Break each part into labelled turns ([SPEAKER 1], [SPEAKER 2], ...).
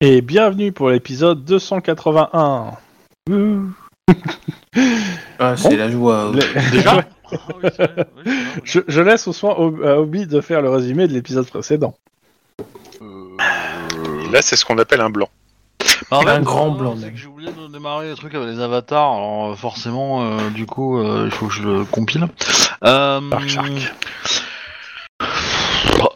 [SPEAKER 1] Et bienvenue pour l'épisode 281. Ouh.
[SPEAKER 2] Ah, c'est la joie.
[SPEAKER 1] Le-
[SPEAKER 3] Déjà
[SPEAKER 4] Ah oui, c'est vrai, oui, c'est vrai,
[SPEAKER 1] je, je laisse au soin au- à Obi de faire le résumé de l'épisode précédent.
[SPEAKER 3] Et Euh, là, c'est ce qu'on appelle un blanc.
[SPEAKER 4] Bah, en
[SPEAKER 2] Un
[SPEAKER 4] fait,
[SPEAKER 2] grand
[SPEAKER 4] euh,
[SPEAKER 2] blanc,
[SPEAKER 4] c'est
[SPEAKER 2] mec.
[SPEAKER 4] que J'ai oublié de démarrer le truc avec les avatars, alors euh, forcément, euh, du coup, euh, il faut que je le compile. Euh,
[SPEAKER 1] Shark, shark.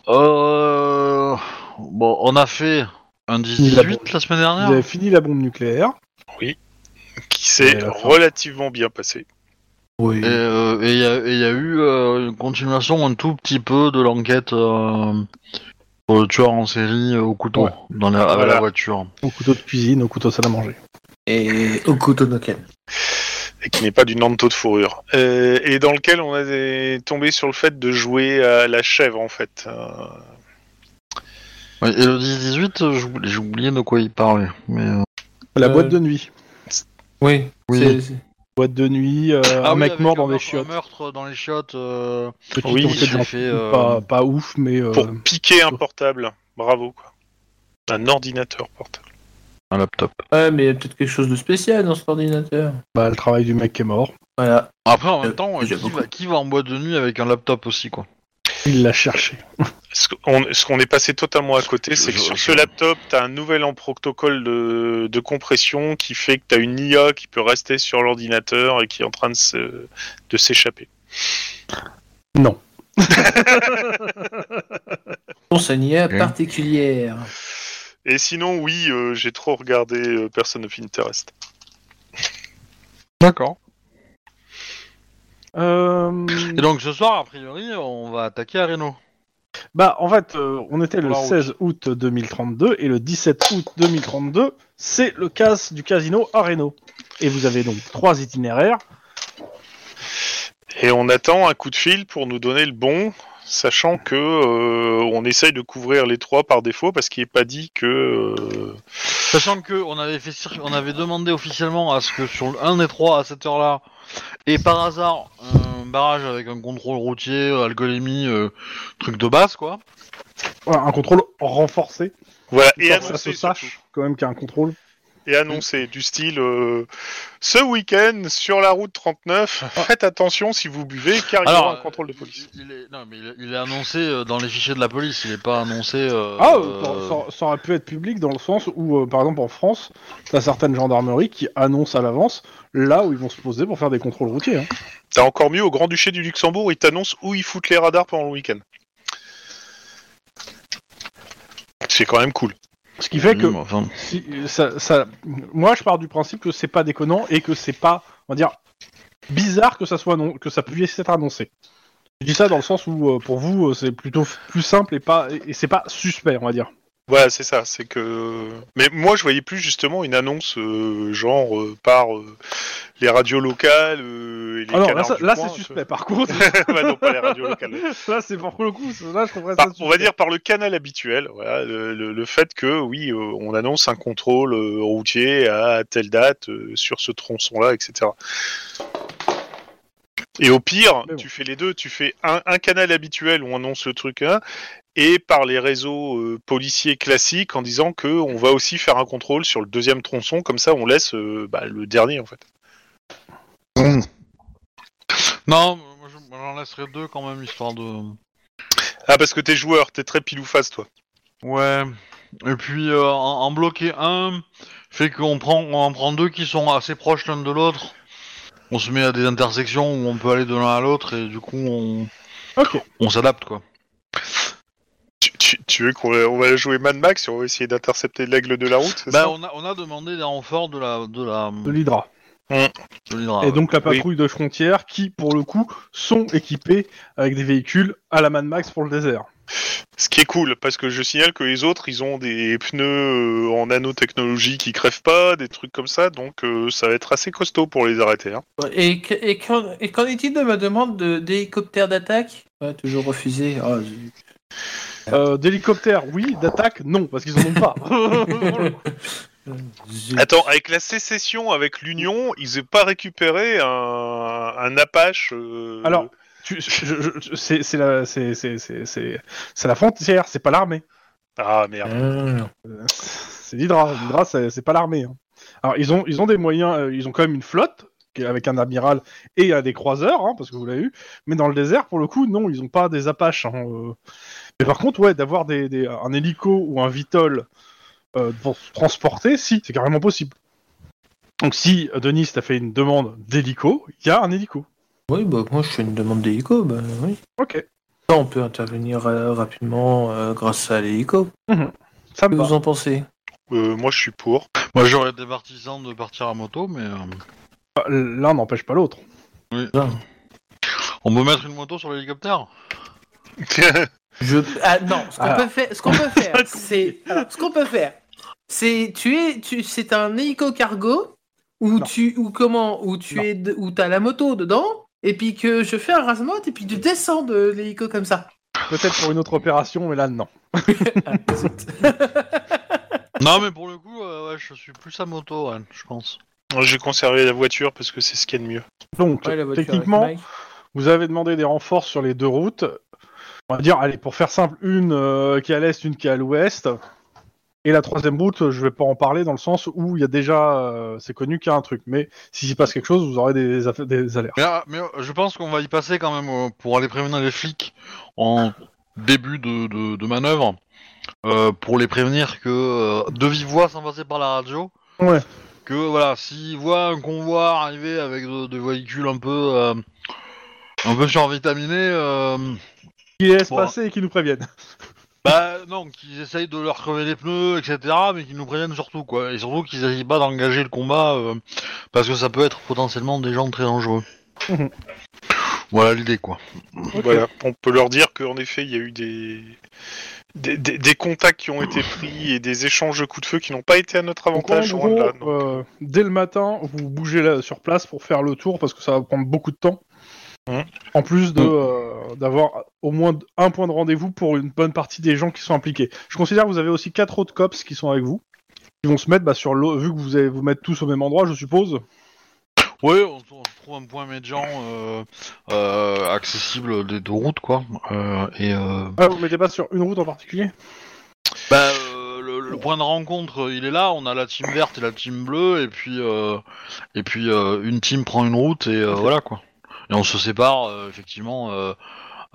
[SPEAKER 4] euh, bon, on a fait un 18 la semaine
[SPEAKER 1] Vous
[SPEAKER 4] dernière.
[SPEAKER 1] avez fini la bombe nucléaire.
[SPEAKER 3] Qui
[SPEAKER 1] Et
[SPEAKER 3] s'est
[SPEAKER 1] la fin.
[SPEAKER 3] relativement bien passé.
[SPEAKER 2] Oui.
[SPEAKER 4] Et euh, et il y, a- et il y a eu euh, une continuation un tout petit peu de l'enquête euh, pour le tueur en série euh, au couteau,
[SPEAKER 1] Ouais.
[SPEAKER 4] dans la, avec
[SPEAKER 3] Voilà.
[SPEAKER 4] la voiture.
[SPEAKER 1] Au couteau de cuisine, au couteau de salle à manger.
[SPEAKER 2] Et Okuto no Ken.
[SPEAKER 3] Et qui n'est pas du Nanto de fourrure. Euh, et dans lequel on a des- tombé sur le fait de jouer à la chèvre, en fait. Euh,
[SPEAKER 4] Ouais, Et le 18, euh, j'oublie- j'ai oublié de quoi il parlait. Mais, euh,
[SPEAKER 1] La
[SPEAKER 2] Euh,
[SPEAKER 1] boîte de nuit.
[SPEAKER 2] Oui.
[SPEAKER 4] Oui.
[SPEAKER 2] c'est- c'est-
[SPEAKER 1] Boîte de nuit, euh,
[SPEAKER 4] Ah
[SPEAKER 1] un
[SPEAKER 4] oui,
[SPEAKER 1] mec
[SPEAKER 4] avec
[SPEAKER 1] mort
[SPEAKER 4] un
[SPEAKER 1] dans des
[SPEAKER 4] meurtre-
[SPEAKER 1] chiottes.
[SPEAKER 4] Un meurtre dans les chiottes. euh,
[SPEAKER 1] Petite
[SPEAKER 3] Oui,
[SPEAKER 1] enquête
[SPEAKER 4] j'ai
[SPEAKER 1] d'un
[SPEAKER 4] fait,
[SPEAKER 1] film
[SPEAKER 4] euh,
[SPEAKER 1] pas, pas ouf, mais euh,
[SPEAKER 3] Pour piquer un portable. Bravo, quoi. Un ordinateur portable.
[SPEAKER 4] Un laptop.
[SPEAKER 2] Ouais, mais il y a peut-être quelque chose de spécial dans cet ordinateur.
[SPEAKER 1] bah, le travail du mec qui est mort.
[SPEAKER 2] Voilà.
[SPEAKER 4] Après, en
[SPEAKER 2] Euh,
[SPEAKER 4] même temps, euh,
[SPEAKER 2] j'ai
[SPEAKER 4] qui
[SPEAKER 2] beaucoup.
[SPEAKER 4] va, qui va en boîte de nuit avec un laptop aussi, quoi
[SPEAKER 1] Il l'a cherché.
[SPEAKER 3] Ce qu'on ce qu'on est passé totalement à côté, c'est que
[SPEAKER 4] Je-
[SPEAKER 3] sur
[SPEAKER 4] je-
[SPEAKER 3] ce laptop, tu as un nouvel en protocole de, de compression qui fait que tu as une IA qui peut rester sur l'ordinateur et qui est en train de se- de s'échapper.
[SPEAKER 1] Non.
[SPEAKER 2] Bon, c'est une IA
[SPEAKER 4] Ouais.
[SPEAKER 2] particulière.
[SPEAKER 3] Et sinon, oui, euh, j'ai trop regardé euh, Person of Interest.
[SPEAKER 4] D'accord.
[SPEAKER 1] Euh,
[SPEAKER 4] Et donc ce soir, a priori, on va attaquer à Reno.
[SPEAKER 1] Bah, en fait, euh, on était le
[SPEAKER 4] Voilà,
[SPEAKER 1] 16 août 2032 et le 17 août 2032, c'est le casse du casino à Reno. Et vous avez donc trois itinéraires.
[SPEAKER 3] Et on attend un coup de fil pour nous donner le bon, sachant que euh, on essaye de couvrir les trois par défaut parce qu'il n'est pas dit que. euh,
[SPEAKER 4] Sachant que on avait fait, cir- on avait demandé officiellement à ce que sur le 1 des 3 à cette heure-là, et par hasard un barrage avec un contrôle routier, euh, alcoolémie, euh, truc de base, quoi.
[SPEAKER 1] Voilà, un contrôle renforcé.
[SPEAKER 3] Voilà.
[SPEAKER 1] Et
[SPEAKER 3] Et
[SPEAKER 1] ça se
[SPEAKER 3] annoncer, surtout.
[SPEAKER 1] sache quand même qu'il y a un contrôle.
[SPEAKER 3] et annoncer du style euh, ce week-end sur la route 39, faites attention si vous buvez car il y aura un
[SPEAKER 4] euh,
[SPEAKER 3] contrôle de police.
[SPEAKER 4] Il, il est, non, mais il, est- il est annoncé euh, dans les fichiers de la police. Il est pas annoncé. euh,
[SPEAKER 1] Ah,
[SPEAKER 4] euh,
[SPEAKER 1] ça- ça, ça aurait pu être public dans le sens où, euh, par exemple, en France, t'as certaines gendarmeries qui annoncent à l'avance là où ils vont se poser pour faire des contrôles routiers. hein.
[SPEAKER 3] T'as encore mieux au Grand-Duché du Luxembourg, ils t'annoncent où ils foutent les radars pendant le week-end. C'est quand même cool.
[SPEAKER 1] Ce qui fait
[SPEAKER 4] oui,
[SPEAKER 1] que
[SPEAKER 4] mais euh, enfin,
[SPEAKER 1] Si- ça- ça- moi, je pars du principe que c'est pas déconnant et que c'est pas, on va dire, bizarre que ça soit non, que ça puisse être annoncé. Je dis ça dans le sens où, euh, pour vous, euh, c'est plutôt f- plus simple et pas, et et c'est pas suspect, on va dire.
[SPEAKER 3] Voilà, c'est ça, c'est que. Mais moi, je voyais plus justement une annonce euh, genre euh, par euh, les radios locales euh, et les
[SPEAKER 1] Ah non, là,
[SPEAKER 3] canards
[SPEAKER 1] ça-
[SPEAKER 3] du
[SPEAKER 1] là,
[SPEAKER 3] coin,
[SPEAKER 1] c'est
[SPEAKER 3] tu
[SPEAKER 1] suspect. Par contre,
[SPEAKER 3] vois. Bah non, pas les radios locales.
[SPEAKER 1] là, c'est pour le coup, là, je trouverais
[SPEAKER 3] Par-
[SPEAKER 1] ça.
[SPEAKER 3] Bah, on
[SPEAKER 1] suspect.
[SPEAKER 3] va dire par le canal habituel, voilà, le, le- le fait que oui, euh, on annonce un contrôle euh, routier à telle date euh, sur ce tronçon-là, etc. Et au pire,
[SPEAKER 1] Mais bon.
[SPEAKER 3] tu fais les deux, tu fais un, un canal habituel où on annonce le truc hein, et par les réseaux euh, policiers classiques en disant que on va aussi faire un contrôle sur le deuxième tronçon, comme ça on laisse euh, bah, le dernier en fait.
[SPEAKER 4] non, moi, je- moi, j'en laisserai deux quand même histoire de.
[SPEAKER 3] Ah parce que t'es joueur, t'es très pile ou face toi.
[SPEAKER 4] Ouais. Et puis euh, en, en bloquer un fait qu'on prend on en prend deux qui sont assez proches l'un de l'autre. On se met à des intersections où on peut aller de l'un à l'autre et du coup on,
[SPEAKER 1] Ok.
[SPEAKER 4] on s'adapte quoi.
[SPEAKER 3] Tu, tu- tu veux qu'on on va jouer Mad Max et on va essayer d'intercepter l'aigle de la route c'est ça
[SPEAKER 4] Bah on a, on a demandé des renforts de la de la
[SPEAKER 1] De l'Hydra.
[SPEAKER 4] de l'Hydra,
[SPEAKER 3] Ah,
[SPEAKER 1] et
[SPEAKER 4] ouais.
[SPEAKER 1] donc la patrouille de frontières qui, pour le coup, sont équipés avec des véhicules à la Mad Max pour le désert.
[SPEAKER 3] Ce qui est cool, parce que je signale que les autres, ils ont des pneus euh, en nanotechnologie qui crèvent pas, des trucs comme ça, donc euh, ça va être assez costaud pour les arrêter. hein.
[SPEAKER 2] Et, que- et qu'en et qu'en est-il de ma demande de- d'hélicoptère d'attaque Ouais, Toujours refusé. Ah, zut.
[SPEAKER 1] Euh, D'hélicoptères, oui. D'attaque, non, parce qu'ils en ont pas. Pour le coup.
[SPEAKER 2] Zut.
[SPEAKER 3] Attends, avec la sécession, avec l'Union, ils n'ont pas récupéré un, un Apache. euh,
[SPEAKER 1] Alors, Tu- je- je- je- c'est c'est la, c'est-
[SPEAKER 2] Euh,
[SPEAKER 1] c'est- c'est- c'est- c'est la frontière, c'est pas l'armée.
[SPEAKER 3] Ah merde.
[SPEAKER 2] Ah.
[SPEAKER 1] c'est l'Hydra. L'Hydra, c'est c'est pas l'armée. hein. Alors, ils ont, ils ont des moyens, euh, ils ont quand même une flotte qui est avec un amiral et euh, des croiseurs, hein, parce que vous l'avez eu. Mais dans le désert, pour le coup, non, ils ont pas des Apaches. hein, euh. Mais par contre, ouais, d'avoir des, des- un hélico ou un Vitol euh, pour se transporter, si, c'est carrément possible. Donc, si euh, Denis t'a fait une demande d'hélico, il y a un hélico.
[SPEAKER 2] Oui, bah moi je fais une demande d'hélico, bah oui.
[SPEAKER 1] Ok,
[SPEAKER 2] Ça, on peut intervenir euh, rapidement euh, grâce à l'hélico.
[SPEAKER 1] ça
[SPEAKER 2] Que
[SPEAKER 1] me va.
[SPEAKER 2] vous en pensez
[SPEAKER 3] Euh, moi, je suis pour.
[SPEAKER 4] Moi j'aurais été partisan de partir à moto, mais euh,
[SPEAKER 1] L'un n'empêche pas l'autre.
[SPEAKER 4] on peut mettre une moto sur l'hélicoptère
[SPEAKER 2] Je... Ah non, ce qu'on
[SPEAKER 1] Alors.
[SPEAKER 2] peut faire, ce qu'on peut faire, c'est alors, ce qu'on peut faire, c'est tu es, tu, c'est un hélico cargo où
[SPEAKER 1] Non.
[SPEAKER 2] tu ou comment où tu
[SPEAKER 1] Non.
[SPEAKER 2] es de- où t'as la moto dedans et puis que je fais un rasemote et puis tu descends de l'hélico comme ça.
[SPEAKER 1] Peut-être pour une autre opération, mais là, non.
[SPEAKER 2] Ah, zut.
[SPEAKER 4] Non, mais pour le coup, euh, ouais, je suis plus à moto, ouais, je pense.
[SPEAKER 3] J'ai conservé la voiture parce que c'est ce qu'il y a de mieux.
[SPEAKER 1] Donc,
[SPEAKER 2] Ouais, la voiture avec
[SPEAKER 1] techniquement,
[SPEAKER 2] Mike.
[SPEAKER 1] Vous avez demandé des renforts sur les deux routes. On va dire, allez, pour faire simple, une euh, qui est à l'est, une qui est à l'ouest. Et la troisième route, je vais pas en parler dans le sens où il y a déjà, euh, c'est connu qu'il y a un truc. Mais s'il s'y passe quelque chose, vous aurez des, aff- des alertes.
[SPEAKER 4] Mais, euh, mais, euh, je pense qu'on va y passer quand même euh, pour aller prévenir les flics en début de, de- de manœuvre. euh, pour les prévenir que euh, de vive voix sans passer par la radio.
[SPEAKER 1] Ouais.
[SPEAKER 4] Que voilà, s'ils voient un convoi arriver avec de- des véhicules un peu euh, un peu survitaminés, euh,
[SPEAKER 1] Qui laissent
[SPEAKER 4] Bon.
[SPEAKER 1] passer et qui nous préviennent.
[SPEAKER 4] bah non, qu'ils essayent de leur crever les pneus, etc. Mais qu'ils nous préviennent surtout quoi. Et surtout qu'ils n'essayent pas d'engager le combat euh, parce que ça peut être potentiellement des gens très dangereux.
[SPEAKER 1] Mhm.
[SPEAKER 4] voilà l'idée quoi.
[SPEAKER 3] Voilà. On peut leur dire qu'en effet, il y a eu des... Des, des- des contacts qui ont été pris et des échanges de coups de feu qui n'ont pas été à notre
[SPEAKER 1] Donc, en
[SPEAKER 3] avantage. loin de
[SPEAKER 1] gros,
[SPEAKER 3] là, non.
[SPEAKER 1] euh, dès le matin, vous bougez là, sur place pour faire le tour parce que ça va prendre beaucoup de temps.
[SPEAKER 3] Mhm.
[SPEAKER 1] En plus de,
[SPEAKER 4] Mhm.
[SPEAKER 1] euh, d'avoir au moins un point de rendez-vous pour une bonne partie des gens qui sont impliqués. Je considère que vous avez aussi quatre autres cops qui sont avec vous. Ils vont se mettre bah, sur l'eau, vu que vous allez vous mettre tous au même endroit, je suppose.
[SPEAKER 4] Oui, on, t- on trouve un point médian euh, euh, accessible des deux routes, quoi. Euh, et euh,
[SPEAKER 1] Ah, vous mettez pas sur une route en particulier
[SPEAKER 4] bah, euh, le, le point de rencontre, euh, il est là. On a la team verte et la team bleue, et puis euh, et puis euh, une team prend une route et euh, voilà quoi. Et on se sépare euh, effectivement euh,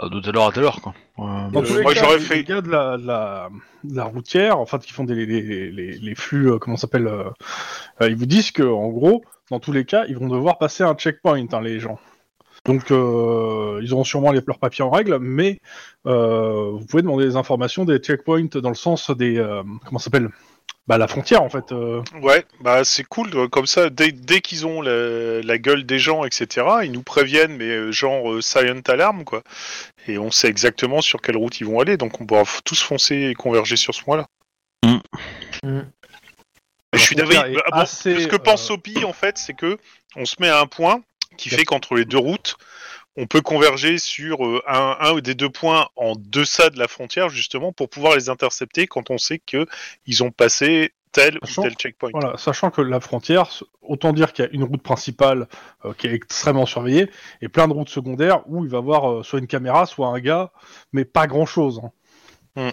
[SPEAKER 4] de telle heure à telle heure, quoi. Euh,
[SPEAKER 1] Dans
[SPEAKER 3] Euh,
[SPEAKER 1] tous les
[SPEAKER 3] moi,
[SPEAKER 1] cas,
[SPEAKER 3] j'aurais
[SPEAKER 1] les,
[SPEAKER 3] fait-
[SPEAKER 1] les gars de la, de la- de la routière, enfin qui font des, les, les- les- les flux, euh, comment ça s'appelle euh, euh, Ils vous disent que en gros, dans tous les cas, ils vont devoir passer un checkpoint, hein, les gens. Donc euh, ils auront sûrement les, leurs papiers en règle, mais euh, vous pouvez demander des informations des checkpoints dans le sens des euh, comment ça s'appelle Bah la frontière en fait. euh.
[SPEAKER 3] Ouais, bah c'est cool, euh, comme ça, dès, dès qu'ils ont la, la gueule des gens, etc., ils nous préviennent, mais euh, genre euh, silent alarm, quoi. Et on sait exactement sur quelle route ils vont aller, donc on pourra f- tous foncer et converger sur ce point-là.
[SPEAKER 4] Mm.
[SPEAKER 2] Mm.
[SPEAKER 3] Je suis
[SPEAKER 1] La
[SPEAKER 3] d'avis.
[SPEAKER 1] frontière est
[SPEAKER 3] ah bon,
[SPEAKER 1] assez,
[SPEAKER 3] ce que pense
[SPEAKER 1] euh,
[SPEAKER 3] Sopi, en fait, c'est que on se met à un point qui fait qu'entre les deux routes, on peut converger sur euh, un, un ou des deux points en deçà de la frontière, justement, pour pouvoir les intercepter quand on sait que ils ont passé tel ou
[SPEAKER 1] Sachant-
[SPEAKER 3] tel checkpoint.
[SPEAKER 1] Voilà, sachant que la frontière, autant dire qu'il y a une route principale euh, qui est extrêmement surveillée et plein de routes secondaires où il va y avoir euh, soit une caméra, soit un gars, mais pas grand chose.
[SPEAKER 3] Mm.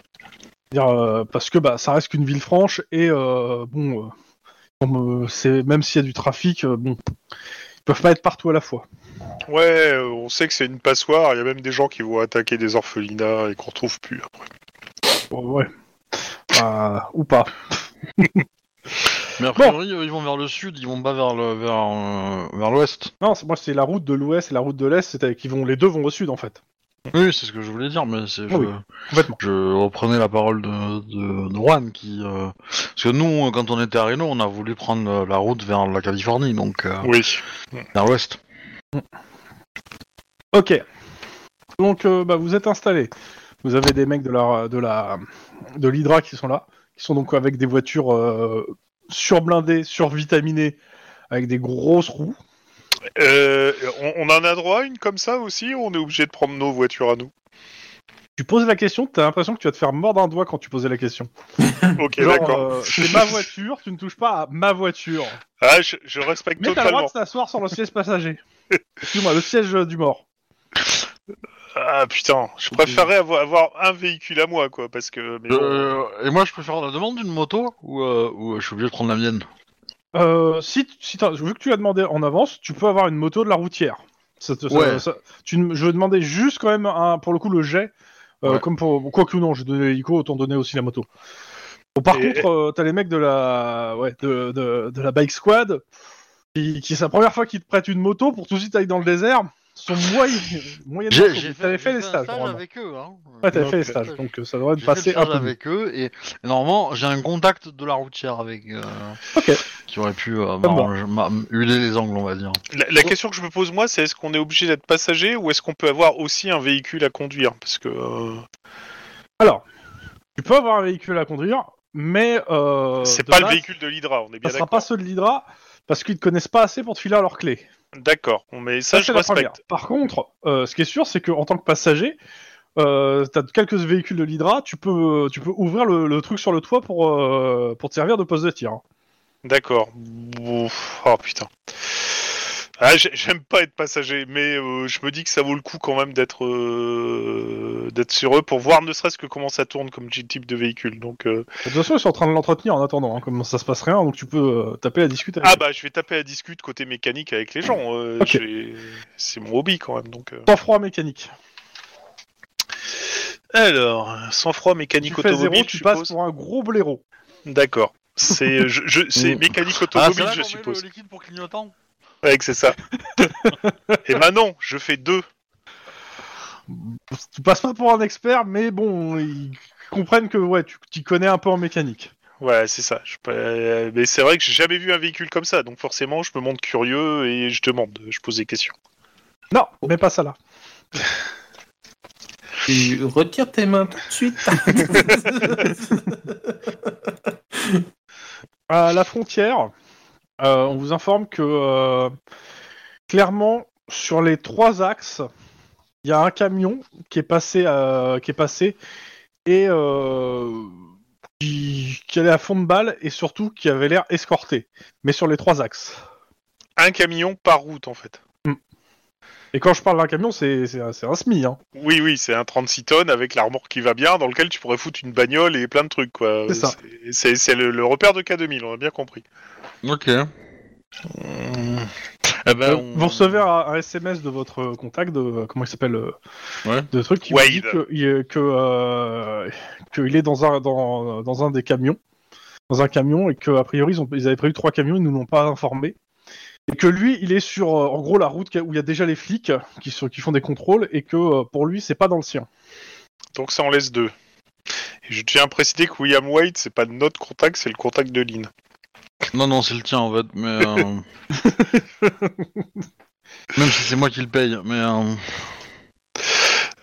[SPEAKER 1] parce que bah, ça reste qu'une ville franche et euh, bon, euh, comme, euh, c'est même s'il y a du trafic, euh, bon, ils peuvent pas être partout à la fois.
[SPEAKER 3] Ouais, euh, on sait que c'est une passoire, il y a même des gens qui vont attaquer des orphelinats et qu'on retrouve plus hein. après.
[SPEAKER 1] Bon, ouais. Bah, ou pas.
[SPEAKER 4] mais a priori, euh, ils vont vers le sud, ils vont pas vers le vers euh, vers l'ouest.
[SPEAKER 1] Non, c'est- moi c'est la route de l'ouest et la route de l'est, c'est qui vont les deux vont au sud en fait.
[SPEAKER 4] Oui, c'est ce que je voulais dire, mais c'est. je-
[SPEAKER 1] Ah Oui. Complètement.
[SPEAKER 4] Je reprenais la parole de, de, de Juan qui. euh, Parce que nous, euh, quand on était à Reno, on a voulu prendre euh, la route vers la Californie, donc
[SPEAKER 1] Ah.
[SPEAKER 4] euh,
[SPEAKER 3] Oui.
[SPEAKER 4] vers l'ouest.
[SPEAKER 1] Ok. Donc, euh, bah, vous êtes installés. Vous avez des mecs de la de la de l'Hydra qui sont là, qui sont donc avec des voitures euh, surblindées, survitaminées, avec des grosses roues.
[SPEAKER 3] Euh, on, on en a droit à une comme ça aussi, ou on est obligé de prendre nos voitures à nous
[SPEAKER 1] Tu poses la question, t'as l'impression que tu vas te faire mordre un doigt quand tu posais la question.
[SPEAKER 3] Ok,
[SPEAKER 1] Genre,
[SPEAKER 3] d'accord.
[SPEAKER 1] euh, c'est ma voiture, tu ne touches pas à ma voiture.
[SPEAKER 3] Ah, je, je respecte
[SPEAKER 1] Mais t'as le droit
[SPEAKER 3] totalement.
[SPEAKER 1] de t'asseoir sur le siège passager. Excuse-moi, le siège euh, du mort.
[SPEAKER 3] Ah putain, je préférais avoir, avoir un véhicule à moi, quoi, parce que. mais bon.
[SPEAKER 4] Euh, et moi, je peux faire la demande d'une moto ou, euh, ou je suis obligé de prendre la mienne
[SPEAKER 1] Euh, si, t- si t'as- vu que tu as demandé en avance, tu peux avoir une moto de la routière. Ça te- ça-
[SPEAKER 4] Ouais.
[SPEAKER 1] ça- tu ne- je vais demander juste quand même un- pour le coup le jet, euh,
[SPEAKER 4] Ouais.
[SPEAKER 1] comme pour quoi que non, j'ai donné l'hélico, autant donner aussi la moto. Bon, par
[SPEAKER 3] Et-
[SPEAKER 1] contre, euh, t'as les mecs de la ouais, de, de- de la bike squad qui, qui c'est la première fois qu'ils te prêtent une moto pour tout de suite aller dans le désert. Sont moyen, moyennement chauds. T'avais fait les
[SPEAKER 4] un
[SPEAKER 1] stages,
[SPEAKER 4] stage
[SPEAKER 1] normalement.
[SPEAKER 4] avec eux. Hein.
[SPEAKER 1] Ouais, t'avais
[SPEAKER 3] Donc,
[SPEAKER 1] fait les
[SPEAKER 3] euh,
[SPEAKER 1] stages, donc euh, ça devrait te
[SPEAKER 4] J'ai fait le
[SPEAKER 1] passer un
[SPEAKER 4] stage
[SPEAKER 1] peu. mieux.
[SPEAKER 4] avec eux et, et normalement j'ai un contact de la routière avec euh,
[SPEAKER 1] Ok.
[SPEAKER 4] qui aurait pu euh,
[SPEAKER 1] Pas moi.
[SPEAKER 4] m'arranger- m'a- m'huiler les angles on va dire.
[SPEAKER 3] La, la question que je me pose moi, c'est est-ce qu'on est obligé d'être passager ou est-ce qu'on peut avoir aussi un véhicule à conduire Parce que euh,
[SPEAKER 1] Alors, tu peux avoir un véhicule à conduire, mais euh,
[SPEAKER 3] c'est
[SPEAKER 1] de
[SPEAKER 3] pas le
[SPEAKER 1] base,
[SPEAKER 3] véhicule de l'Hydra, on est
[SPEAKER 1] Ça
[SPEAKER 3] bien
[SPEAKER 1] sera
[SPEAKER 3] d'accord.
[SPEAKER 1] pas ceux de l'Hydra parce qu'ils te connaissent pas assez pour te filer leurs clés.
[SPEAKER 3] D'accord, mais ça, je
[SPEAKER 1] c'est la première.
[SPEAKER 3] respecte.
[SPEAKER 1] Par contre, euh, ce qui est sûr, c'est qu'en tant que passager, euh, t'as quelques véhicules de l'Hydra, tu peux, tu peux ouvrir le, le truc sur le toit pour, euh, pour te servir de poste de tir. hein.
[SPEAKER 3] D'accord. Ouf, Oh putain. Ah, j'ai- J'aime pas être passager, mais euh, je me dis que ça vaut le coup quand même d'être euh, d'être sur eux pour voir ne serait-ce que comment ça tourne comme type de véhicule. Donc
[SPEAKER 1] De
[SPEAKER 3] euh,
[SPEAKER 1] toute façon, ils sont en train de l'entretenir en attendant, hein, comme ça se passe rien, donc tu peux euh, taper à discuter. avec
[SPEAKER 3] ah
[SPEAKER 1] eux.
[SPEAKER 3] bah je vais taper à discute côté mécanique avec les gens. euh,
[SPEAKER 1] Ok.
[SPEAKER 3] j'ai- C'est mon hobby quand même. Donc euh.
[SPEAKER 1] Sans froid mécanique.
[SPEAKER 3] alors sans froid mécanique
[SPEAKER 1] Tu fais
[SPEAKER 3] automobile,
[SPEAKER 1] zéro,
[SPEAKER 3] je
[SPEAKER 1] tu passes
[SPEAKER 3] suppose.
[SPEAKER 1] pour un gros blaireau.
[SPEAKER 3] D'accord. C'est je, je- c'est
[SPEAKER 4] Mm.
[SPEAKER 3] mécanique
[SPEAKER 4] Ah,
[SPEAKER 3] automobile,
[SPEAKER 4] c'est là
[SPEAKER 3] je
[SPEAKER 4] qu'on met
[SPEAKER 3] suppose.
[SPEAKER 4] le liquide pour clignotant.
[SPEAKER 3] Ouais, que c'est ça. Et maintenant, je fais deux.
[SPEAKER 1] Tu passes pas pour un expert, mais bon, ils comprennent que ouais, tu t'y connais un peu en mécanique.
[SPEAKER 3] Ouais, c'est ça. Je peux- euh, Mais c'est vrai que j'ai jamais vu un véhicule comme ça, donc forcément, je me montre curieux et je demande, je pose des questions.
[SPEAKER 1] Non, mais pas ça là.
[SPEAKER 2] Tu retires tes mains tout de suite.
[SPEAKER 1] À la frontière, euh, on vous informe que euh, clairement sur les trois axes, il y a un camion qui est passé, euh, qui est passé et euh, qui, qui allait à fond de balle et surtout qui avait l'air escorté. Mais sur les trois axes.
[SPEAKER 3] Un camion par route, en fait.
[SPEAKER 1] Et quand je parle d'un camion, c'est c'est un, c'est un SMI. Hein.
[SPEAKER 3] Oui, oui, c'est un 36 tonnes avec la remorque qui va bien, dans lequel tu pourrais foutre une bagnole et plein de trucs, quoi.
[SPEAKER 1] C'est ça.
[SPEAKER 3] C'est- C'est c'est le, le repère de K2000, on a bien compris.
[SPEAKER 4] Ok. Eh ben,
[SPEAKER 1] Euh,
[SPEAKER 4] on-
[SPEAKER 1] Vous recevez un, un SMS de votre contact, de euh, comment il s'appelle, euh,
[SPEAKER 4] Ouais.
[SPEAKER 1] de truc qui vous
[SPEAKER 3] Wade.
[SPEAKER 1] dit que il est- que, euh, qu'il est dans un dans, dans un des camions, dans un camion et que a priori ils, ont- ils avaient prévu trois camions, ils nous l'ont pas informé. Et que lui, il est sur euh, en gros la route qui- où il y a déjà les flics qui, sont- qui font des contrôles et que euh, pour lui c'est pas dans le sien.
[SPEAKER 3] Donc ça en laisse deux. Et je tiens à préciser que William White, c'est pas notre contact, c'est le contact de Lynn.
[SPEAKER 4] Non, non, c'est le tien en fait, mais. euh, Même si c'est moi qui le paye, mais. euh,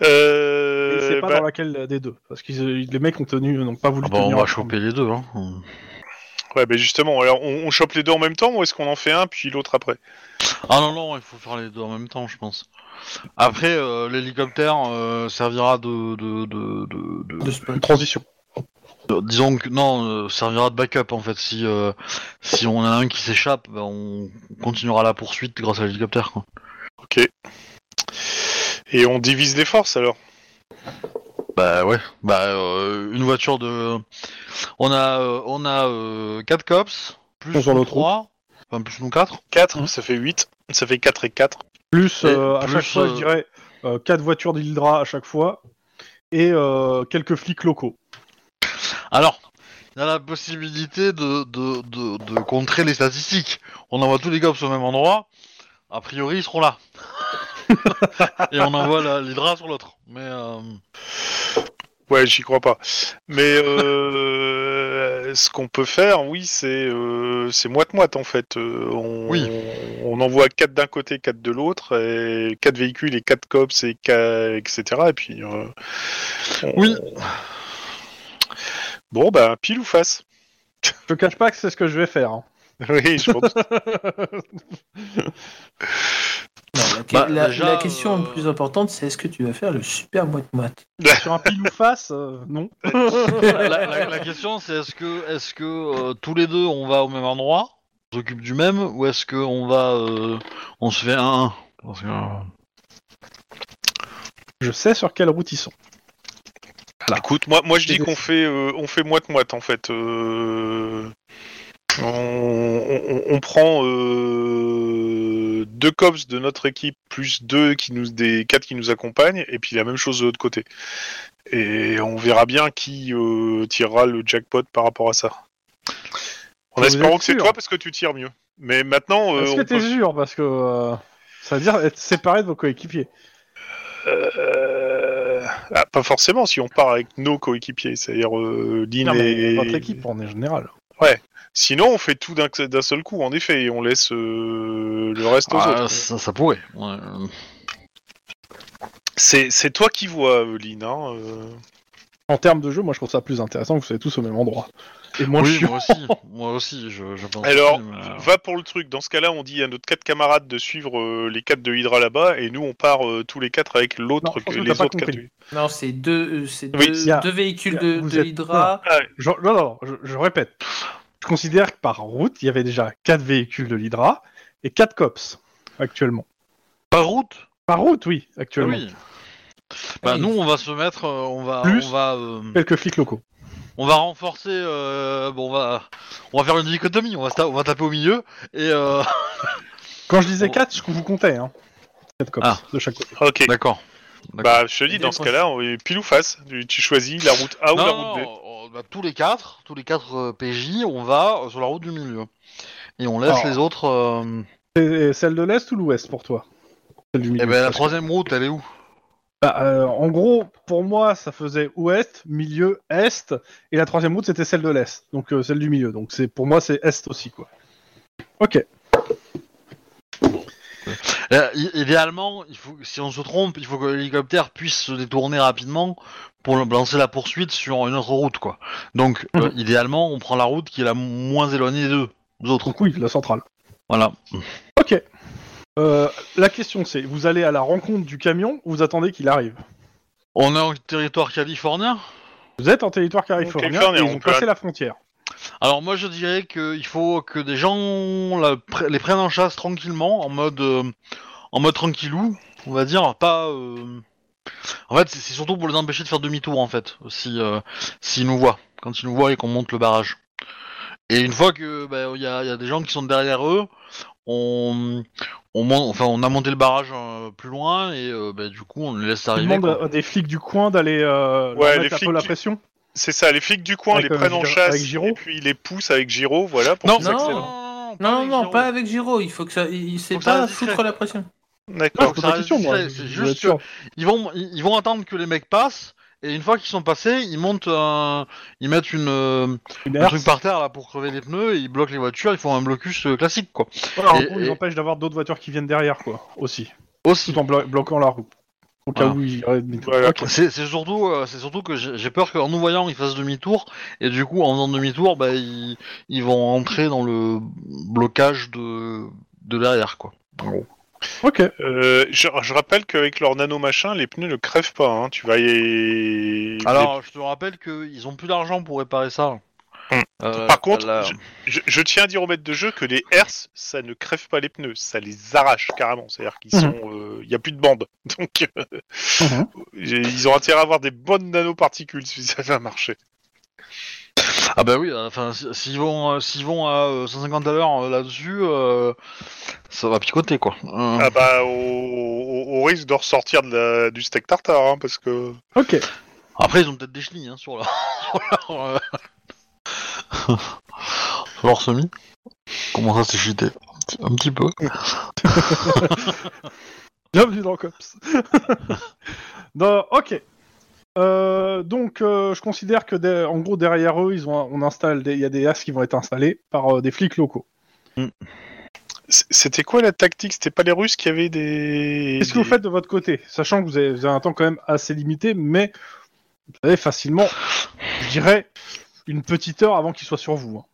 [SPEAKER 1] Et
[SPEAKER 3] Euh,
[SPEAKER 1] c'est pas
[SPEAKER 3] bah,
[SPEAKER 1] dans laquelle des deux, parce que les mecs ont tenu, n'ont pas voulu
[SPEAKER 4] ah bah, on
[SPEAKER 1] tenir
[SPEAKER 4] va
[SPEAKER 1] ensemble.
[SPEAKER 4] choper les deux. Hein.
[SPEAKER 3] Ouais, bah justement, alors on, on chope les deux en même temps ou est-ce qu'on en fait un puis l'autre après
[SPEAKER 4] Ah non, non, il faut faire les deux en même temps, je pense. Après, euh, l'hélicoptère euh, servira de- de- de- de- de,
[SPEAKER 2] De spot.
[SPEAKER 1] Une transition.
[SPEAKER 4] Euh, Disons que non, euh, servira de backup en fait. Si euh, si on a un qui s'échappe, ben, on continuera la poursuite grâce à l'hélicoptère. Quoi.
[SPEAKER 3] Ok. Et on divise les forces alors
[SPEAKER 4] Bah ouais. Bah euh, une voiture de. On a euh, on a euh, quatre cops plus
[SPEAKER 1] On sur
[SPEAKER 4] nous
[SPEAKER 1] l'autre
[SPEAKER 4] trois, enfin plus nous quatre.
[SPEAKER 3] 4, ça fait 8. Ça fait 4 et 4.
[SPEAKER 1] Plus,
[SPEAKER 4] Et
[SPEAKER 1] euh, à
[SPEAKER 4] plus,
[SPEAKER 1] chaque fois,
[SPEAKER 4] euh,
[SPEAKER 1] je dirais, 4 voitures d'Hildra à chaque fois et euh, quelques flics locaux.
[SPEAKER 4] Alors il y a la possibilité de de, de de contrer les statistiques. On envoie tous les cops au même endroit. A priori ils seront là. Et on envoie la- l'hydra sur l'autre. Mais euh,
[SPEAKER 3] Ouais, j'y crois pas. Mais euh, ce qu'on peut faire, oui, c'est euh, c'est moite-moite en fait. Euh, on,
[SPEAKER 4] Oui.
[SPEAKER 3] on envoie 4 d'un côté, 4 de l'autre, et 4 véhicules et 4 cops, et ca- etc. Et puis. euh, on-
[SPEAKER 4] Oui.
[SPEAKER 3] Bon, bah, pile ou face
[SPEAKER 1] Je cache pas que c'est ce que je vais faire. hein.
[SPEAKER 3] Oui, je pense.
[SPEAKER 2] Non, la,
[SPEAKER 4] Bah,
[SPEAKER 2] la-
[SPEAKER 4] déjà,
[SPEAKER 2] la question
[SPEAKER 4] euh,
[SPEAKER 2] plus importante, c'est est-ce que tu vas faire le super moite-moite
[SPEAKER 1] Sur un pile ou face, euh, non.
[SPEAKER 4] la, la- la question c'est est-ce que est-ce que euh, tous les deux on va au même endroit, on s'occupe du même, ou est-ce que on va euh, on se fait un, un Parce que, euh,
[SPEAKER 1] je sais sur quelle route ils sont.
[SPEAKER 3] Écoute, moi, moi je
[SPEAKER 1] Et
[SPEAKER 3] dis
[SPEAKER 1] de-
[SPEAKER 3] qu'on fait, euh, on fait moite-moite en fait. Euh, on, on- on prend euh, deux cops de notre équipe plus deux qui nous, des quatre qui nous accompagnent et puis la même chose de l'autre côté. Et on verra bien qui euh, tirera le jackpot par rapport à ça. En
[SPEAKER 1] Vous
[SPEAKER 3] espérant
[SPEAKER 1] êtes
[SPEAKER 3] que c'est
[SPEAKER 1] sûr
[SPEAKER 3] toi parce que tu tires mieux. Mais maintenant, euh,
[SPEAKER 1] Est-ce
[SPEAKER 3] on
[SPEAKER 1] que
[SPEAKER 3] peut-
[SPEAKER 1] t'es sûr Parce que euh, ça veut dire être séparé de vos coéquipiers.
[SPEAKER 3] Euh, ah, pas forcément si on part avec nos coéquipiers, c'est-à-dire euh, Lynn
[SPEAKER 1] Non, mais
[SPEAKER 3] et
[SPEAKER 1] votre équipe en général.
[SPEAKER 3] Sinon, on fait tout d'un d'un seul coup, en effet, et on laisse euh, le reste aux
[SPEAKER 4] Ah,
[SPEAKER 3] autres.
[SPEAKER 4] ça, ça pourrait. ouais. Euh,
[SPEAKER 3] C'est c'est toi qui vois, euh, Lynn. hein, euh.
[SPEAKER 1] En termes de jeu, moi je trouve ça plus intéressant que vous soyez tous au même endroit. Et moins
[SPEAKER 4] oui,
[SPEAKER 1] chiant.
[SPEAKER 4] moi aussi. Moi aussi, je, je pense.
[SPEAKER 3] Alors,
[SPEAKER 4] aussi, mais, euh,
[SPEAKER 3] va pour le truc. Dans ce cas-là, on dit à notre quatre camarades de suivre euh, les quatre de Hydra là-bas, et nous, on part euh, tous les quatre avec
[SPEAKER 1] Non,
[SPEAKER 3] l'autre,
[SPEAKER 1] je pense que
[SPEAKER 3] les
[SPEAKER 1] t'as pas
[SPEAKER 3] autres quatre.
[SPEAKER 1] compris.
[SPEAKER 2] Non, c'est deux, euh, c'est
[SPEAKER 3] Oui,
[SPEAKER 2] deux,
[SPEAKER 1] il y a-
[SPEAKER 2] deux véhicules
[SPEAKER 1] il y a-
[SPEAKER 2] de,
[SPEAKER 1] vous
[SPEAKER 2] de
[SPEAKER 1] êtes-
[SPEAKER 2] l'Hydra.
[SPEAKER 1] Je- non, non, je, je répète. Je considère que par route, il y avait déjà 4 véhicules de l'Hydra et 4 cops actuellement.
[SPEAKER 4] par route
[SPEAKER 1] Par route, oui, actuellement.
[SPEAKER 4] Oui. Bah nous on va se mettre, euh, on va,
[SPEAKER 1] Plus.
[SPEAKER 4] on va, euh,
[SPEAKER 1] Quelques flics locaux.
[SPEAKER 4] on va renforcer, euh, bon on va, on va faire une dichotomie, on va, se ta- on va taper au milieu et euh,
[SPEAKER 1] Quand je disais
[SPEAKER 4] Bon.
[SPEAKER 1] 4, je vous comptais. Hein. 4 cops
[SPEAKER 4] Ah.
[SPEAKER 1] de chaque côté.
[SPEAKER 3] Ok.
[SPEAKER 4] d'accord.
[SPEAKER 3] Bah, je te dis,
[SPEAKER 2] Il
[SPEAKER 3] dans
[SPEAKER 2] est
[SPEAKER 3] ce cas-là, on est pile ou face. Tu- Tu choisis la route A ou
[SPEAKER 4] non,
[SPEAKER 3] la
[SPEAKER 4] non,
[SPEAKER 3] route B.
[SPEAKER 4] on- bah, tous les quatre, tous les quatre euh, PJ, on va euh, sur la route du milieu et on laisse
[SPEAKER 1] Oh.
[SPEAKER 4] les autres. euh,
[SPEAKER 1] C'est- Celle de l'Est ou l'Ouest pour toi Celle du milieu.
[SPEAKER 4] Eh ben la
[SPEAKER 1] parce que-
[SPEAKER 4] troisième route, elle est où
[SPEAKER 1] Bah, euh, en gros, pour moi, ça faisait ouest, milieu, est, et la troisième route c'était celle de l'est, donc euh, celle du milieu. Donc c'est pour moi c'est est aussi quoi. Ok.
[SPEAKER 4] Euh, i- Idéalement, il faut, si on se trompe, il faut que l'hélicoptère puisse se détourner rapidement pour le- lancer la poursuite sur une autre route quoi. Donc euh, idéalement, on prend la route qui est la moins éloignée des deux. des autres.
[SPEAKER 1] Donc oui, la centrale.
[SPEAKER 4] Voilà.
[SPEAKER 1] Ok. Euh, la question c'est, vous allez à la rencontre du camion ou vous attendez qu'il arrive
[SPEAKER 4] On est en territoire californien.
[SPEAKER 1] Vous êtes en territoire californien,
[SPEAKER 3] Californie,
[SPEAKER 1] et
[SPEAKER 3] on
[SPEAKER 1] ils ont
[SPEAKER 3] peut
[SPEAKER 1] passé
[SPEAKER 3] aller-
[SPEAKER 1] la frontière.
[SPEAKER 4] Alors moi je dirais qu'il faut que des gens la pre- les prennent en chasse tranquillement, en mode euh, en mode tranquillou, on va dire, pas. euh, En fait, c'est c'est surtout pour les empêcher de faire demi-tour en fait, si euh, s'ils nous voient, quand ils nous voient et qu'on monte le barrage. Et une fois que bah, il y, a, il y a des gens qui sont derrière eux, on on mon- enfin on a monté le barrage euh, plus loin et euh, bah, du coup on les laisse
[SPEAKER 1] Ils
[SPEAKER 4] arriver.
[SPEAKER 1] demandent
[SPEAKER 2] euh,
[SPEAKER 4] quoi.
[SPEAKER 1] à des flics du coin d'aller euh, leur
[SPEAKER 3] Ouais,
[SPEAKER 1] mettre
[SPEAKER 3] les
[SPEAKER 1] un
[SPEAKER 3] flics
[SPEAKER 1] peu la
[SPEAKER 3] du-
[SPEAKER 1] pression.
[SPEAKER 3] C'est ça, les flics du coin
[SPEAKER 1] Avec,
[SPEAKER 3] les
[SPEAKER 1] euh,
[SPEAKER 3] prennent en
[SPEAKER 1] Giro-
[SPEAKER 3] chasse,
[SPEAKER 1] avec Giro
[SPEAKER 3] et puis ils les poussent avec Giro, voilà, pour
[SPEAKER 4] Non,
[SPEAKER 3] qu'ils
[SPEAKER 2] non,
[SPEAKER 3] accélèrent.
[SPEAKER 2] Non,
[SPEAKER 4] avec
[SPEAKER 2] non,
[SPEAKER 4] Giro.
[SPEAKER 2] pas avec Giro. Il faut que ça, il, il sait
[SPEAKER 4] Faut que ça
[SPEAKER 2] pas
[SPEAKER 4] reste discret.
[SPEAKER 2] foutre la pression.
[SPEAKER 1] Non,
[SPEAKER 3] D'accord.
[SPEAKER 1] je pose
[SPEAKER 4] ça
[SPEAKER 1] la question,
[SPEAKER 4] reste
[SPEAKER 1] moi.
[SPEAKER 4] discret, c'est
[SPEAKER 1] je
[SPEAKER 4] juste
[SPEAKER 1] veux être sûr.
[SPEAKER 4] ils vont ils ils vont attendre que les mecs passent et une fois qu'ils sont passés, ils montent un, ils mettent une euh,
[SPEAKER 1] Une
[SPEAKER 4] un
[SPEAKER 1] herse.
[SPEAKER 4] truc par terre là pour crever les pneus, et ils bloquent les voitures, ils font un blocus euh, classique quoi.
[SPEAKER 1] Voilà, en
[SPEAKER 4] et-
[SPEAKER 1] gros, ils
[SPEAKER 4] et-
[SPEAKER 1] empêchent d'avoir d'autres voitures qui viennent derrière quoi, aussi.
[SPEAKER 4] Aussi.
[SPEAKER 1] tout en blo- bloquant la roue. Au cas
[SPEAKER 4] Voilà.
[SPEAKER 1] où il
[SPEAKER 3] Voilà.
[SPEAKER 1] Ok.
[SPEAKER 4] C'est c'est surtout euh, c'est surtout que j'ai j'ai peur qu'en nous voyant ils fassent demi-tour et du coup en faisant demi-tour bah ils, ils vont entrer dans le blocage de de derrière quoi. En gros.
[SPEAKER 1] Ok.
[SPEAKER 3] Euh, je, je rappelle qu'avec leur nano machin, les pneus ne crèvent pas. hein. Tu vas y.
[SPEAKER 4] Alors je te rappelle qu'ils ont plus d'argent pour réparer ça.
[SPEAKER 3] Hmm.
[SPEAKER 4] Euh,
[SPEAKER 3] Par contre,
[SPEAKER 4] la-
[SPEAKER 3] Je, je tiens à dire au maître de jeu que les herses, ça ne crève pas les pneus, ça les arrache carrément. C'est-à-dire qu'ils
[SPEAKER 1] Mhm.
[SPEAKER 3] sont, euh, il y a plus de bande, donc euh, j'ai- ils ont intérêt à avoir des bonnes nanoparticules si ça va marcher.
[SPEAKER 4] Ah bah oui, euh, enfin si- s'ils vont euh, s'ils vont à euh, 150 à l'heure euh, là-dessus, euh, ça va picoter quoi. Euh,
[SPEAKER 3] Ah bah, au, au- au risque de ressortir de la- du steak tartare, hein, parce que
[SPEAKER 1] Ok.
[SPEAKER 4] Après ils ont peut-être des chenilles hein, sur leur sur leur, euh, sur leur semi. Comment ça c'est cheaté un petit, un petit peu.
[SPEAKER 1] Bienvenue dans Cops. Non, ok. Euh, donc, euh, je considère que de- en gros derrière eux, ils ont, un- on installe, des- il y a des as qui vont être installés par euh, des flics locaux.
[SPEAKER 3] C- c'était quoi la tactique C'était pas les Russes qui avaient des.
[SPEAKER 1] Qu'est-ce que vous
[SPEAKER 3] des-
[SPEAKER 1] faites de votre côté, sachant que vous avez, vous avez un temps quand même assez limité, mais vous avez facilement, je dirais, une petite heure avant qu'ils soient sur vous. hein.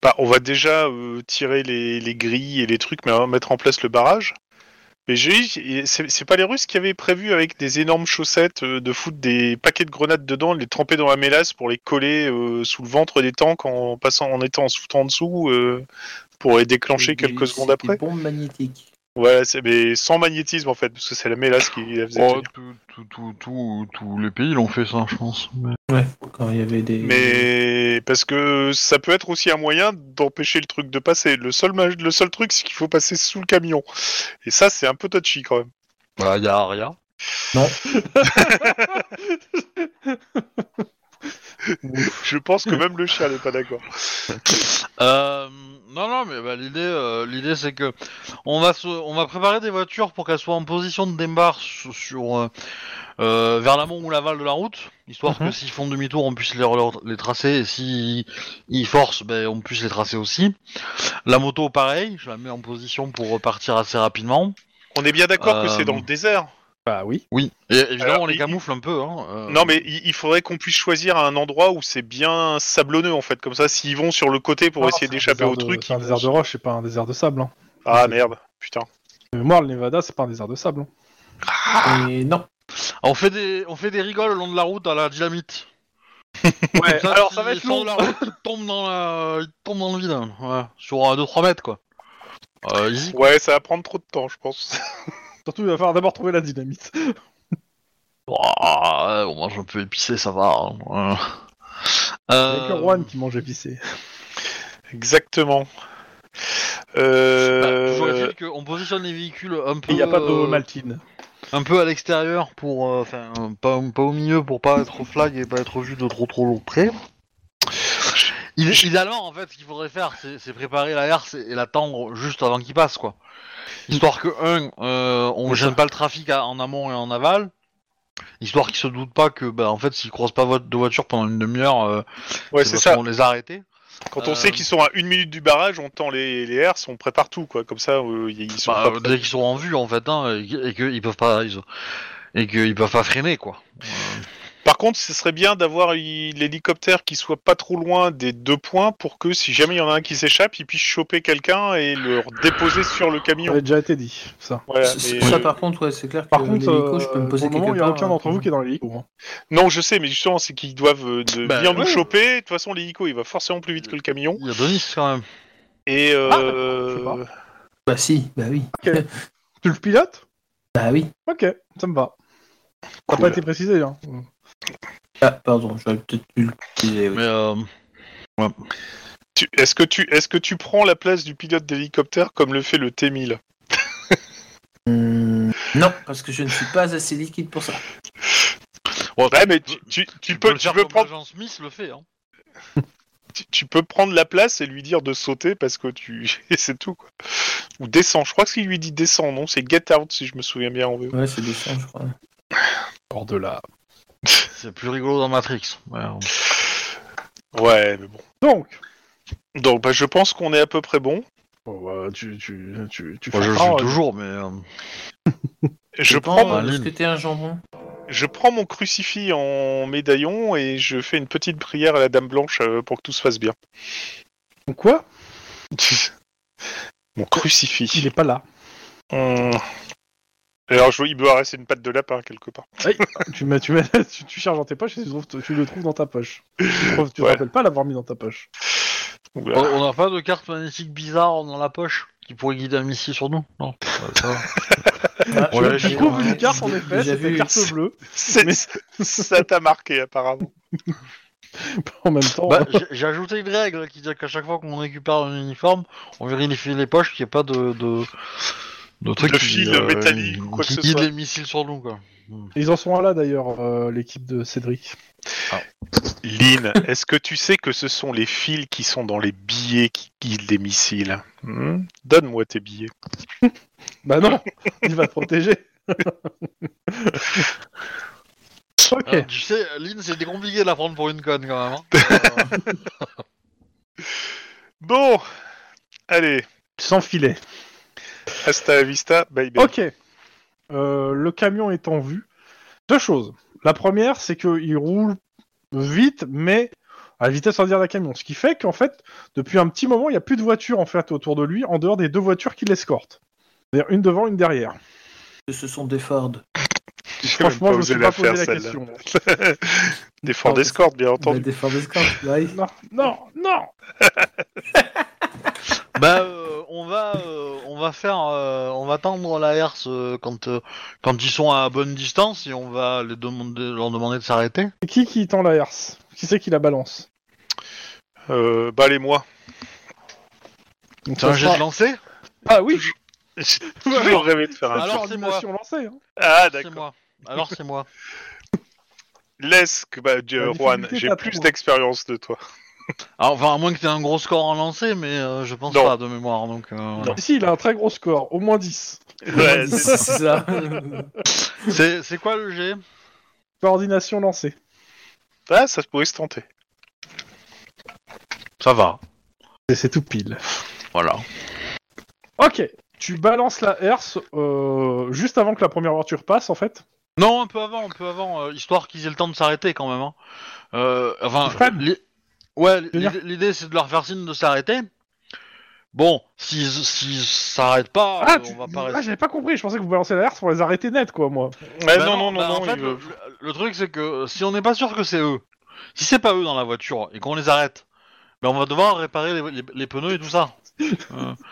[SPEAKER 3] Bah, on va déjà euh, tirer les, les grilles et les trucs, mais on va mettre en place le barrage. Mais j'ai eu- c'est c'est pas les Russes qui avaient prévu avec des énormes chaussettes euh, de foutre des paquets de grenades dedans, de les tremper dans la mélasse pour les coller euh, sous le ventre des tanks en passant en étant en se foutant en dessous euh, pour les déclencher
[SPEAKER 2] Des-
[SPEAKER 3] quelques
[SPEAKER 2] c'est
[SPEAKER 3] secondes après.
[SPEAKER 2] Des bombes magnétiques.
[SPEAKER 3] Voilà, c'est- mais sans magnétisme en fait, parce que c'est la mélasse qui la faisait.
[SPEAKER 4] Oh,
[SPEAKER 3] tenir.
[SPEAKER 4] tout- tout- tout- tout- Tous les pays l'ont fait ça, je pense. mais-
[SPEAKER 2] Ouais, quand il y avait des.
[SPEAKER 3] Mais parce que ça peut être aussi un moyen d'empêcher le truc de passer. Le seul, ma- le seul truc, c'est qu'il faut passer sous le camion. Et ça, c'est un peu touchy quand même.
[SPEAKER 4] Bah, il y a Aria.
[SPEAKER 3] Je pense que même le chien n'est pas d'accord.
[SPEAKER 4] Euh, non, non, mais bah, l'idée, euh, l'idée, c'est que on va se- on va préparer des voitures pour qu'elles soient en position de débarque sur, sur, euh, euh, vers l'amont ou l'aval de la route, histoire
[SPEAKER 1] Mhm.
[SPEAKER 4] que s'ils font demi-tour, on puisse les, leur- les tracer, et s'ils ils forcent, ben, on puisse les tracer aussi. La moto, pareil, je la mets en position pour repartir assez rapidement.
[SPEAKER 3] On est bien d'accord que
[SPEAKER 4] Euh,
[SPEAKER 3] c'est dans le désert.
[SPEAKER 1] Bah oui.
[SPEAKER 4] Oui, et évidemment,
[SPEAKER 3] Alors,
[SPEAKER 4] on les
[SPEAKER 3] il-
[SPEAKER 4] camoufle un peu. Hein, euh,
[SPEAKER 3] Non, mais il il faudrait qu'on puisse choisir un endroit où c'est bien sablonneux en fait. Comme ça, s'ils vont sur le côté pour
[SPEAKER 1] Non, Ah,
[SPEAKER 3] essayer
[SPEAKER 1] c'est un
[SPEAKER 3] d'échapper
[SPEAKER 1] désert
[SPEAKER 3] au
[SPEAKER 1] de-
[SPEAKER 3] truc.
[SPEAKER 1] C'est un
[SPEAKER 3] ils-
[SPEAKER 1] désert de roche, c'est pas un désert de sable. Hein.
[SPEAKER 3] Ah merde, putain.
[SPEAKER 1] De mémoire, le Nevada, c'est pas un désert de sable. hein.
[SPEAKER 3] Ah
[SPEAKER 2] Et non.
[SPEAKER 4] On fait des, on fait des rigoles le long de la route à la dynamite.
[SPEAKER 1] Ouais,
[SPEAKER 4] Comme
[SPEAKER 1] alors ça
[SPEAKER 4] s'ils
[SPEAKER 1] va être
[SPEAKER 4] sortent
[SPEAKER 1] long.
[SPEAKER 4] de La route, ils tombent dans la, ils tombent dans le vide, hein, ouais. sur 2-3 mètres quoi. Euh, easy.
[SPEAKER 3] Ouais, ça va prendre trop de temps, je pense.
[SPEAKER 1] Surtout, il va falloir d'abord trouver la dynamite.
[SPEAKER 4] Ouah, ouais, on mange un peu épicé, ça va. hein, ouais. Euh,
[SPEAKER 1] Avec le Juan qui mange épicé.
[SPEAKER 3] Exactement.
[SPEAKER 4] bah,
[SPEAKER 3] Euh...
[SPEAKER 4] toujours est-il qu'on positionne les véhicules un peu,
[SPEAKER 1] Il n'y a pas de
[SPEAKER 4] euh,
[SPEAKER 1] maltine.
[SPEAKER 4] un peu à l'extérieur pour, euh, enfin, pas, pas au milieu pour pas être au flag et pas être vu de trop trop près. Il est idéalement en fait ce qu'il faudrait faire c'est c'est préparer la herse et l'attendre juste avant qu'il passe quoi. Histoire que un euh, on ne gêne pas le trafic à- en amont et en aval. Histoire qu'ils se doutent pas que bah en fait s'ils croisent pas vo- de voiture pendant une demi-heure euh,
[SPEAKER 3] ouais,
[SPEAKER 4] c'est
[SPEAKER 3] c'est
[SPEAKER 4] parce
[SPEAKER 3] ça.
[SPEAKER 4] qu'on les a arrêtés.
[SPEAKER 3] Quand on
[SPEAKER 4] Euh,
[SPEAKER 3] sait qu'ils sont à une minute du barrage, on tend les, les herses, on prépare tout, quoi. Comme ça, euh, y- ils sont
[SPEAKER 4] Bah,
[SPEAKER 3] pas
[SPEAKER 4] euh,
[SPEAKER 3] prêts.
[SPEAKER 4] dès qu'ils sont en vue en fait hein, et que- et qu'ils peuvent pas ils- et qu'ils peuvent pas freiner quoi.
[SPEAKER 3] Par contre, ce serait bien d'avoir y- l'hélicoptère qui soit pas trop loin des deux points pour que si jamais il y en a un qui s'échappe, il puisse choper quelqu'un et le déposer sur le
[SPEAKER 1] Ça
[SPEAKER 3] camion.
[SPEAKER 1] avait déjà été dit, ça.
[SPEAKER 3] Voilà,
[SPEAKER 2] C-
[SPEAKER 3] mais,
[SPEAKER 2] ça,
[SPEAKER 3] euh,
[SPEAKER 2] par contre, ouais, c'est clair
[SPEAKER 1] Par
[SPEAKER 2] que
[SPEAKER 1] contre,
[SPEAKER 2] l'hélico,
[SPEAKER 1] euh,
[SPEAKER 2] je peux me poser
[SPEAKER 1] pour le moment, il
[SPEAKER 2] quelque
[SPEAKER 1] n'y a
[SPEAKER 2] part,
[SPEAKER 1] aucun
[SPEAKER 2] hein,
[SPEAKER 1] d'entre vous
[SPEAKER 2] pour-
[SPEAKER 1] qui est dans l'hélico. hein.
[SPEAKER 3] Non, je sais, mais justement, c'est qu'ils doivent euh, de-
[SPEAKER 4] Bah,
[SPEAKER 3] bien nous
[SPEAKER 4] ouais.
[SPEAKER 3] choper. De toute façon, l'hélico, il va forcément plus vite que le camion.
[SPEAKER 4] Il y a Denis quand même.
[SPEAKER 3] Et euh,
[SPEAKER 1] Ah, je sais pas.
[SPEAKER 2] Bah si, bah oui,
[SPEAKER 1] Tu le pilotes
[SPEAKER 2] bah oui.
[SPEAKER 1] Ok, ça me va. Ça n'a
[SPEAKER 3] Cool.
[SPEAKER 1] pas été précisé. Hein.
[SPEAKER 2] Ah, pardon, j'aurais peut-être dû le préciser, oui.
[SPEAKER 4] Mais euh,
[SPEAKER 3] tu- est-ce que tu est-ce que tu prends la place du pilote d'hélicoptère comme le fait le T1000
[SPEAKER 2] Hum, Non, parce que je ne suis pas assez liquide pour ça.
[SPEAKER 4] ouais,
[SPEAKER 3] Ouais, mais tu, tu- tu peux,
[SPEAKER 4] le
[SPEAKER 3] tu
[SPEAKER 4] faire
[SPEAKER 3] peux
[SPEAKER 4] comme
[SPEAKER 3] prendre
[SPEAKER 4] l'agent Smith le fait. Hein.
[SPEAKER 3] tu, tu peux prendre la place et lui dire de sauter parce que tu. et c'est tout, quoi. Ou descends. Je crois que s'il lui dit descends, non, c'est get out si je me souviens bien en VO.
[SPEAKER 2] Ouais, c'est décent, je crois.
[SPEAKER 4] Oh,
[SPEAKER 1] Hors de là.
[SPEAKER 4] C'est plus rigolo dans Matrix. Ouais, on-
[SPEAKER 3] Ouais, mais bon.
[SPEAKER 1] Donc,
[SPEAKER 3] Donc, bah, je pense qu'on est à peu près bon.
[SPEAKER 1] bon, euh, tu, tu, tu, tu
[SPEAKER 4] Moi, je le
[SPEAKER 1] feras,
[SPEAKER 4] suis
[SPEAKER 1] euh,
[SPEAKER 4] toujours, mais. euh,
[SPEAKER 3] Je
[SPEAKER 2] Dépend,
[SPEAKER 3] prends,
[SPEAKER 2] euh,
[SPEAKER 4] ma
[SPEAKER 2] Est-ce
[SPEAKER 4] ligne.
[SPEAKER 2] que t'es un jambon
[SPEAKER 3] je prends mon crucifix en médaillon et je fais une petite prière à la Dame Blanche euh, pour que tout se fasse bien.
[SPEAKER 1] Quoi
[SPEAKER 3] mon
[SPEAKER 1] Il
[SPEAKER 3] crucifix.
[SPEAKER 1] n'est pas là.
[SPEAKER 3] Hum. Alors, je vois, il doit rester une patte de lapin quelque part.
[SPEAKER 1] tu, mets, tu, mets, tu, tu charges dans tes poches et tu, trouves- tu le trouves dans ta poche. Tu trouves- tu te
[SPEAKER 3] Ouais.
[SPEAKER 1] rappelles pas l'avoir mis dans ta poche.
[SPEAKER 3] Oula.
[SPEAKER 4] On on n'a pas de carte magnétique bizarre dans la poche qui pourrait guider un missile sur nous Non. Ouais, ça va.
[SPEAKER 2] Ah,
[SPEAKER 4] Ouais,
[SPEAKER 1] tu
[SPEAKER 4] j'ai-
[SPEAKER 1] trouves
[SPEAKER 4] ouais,
[SPEAKER 1] une carte en effet,
[SPEAKER 2] déjà
[SPEAKER 1] c'est une
[SPEAKER 2] vu.
[SPEAKER 1] carte bleue.
[SPEAKER 3] C'est- Ça t'a marqué apparemment.
[SPEAKER 1] En même temps, hein.
[SPEAKER 4] Bah, j'ai- J'ai ajouté une règle qui dit qu'à chaque fois qu'on récupère un uniforme, on vérifie les poches qu'il n'y ait pas de. de... De, trucs
[SPEAKER 3] De
[SPEAKER 4] qui, euh,
[SPEAKER 3] fil métallique ou quoi
[SPEAKER 4] qui
[SPEAKER 3] que ce
[SPEAKER 4] guident
[SPEAKER 3] soit.
[SPEAKER 4] les missiles sur nous quoi.
[SPEAKER 1] ils en sont là d'ailleurs, euh, l'équipe de Cédric.
[SPEAKER 3] Lynn, est-ce que tu sais que ce sont les fils qui sont dans les billets qui guident les missiles Hmm Donne-moi tes billets.
[SPEAKER 1] Bah non, il va te protéger. ok.
[SPEAKER 3] Eh.
[SPEAKER 4] Ah, tu sais, Lynn, c'était compliqué de la prendre pour une conne quand même. hein. Euh,
[SPEAKER 3] Bon, allez,
[SPEAKER 1] Sans filet.
[SPEAKER 3] hasta la vista, Bah, bye bye.
[SPEAKER 1] Ok. Euh, le camion est en vue. Deux choses. La première, c'est qu'il roule vite, mais à la vitesse dire d'un camion. Ce qui fait qu'en fait, depuis un petit moment, il n'y a plus de voitures en fait, autour de lui, en dehors des deux voitures qui l'escortent. C'est-à-dire une devant, une derrière.
[SPEAKER 2] Que ce sont des Ford.
[SPEAKER 3] J'ai
[SPEAKER 1] Franchement,
[SPEAKER 3] même
[SPEAKER 1] je ne me suis pas
[SPEAKER 3] osé
[SPEAKER 1] posé la
[SPEAKER 3] celle-là.
[SPEAKER 1] question.
[SPEAKER 3] Des Ford d'escorte, bien
[SPEAKER 2] Bah,
[SPEAKER 3] entendu.
[SPEAKER 2] des Ford Escort, bah oui.
[SPEAKER 1] Non, non, non
[SPEAKER 4] bah, euh, on va, euh, on va faire, euh, on on va tendre la herse euh, quand, euh, quand ils sont à bonne distance et on va les demander, leur demander de s'arrêter.
[SPEAKER 1] C'est qui qui tend la herse Qui c'est qui la balance
[SPEAKER 3] Euh, bah, les moi.
[SPEAKER 1] Donc,
[SPEAKER 4] C'est un
[SPEAKER 1] ça
[SPEAKER 4] jet
[SPEAKER 1] sera-
[SPEAKER 4] de lancer
[SPEAKER 1] Ah oui
[SPEAKER 3] J'ai toujours rêvé de faire un.
[SPEAKER 4] Alors, c'est moi.
[SPEAKER 1] Coordination lancée. hein.
[SPEAKER 3] Ah,
[SPEAKER 4] C'est
[SPEAKER 3] d'accord.
[SPEAKER 4] moi. Alors c'est moi.
[SPEAKER 3] Laisse que, bah, Dieu,
[SPEAKER 1] La
[SPEAKER 3] Juan,
[SPEAKER 1] difficulté,
[SPEAKER 3] j'ai
[SPEAKER 1] pas
[SPEAKER 3] plus
[SPEAKER 1] trop.
[SPEAKER 3] d'expérience de toi.
[SPEAKER 4] Alors, Ah, enfin, à moins que t'aies un gros score en lancer, mais euh, je pense
[SPEAKER 3] Non.
[SPEAKER 4] pas de mémoire. Donc, euh, voilà.
[SPEAKER 1] Si, il a un très gros score, au moins 10.
[SPEAKER 3] Ouais,
[SPEAKER 2] C'est
[SPEAKER 3] c'est-
[SPEAKER 2] ça.
[SPEAKER 4] C'est c'est quoi le jet
[SPEAKER 1] Coordination lancée.
[SPEAKER 3] ah, ça pourrait se tenter.
[SPEAKER 4] Ça va.
[SPEAKER 1] Et c'est tout pile.
[SPEAKER 4] Voilà.
[SPEAKER 1] Ok, tu balances la herse euh, juste avant que la première voiture passe, en fait.
[SPEAKER 4] Non, un peu avant, un peu avant, euh, histoire qu'ils aient le temps de s'arrêter quand même. hein. Euh, enfin,
[SPEAKER 1] Fran.
[SPEAKER 4] l'i- ouais, l'i-
[SPEAKER 1] veux dire-
[SPEAKER 4] l'idée c'est de leur faire signe de s'arrêter. Bon, s'ils s'ils s'arrêtent pas, euh,
[SPEAKER 1] tu-
[SPEAKER 4] on va
[SPEAKER 1] ah,
[SPEAKER 4] pas rester.
[SPEAKER 1] j'avais pas compris, je pensais que vous balancez la herse pour les arrêter net, quoi, moi.
[SPEAKER 3] Ah,
[SPEAKER 4] Bah
[SPEAKER 3] non, non, non,
[SPEAKER 4] bah,
[SPEAKER 3] non,
[SPEAKER 4] en fait,
[SPEAKER 3] il
[SPEAKER 4] le,
[SPEAKER 3] veut-
[SPEAKER 4] le truc c'est que si on n'est pas sûr que c'est eux, si c'est pas eux dans la voiture et qu'on les arrête, ben on va devoir réparer les, les- les pneus et tout ça. Euh,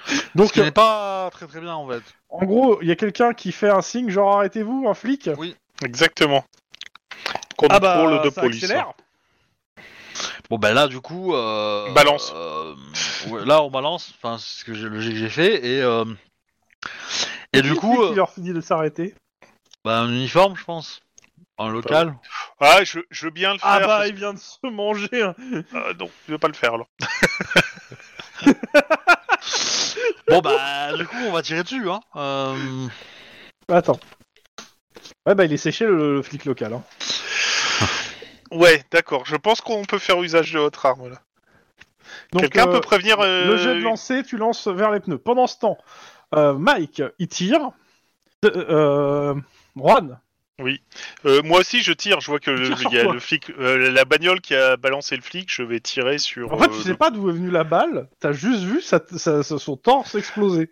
[SPEAKER 4] ce
[SPEAKER 1] Donc,
[SPEAKER 4] qui
[SPEAKER 1] euh,
[SPEAKER 4] n'est pas très très bien en fait.
[SPEAKER 1] en gros, il y a quelqu'un qui fait un signe, genre arrêtez-vous, un flic.
[SPEAKER 4] euh,
[SPEAKER 3] Exactement.
[SPEAKER 4] ah
[SPEAKER 3] Contrôle
[SPEAKER 4] bah,
[SPEAKER 3] de
[SPEAKER 1] Ah bah, ça
[SPEAKER 3] police.
[SPEAKER 1] accélère.
[SPEAKER 4] Bon ben là du coup euh,
[SPEAKER 3] Balance.
[SPEAKER 4] euh, ouais, là on balance, enfin c'est ce que j'ai- le jet que j'ai fait et euh, et du
[SPEAKER 1] Qui
[SPEAKER 4] coup
[SPEAKER 1] c'est qui
[SPEAKER 4] euh,
[SPEAKER 1] leur dit de s'arrêter.
[SPEAKER 4] bah, un uniforme je pense, un local.
[SPEAKER 3] Ah, je, je veux bien le faire. parce que-
[SPEAKER 1] bah, vient de se manger. hein.
[SPEAKER 3] Ah, non, je veux pas le faire, là.
[SPEAKER 4] Bon bah du coup on va tirer dessus hein. Euh,
[SPEAKER 1] Bah, Attends. Ouais, bah il est séché le, le flic local. hein.
[SPEAKER 3] Ouais, d'accord. Je pense qu'on peut faire usage de votre arme, là.
[SPEAKER 1] Donc,
[SPEAKER 3] Quelqu'un
[SPEAKER 1] euh,
[SPEAKER 3] peut prévenir... euh,
[SPEAKER 1] Le jet de lancer, tu lances vers les pneus. Pendant ce temps, euh, Mike, il tire. Euh, euh, Juan,
[SPEAKER 3] euh, moi aussi, je tire. Je vois que le,
[SPEAKER 1] tires sur
[SPEAKER 3] il y a
[SPEAKER 1] quoi
[SPEAKER 3] le flic, euh, la bagnole qui a balancé le flic. Je vais tirer sur...
[SPEAKER 1] en fait,
[SPEAKER 3] euh,
[SPEAKER 1] tu
[SPEAKER 3] le-
[SPEAKER 1] sais pas d'où est venue la balle, t'as juste vu sa- sa- sa- son torse exploser.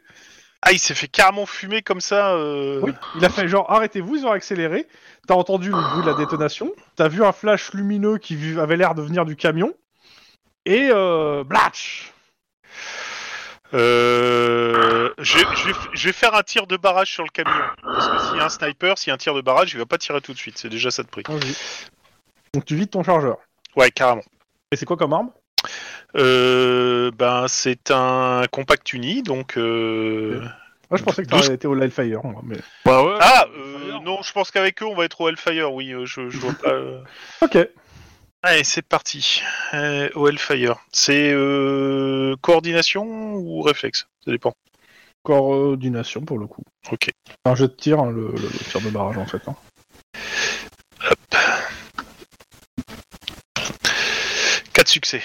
[SPEAKER 3] Ah, il s'est fait carrément fumer comme ça. euh.
[SPEAKER 1] Oui, il a fait genre arrêtez-vous, ils ont accéléré. T'as entendu le bruit de la détonation, t'as vu un flash lumineux qui vu- avait l'air de venir du camion, et euh, blatch
[SPEAKER 3] Euh, je, je vais f- je vais faire un tir de barrage sur le camion. Parce que s'il y a un sniper, s'il y a un tir de barrage, il va pas tirer tout de suite. C'est déjà ça de prix.
[SPEAKER 1] Donc tu vides ton chargeur.
[SPEAKER 3] Ouais, carrément.
[SPEAKER 1] Et c'est quoi comme arme
[SPEAKER 3] Euh, ben, c'est un compact uni, donc. euh,
[SPEAKER 1] Moi je pensais que
[SPEAKER 3] Douze.
[SPEAKER 1] t'aurais été au Lightfire, moi, mais...
[SPEAKER 4] Bah ouais.
[SPEAKER 3] Ah, euh, non, je pense qu'avec eux, on va être au Hellfire, oui. euh, je, je vois pas. euh.
[SPEAKER 1] Ok,
[SPEAKER 3] Allez, c'est parti. Euh, au Hellfire. C'est euh, coordination ou réflexe Ça dépend.
[SPEAKER 1] coordination pour le coup.
[SPEAKER 3] Ok.
[SPEAKER 1] Un jeu de tir, hein, le, le- le tir de barrage en fait. hein.
[SPEAKER 3] 4 succès.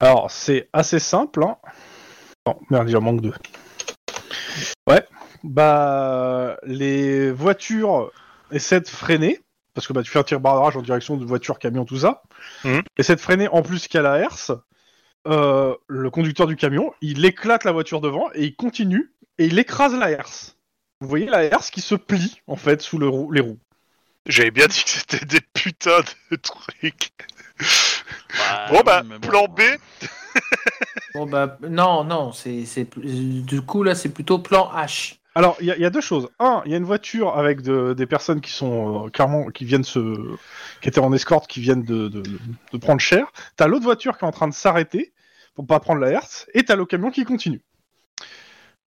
[SPEAKER 1] Alors c'est assez simple. Hein. Non, merde, il en manque deux. Ouais, bah les voitures essaient de freiner, parce que bah, tu fais un tir barrage en direction de voiture, camion, tout ça.
[SPEAKER 3] Mhm.
[SPEAKER 1] Essaient de freiner en plus qu'à la herse. Euh, le conducteur du camion, il éclate la voiture devant et il continue et il écrase la herse. Vous voyez la herse qui se plie en fait sous le roue- les roues.
[SPEAKER 3] J'avais bien dit que c'était des putains de trucs. Bon, bah, plan B.
[SPEAKER 4] euh,
[SPEAKER 2] Bon, bah, non, non, c'est, c'est, du coup, là, c'est plutôt plan H.
[SPEAKER 1] Alors, il y, a- il y a deux choses. Un, il y a une voiture avec de- des personnes qui sont euh, clairement qui viennent se, qui étaient en escorte, qui viennent de, de, de prendre cher. T'as l'autre voiture qui est en train de s'arrêter pour pas prendre la hertz, et t'as le camion qui continue.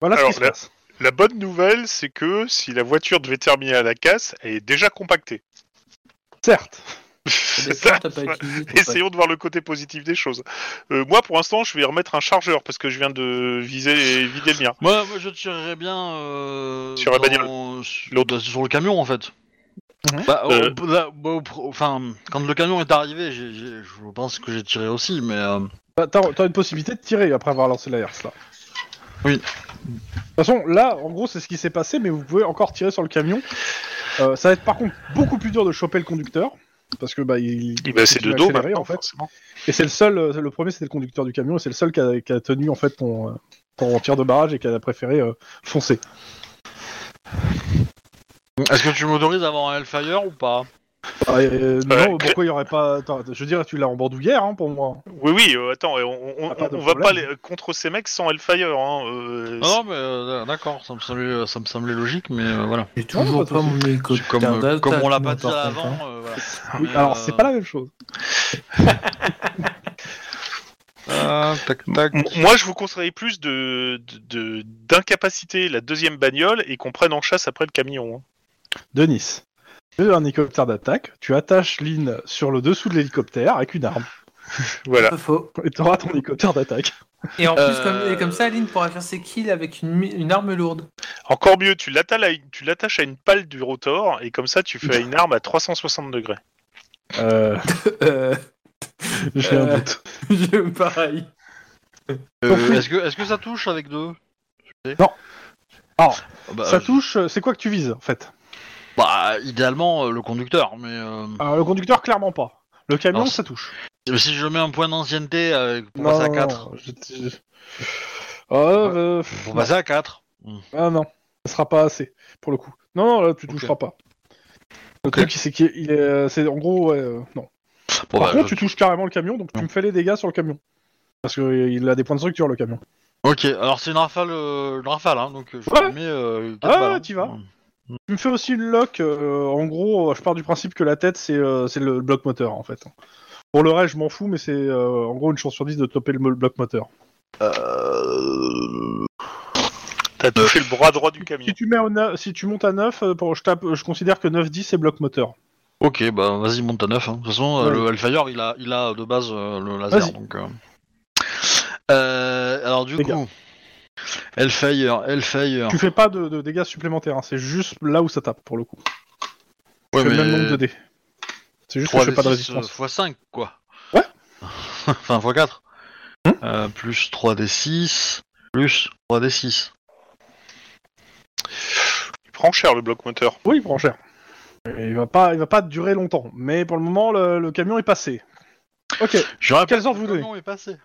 [SPEAKER 1] Voilà
[SPEAKER 3] Alors,
[SPEAKER 1] ce qui
[SPEAKER 3] là-
[SPEAKER 1] se passe.
[SPEAKER 3] La bonne nouvelle, c'est que si la voiture devait terminer à la casse, elle est déjà compactée.
[SPEAKER 1] Certes.
[SPEAKER 2] Des fois, t'as pas utilisé. ton
[SPEAKER 3] Essayons de voir le côté positif des choses. Euh, moi, pour l'instant, je vais remettre un chargeur parce que je viens de viser et vider le mien.
[SPEAKER 4] Moi, moi, je tirerais bien euh,
[SPEAKER 3] Sur la
[SPEAKER 4] dans- sur-
[SPEAKER 3] L'autre.
[SPEAKER 4] bah, sur le camion en fait.
[SPEAKER 1] Mhm.
[SPEAKER 4] Bah,
[SPEAKER 3] Euh.
[SPEAKER 4] au- là, bah, au pro- enfin, quand le camion est arrivé, j'ai- j'ai- je pense que j'ai tiré aussi, mais euh,
[SPEAKER 1] Bah, t'as t'as une possibilité de tirer après avoir lancé la hertz là.
[SPEAKER 4] Oui.
[SPEAKER 1] De toute façon, là, en gros, c'est ce qui s'est passé, mais vous pouvez encore tirer sur le camion. Euh, ça va être par contre beaucoup plus dur de choper le conducteur parce que bah il.
[SPEAKER 3] Eh ben, c'est
[SPEAKER 1] continue
[SPEAKER 3] de
[SPEAKER 1] à
[SPEAKER 3] dos,
[SPEAKER 1] accélérer,
[SPEAKER 3] maintenant,
[SPEAKER 1] en fait.
[SPEAKER 3] forcément.
[SPEAKER 1] Et c'est le seul, euh, le premier c'était le conducteur du camion, et c'est le seul qui a, qui a tenu en fait ton, euh, ton tir de barrage et qui a préféré euh, foncer.
[SPEAKER 4] est-ce que tu m'autorises à avoir un Hellfire ou pas
[SPEAKER 1] Euh,
[SPEAKER 3] Ouais.
[SPEAKER 1] non, pourquoi il y aurait pas. Attends, je veux dire, tu l'as en bandoulière hein, pour moi.
[SPEAKER 3] Oui, oui, euh, attends, euh, on, on-
[SPEAKER 1] Ah, pas de
[SPEAKER 3] on va pas
[SPEAKER 1] problème.
[SPEAKER 3] les, contre ces mecs sans Hellfire. Hein, euh,
[SPEAKER 4] Non, non, mais euh, d'accord, ça me semblait, ça me semblait logique, mais euh, voilà.
[SPEAKER 2] J'ai
[SPEAKER 1] Non, pas
[SPEAKER 2] toujours
[SPEAKER 1] de
[SPEAKER 2] pas mon
[SPEAKER 4] Comme,
[SPEAKER 2] hélicoptère.
[SPEAKER 4] euh, comme on l'a pas dit
[SPEAKER 2] d'attaque, par
[SPEAKER 4] avant,
[SPEAKER 2] contre, hein.
[SPEAKER 4] euh, voilà.
[SPEAKER 1] Oui,
[SPEAKER 4] Mais,
[SPEAKER 1] alors,
[SPEAKER 4] euh,
[SPEAKER 1] c'est pas la même chose.
[SPEAKER 4] Ah, tac,
[SPEAKER 1] Mm.
[SPEAKER 4] tac.
[SPEAKER 3] M- Moi, je vous conseillerais plus de de- d'incapaciter la deuxième bagnole et qu'on prenne en chasse après le camion. hein.
[SPEAKER 1] Denis, tu as un hélicoptère d'attaque, tu attaches Lynn sur le dessous de l'hélicoptère avec une arme,
[SPEAKER 3] Voilà.
[SPEAKER 2] Pas faux.
[SPEAKER 1] et t'auras ton hélicoptère d'attaque.
[SPEAKER 2] Et en plus, comme,
[SPEAKER 4] Euh,
[SPEAKER 2] et comme ça, Aline pourra faire ses kills avec une, mi- une arme lourde.
[SPEAKER 3] Encore mieux, tu l'attaches à, une- tu l'attaches à une pale du rotor et comme ça, tu fais une arme à 360 degrés.
[SPEAKER 1] Euh,
[SPEAKER 2] Euh,
[SPEAKER 1] j'ai un
[SPEAKER 2] Euh.
[SPEAKER 1] doute.
[SPEAKER 2] je- pareil.
[SPEAKER 4] Euh, est-ce que, est-ce que ça touche avec deux
[SPEAKER 1] Non. Alors,
[SPEAKER 4] Bah,
[SPEAKER 1] Ça
[SPEAKER 4] je-
[SPEAKER 1] touche, euh, c'est quoi que tu vises en fait
[SPEAKER 4] Bah, idéalement, euh, le conducteur, mais euh,
[SPEAKER 1] Alors, Le conducteur, clairement pas. Le camion,
[SPEAKER 4] Non, c'est-
[SPEAKER 1] Eh ça touche.
[SPEAKER 4] si je mets un point d'ancienneté avec- pour passer à 4,
[SPEAKER 1] non, je te- Ah, euh,
[SPEAKER 4] pour passer à 4,
[SPEAKER 1] ah non, ça sera pas assez pour le coup. Non, non, là, tu
[SPEAKER 4] Ok.
[SPEAKER 1] toucheras pas. Le truc, c'est qu'il est, il est, euh, c'est en gros, ouais, euh, non.
[SPEAKER 4] Bon,
[SPEAKER 1] Par
[SPEAKER 4] bah,
[SPEAKER 1] contre,
[SPEAKER 4] je-
[SPEAKER 1] tu touches carrément le camion, donc tu
[SPEAKER 4] Non.
[SPEAKER 1] me fais les dégâts sur le camion. Parce qu'il a des points de structure, le camion.
[SPEAKER 4] euh, Ok, alors c'est une rafale, euh, une rafale, hein, donc euh, je
[SPEAKER 1] Ouais.
[SPEAKER 4] te mets euh,
[SPEAKER 1] Ah,
[SPEAKER 4] quatre balles, hein.
[SPEAKER 1] t'y vas. Tu me fais aussi une lock. euh, en gros, euh, je pars du principe que la tête, c'est euh, c'est le bloc moteur, en fait. Pour le reste, je m'en fous, mais c'est euh, en gros une chance sur 10 de topper le mo- bloc moteur.
[SPEAKER 4] Euh...
[SPEAKER 3] T'as touché le bras droit du camion.
[SPEAKER 1] Si tu, mets au neuf- si tu montes à 9, euh, pour, je, tape, je considère que 9-10 c'est bloc moteur.
[SPEAKER 4] Ok, bah vas-y, monte à 9. De toute façon, euh,
[SPEAKER 1] Ouais.
[SPEAKER 4] le Hellfire, il a, il a de base euh, le laser.
[SPEAKER 1] Vas-y.
[SPEAKER 4] Donc, euh. Euh, alors, du
[SPEAKER 1] Dégâts.
[SPEAKER 4] coup, Hellfire, Hellfire.
[SPEAKER 1] Tu fais pas de, de dégâts supplémentaires, hein, c'est juste là où ça tape pour le coup.
[SPEAKER 4] Ouais,
[SPEAKER 1] tu fais le
[SPEAKER 4] mais
[SPEAKER 1] même nombre de dés. C'est juste que je
[SPEAKER 4] 3
[SPEAKER 1] fais pas de
[SPEAKER 4] 6,
[SPEAKER 1] résistance.
[SPEAKER 4] x5, euh, quoi.
[SPEAKER 1] Ouais. Hmm.
[SPEAKER 4] enfin, x4. Euh, plus 3d6, plus 3d6.
[SPEAKER 3] Tu prends cher le bloc moteur.
[SPEAKER 1] Oui, il prend cher. Et il va pas, il va pas durer longtemps. Mais pour le moment, le, le camion est passé. Ok.
[SPEAKER 4] Je rappelle
[SPEAKER 1] Quels ordres
[SPEAKER 4] que
[SPEAKER 1] vous
[SPEAKER 4] le
[SPEAKER 1] donnez
[SPEAKER 4] canon est passé.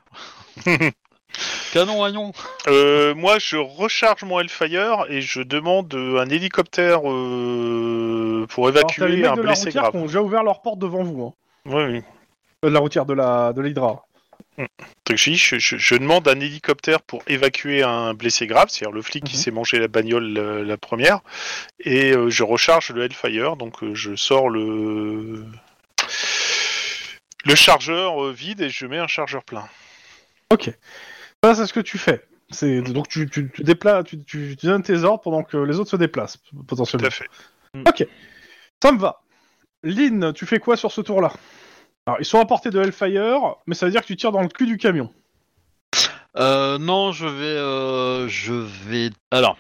[SPEAKER 4] canon Agnon.
[SPEAKER 3] Euh, moi, je recharge mon Hellfire et je demande euh, un hélicoptère euh, pour
[SPEAKER 1] Alors, t'as les
[SPEAKER 3] évacuer
[SPEAKER 1] mecs
[SPEAKER 3] un
[SPEAKER 1] de la
[SPEAKER 3] blessé
[SPEAKER 1] routière
[SPEAKER 3] grave.
[SPEAKER 1] qui ont déjà ouvert leur porte devant vous. hein.
[SPEAKER 3] Oui, oui.
[SPEAKER 1] Euh, de la routière de la de l'Hydra.
[SPEAKER 3] Donc, je, dis, je- je- je demande un hélicoptère pour évacuer un blessé grave, c'est-à-dire le flic qui
[SPEAKER 1] Mhm.
[SPEAKER 3] s'est mangé la bagnole euh, la première, et euh, je recharge le Hellfire, donc euh, je sors le le chargeur euh, vide et je mets un chargeur plein.
[SPEAKER 1] Ah Ok. Ça, c'est ce que tu fais. C'est donc tu, tu, tu déplaces, tu, tu- tu donnes tes ordres pendant que les autres se déplacent
[SPEAKER 3] Tout
[SPEAKER 1] potentiellement.
[SPEAKER 3] à fait.
[SPEAKER 1] Ça me va. Lynn, tu fais quoi sur ce tour-là Alors, ils sont à portée de Hellfire, mais ça veut dire que tu tires dans le cul du camion.
[SPEAKER 4] Euh, non, je vais, euh, je vais. Alors,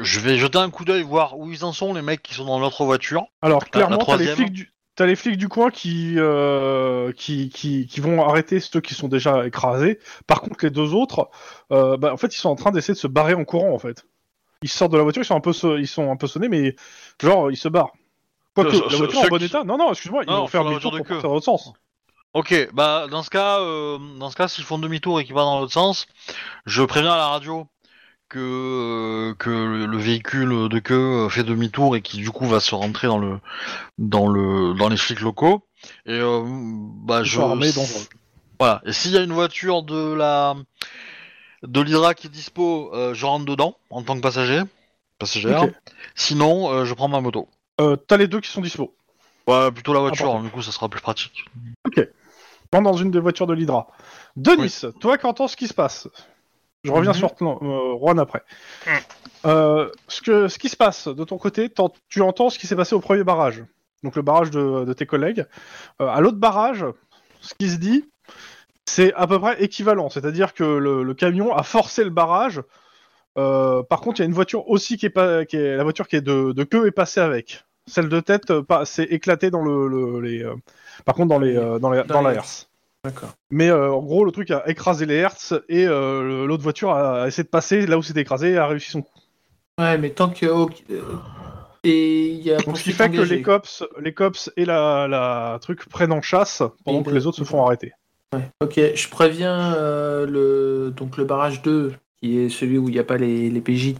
[SPEAKER 4] je vais jeter un coup d'œil voir où ils en sont les mecs qui sont dans notre voiture.
[SPEAKER 1] Alors, clairement,
[SPEAKER 4] la
[SPEAKER 1] t'as les
[SPEAKER 4] troisième.
[SPEAKER 1] flics du... T'as les flics du coin qui, euh, qui, qui, qui vont arrêter ceux qui sont déjà écrasés. Par contre, les deux autres, euh, bah, en fait, ils sont en train d'essayer de se barrer en courant, en fait. Ils sortent de la voiture, ils sont un peu, so- ils sont un peu sonnés, mais genre, ils se barrent. Quoique,
[SPEAKER 4] Ce-
[SPEAKER 1] la
[SPEAKER 4] ce-
[SPEAKER 1] voiture en
[SPEAKER 4] ceux
[SPEAKER 1] bon
[SPEAKER 4] qui-
[SPEAKER 1] état Non, non, excuse-moi, ils
[SPEAKER 4] Non,
[SPEAKER 1] vont faire
[SPEAKER 4] sur la voiture
[SPEAKER 1] demi-tour
[SPEAKER 4] de
[SPEAKER 1] pour
[SPEAKER 4] queue.
[SPEAKER 1] partir dans l'autre sens.
[SPEAKER 4] Ok, bah dans ce cas, euh, dans ce cas, s'ils font demi-tour et qu'ils vont dans l'autre sens, je préviens à la radio que euh, que le le véhicule de queue euh, fait demi-tour et qui du coup va se rentrer dans le dans le dans les flics locaux. Et euh, bah
[SPEAKER 1] Ils
[SPEAKER 4] je
[SPEAKER 1] sont armés, dangereux.
[SPEAKER 4] voilà. Et s'il y a une voiture de la de l'Hydra qui est dispo, euh, je rentre dedans en tant que passager, passagère.
[SPEAKER 1] Ok.
[SPEAKER 4] Sinon, euh, je prends ma moto.
[SPEAKER 1] Euh, t'as les deux qui sont dispo.
[SPEAKER 4] Ouais, plutôt la voiture. hein,
[SPEAKER 1] Ah,
[SPEAKER 4] du coup, ça sera plus pratique.
[SPEAKER 1] Prends dans une des voitures de l'Hydra. Denis, toi, qu'entends ce qui se passe Je reviens
[SPEAKER 2] Mhm.
[SPEAKER 1] sur Tlan- euh, Juan après.
[SPEAKER 3] Mm.
[SPEAKER 1] Euh, ce, que, ce qui se passe de ton côté, t'en- tu entends ce qui s'est passé au premier barrage, donc le barrage de, de tes collègues. Euh, à l'autre barrage, ce qui se dit, c'est à peu près équivalent, c'est-à-dire que le, le camion a forcé le barrage. Euh, par contre, il y a une voiture aussi qui est pas, qui est- la voiture qui est de, de queue est passée avec. Celle de tête euh, pas- s'est éclatée dans le, le- les, euh, par contre dans les, euh, dans les-
[SPEAKER 2] Dans
[SPEAKER 1] dans la
[SPEAKER 2] les-
[SPEAKER 1] herse.
[SPEAKER 2] D'accord.
[SPEAKER 1] Mais euh, en gros, le truc a écrasé les hertz et euh, le- l'autre voiture a essayé de passer là où c'était écrasé et a réussi son coup.
[SPEAKER 2] Ouais, mais tant que. ok, euh, Et il y a.
[SPEAKER 1] Donc, ce qui
[SPEAKER 2] poursuite
[SPEAKER 1] fait que
[SPEAKER 2] engagée.
[SPEAKER 1] les cops, les cops et la, la truc prennent en chasse pendant
[SPEAKER 2] Et
[SPEAKER 1] que
[SPEAKER 2] le-
[SPEAKER 1] les autres se font arrêter.
[SPEAKER 2] Ouais. Ok, je préviens euh, le donc le barrage 2, qui est celui où il n'y a pas les, les PJ,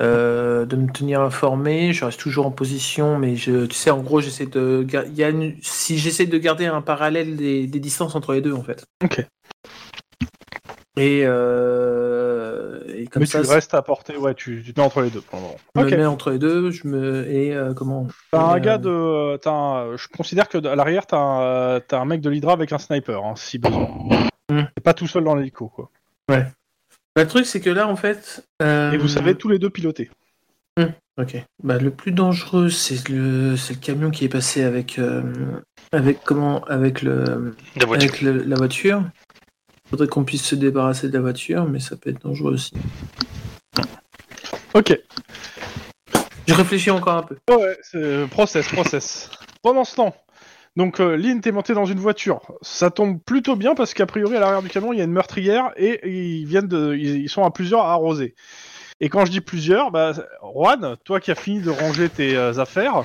[SPEAKER 2] euh, de me tenir informé. Je reste toujours en position, mais je, tu sais, en gros, j'essaie de, gar- il y a une- si j'essaie de garder un parallèle des, des distances entre les deux, en fait.
[SPEAKER 1] Ok.
[SPEAKER 2] Et, euh, et comme
[SPEAKER 1] Mais
[SPEAKER 2] ça,
[SPEAKER 1] tu
[SPEAKER 2] ça
[SPEAKER 1] restes à portée, ouais, tu, tu te mets entre les deux pour le moment.
[SPEAKER 2] me
[SPEAKER 1] Ok.
[SPEAKER 2] met entre les deux. Je me et euh, comment
[SPEAKER 1] T'as un
[SPEAKER 2] Et,
[SPEAKER 1] gars
[SPEAKER 2] euh,
[SPEAKER 1] de. euh, t'as un- je considère que de- à l'arrière, t'as un, euh, t'as un mec de l'Hydra avec un sniper, hein, si besoin.
[SPEAKER 2] Hmm.
[SPEAKER 1] T'es pas tout seul dans l'hélico, quoi.
[SPEAKER 2] Bah, le truc, c'est que là, en fait. euh,
[SPEAKER 1] Et vous savez tous les deux piloter.
[SPEAKER 2] Ok. Bah, le plus dangereux, c'est le, c'est le camion qui est passé avec, euh, avec comment, avec le,
[SPEAKER 3] La voiture.
[SPEAKER 2] avec le- la voiture. Faudrait qu'on puisse se débarrasser de la voiture, mais ça peut être dangereux aussi.
[SPEAKER 1] Ok.
[SPEAKER 2] Je réfléchis encore un peu.
[SPEAKER 1] Ouais, c'est euh, process, process. Pendant ce temps, donc euh, Lynn, t'es monté dans une voiture. Ça tombe plutôt bien parce qu'a priori, à l'arrière du camion, il y a une meurtrière et ils viennent de. Ils, ils sont à plusieurs à arroser. Et quand je dis plusieurs, bah, Juan, toi qui as fini de ranger tes euh, affaires,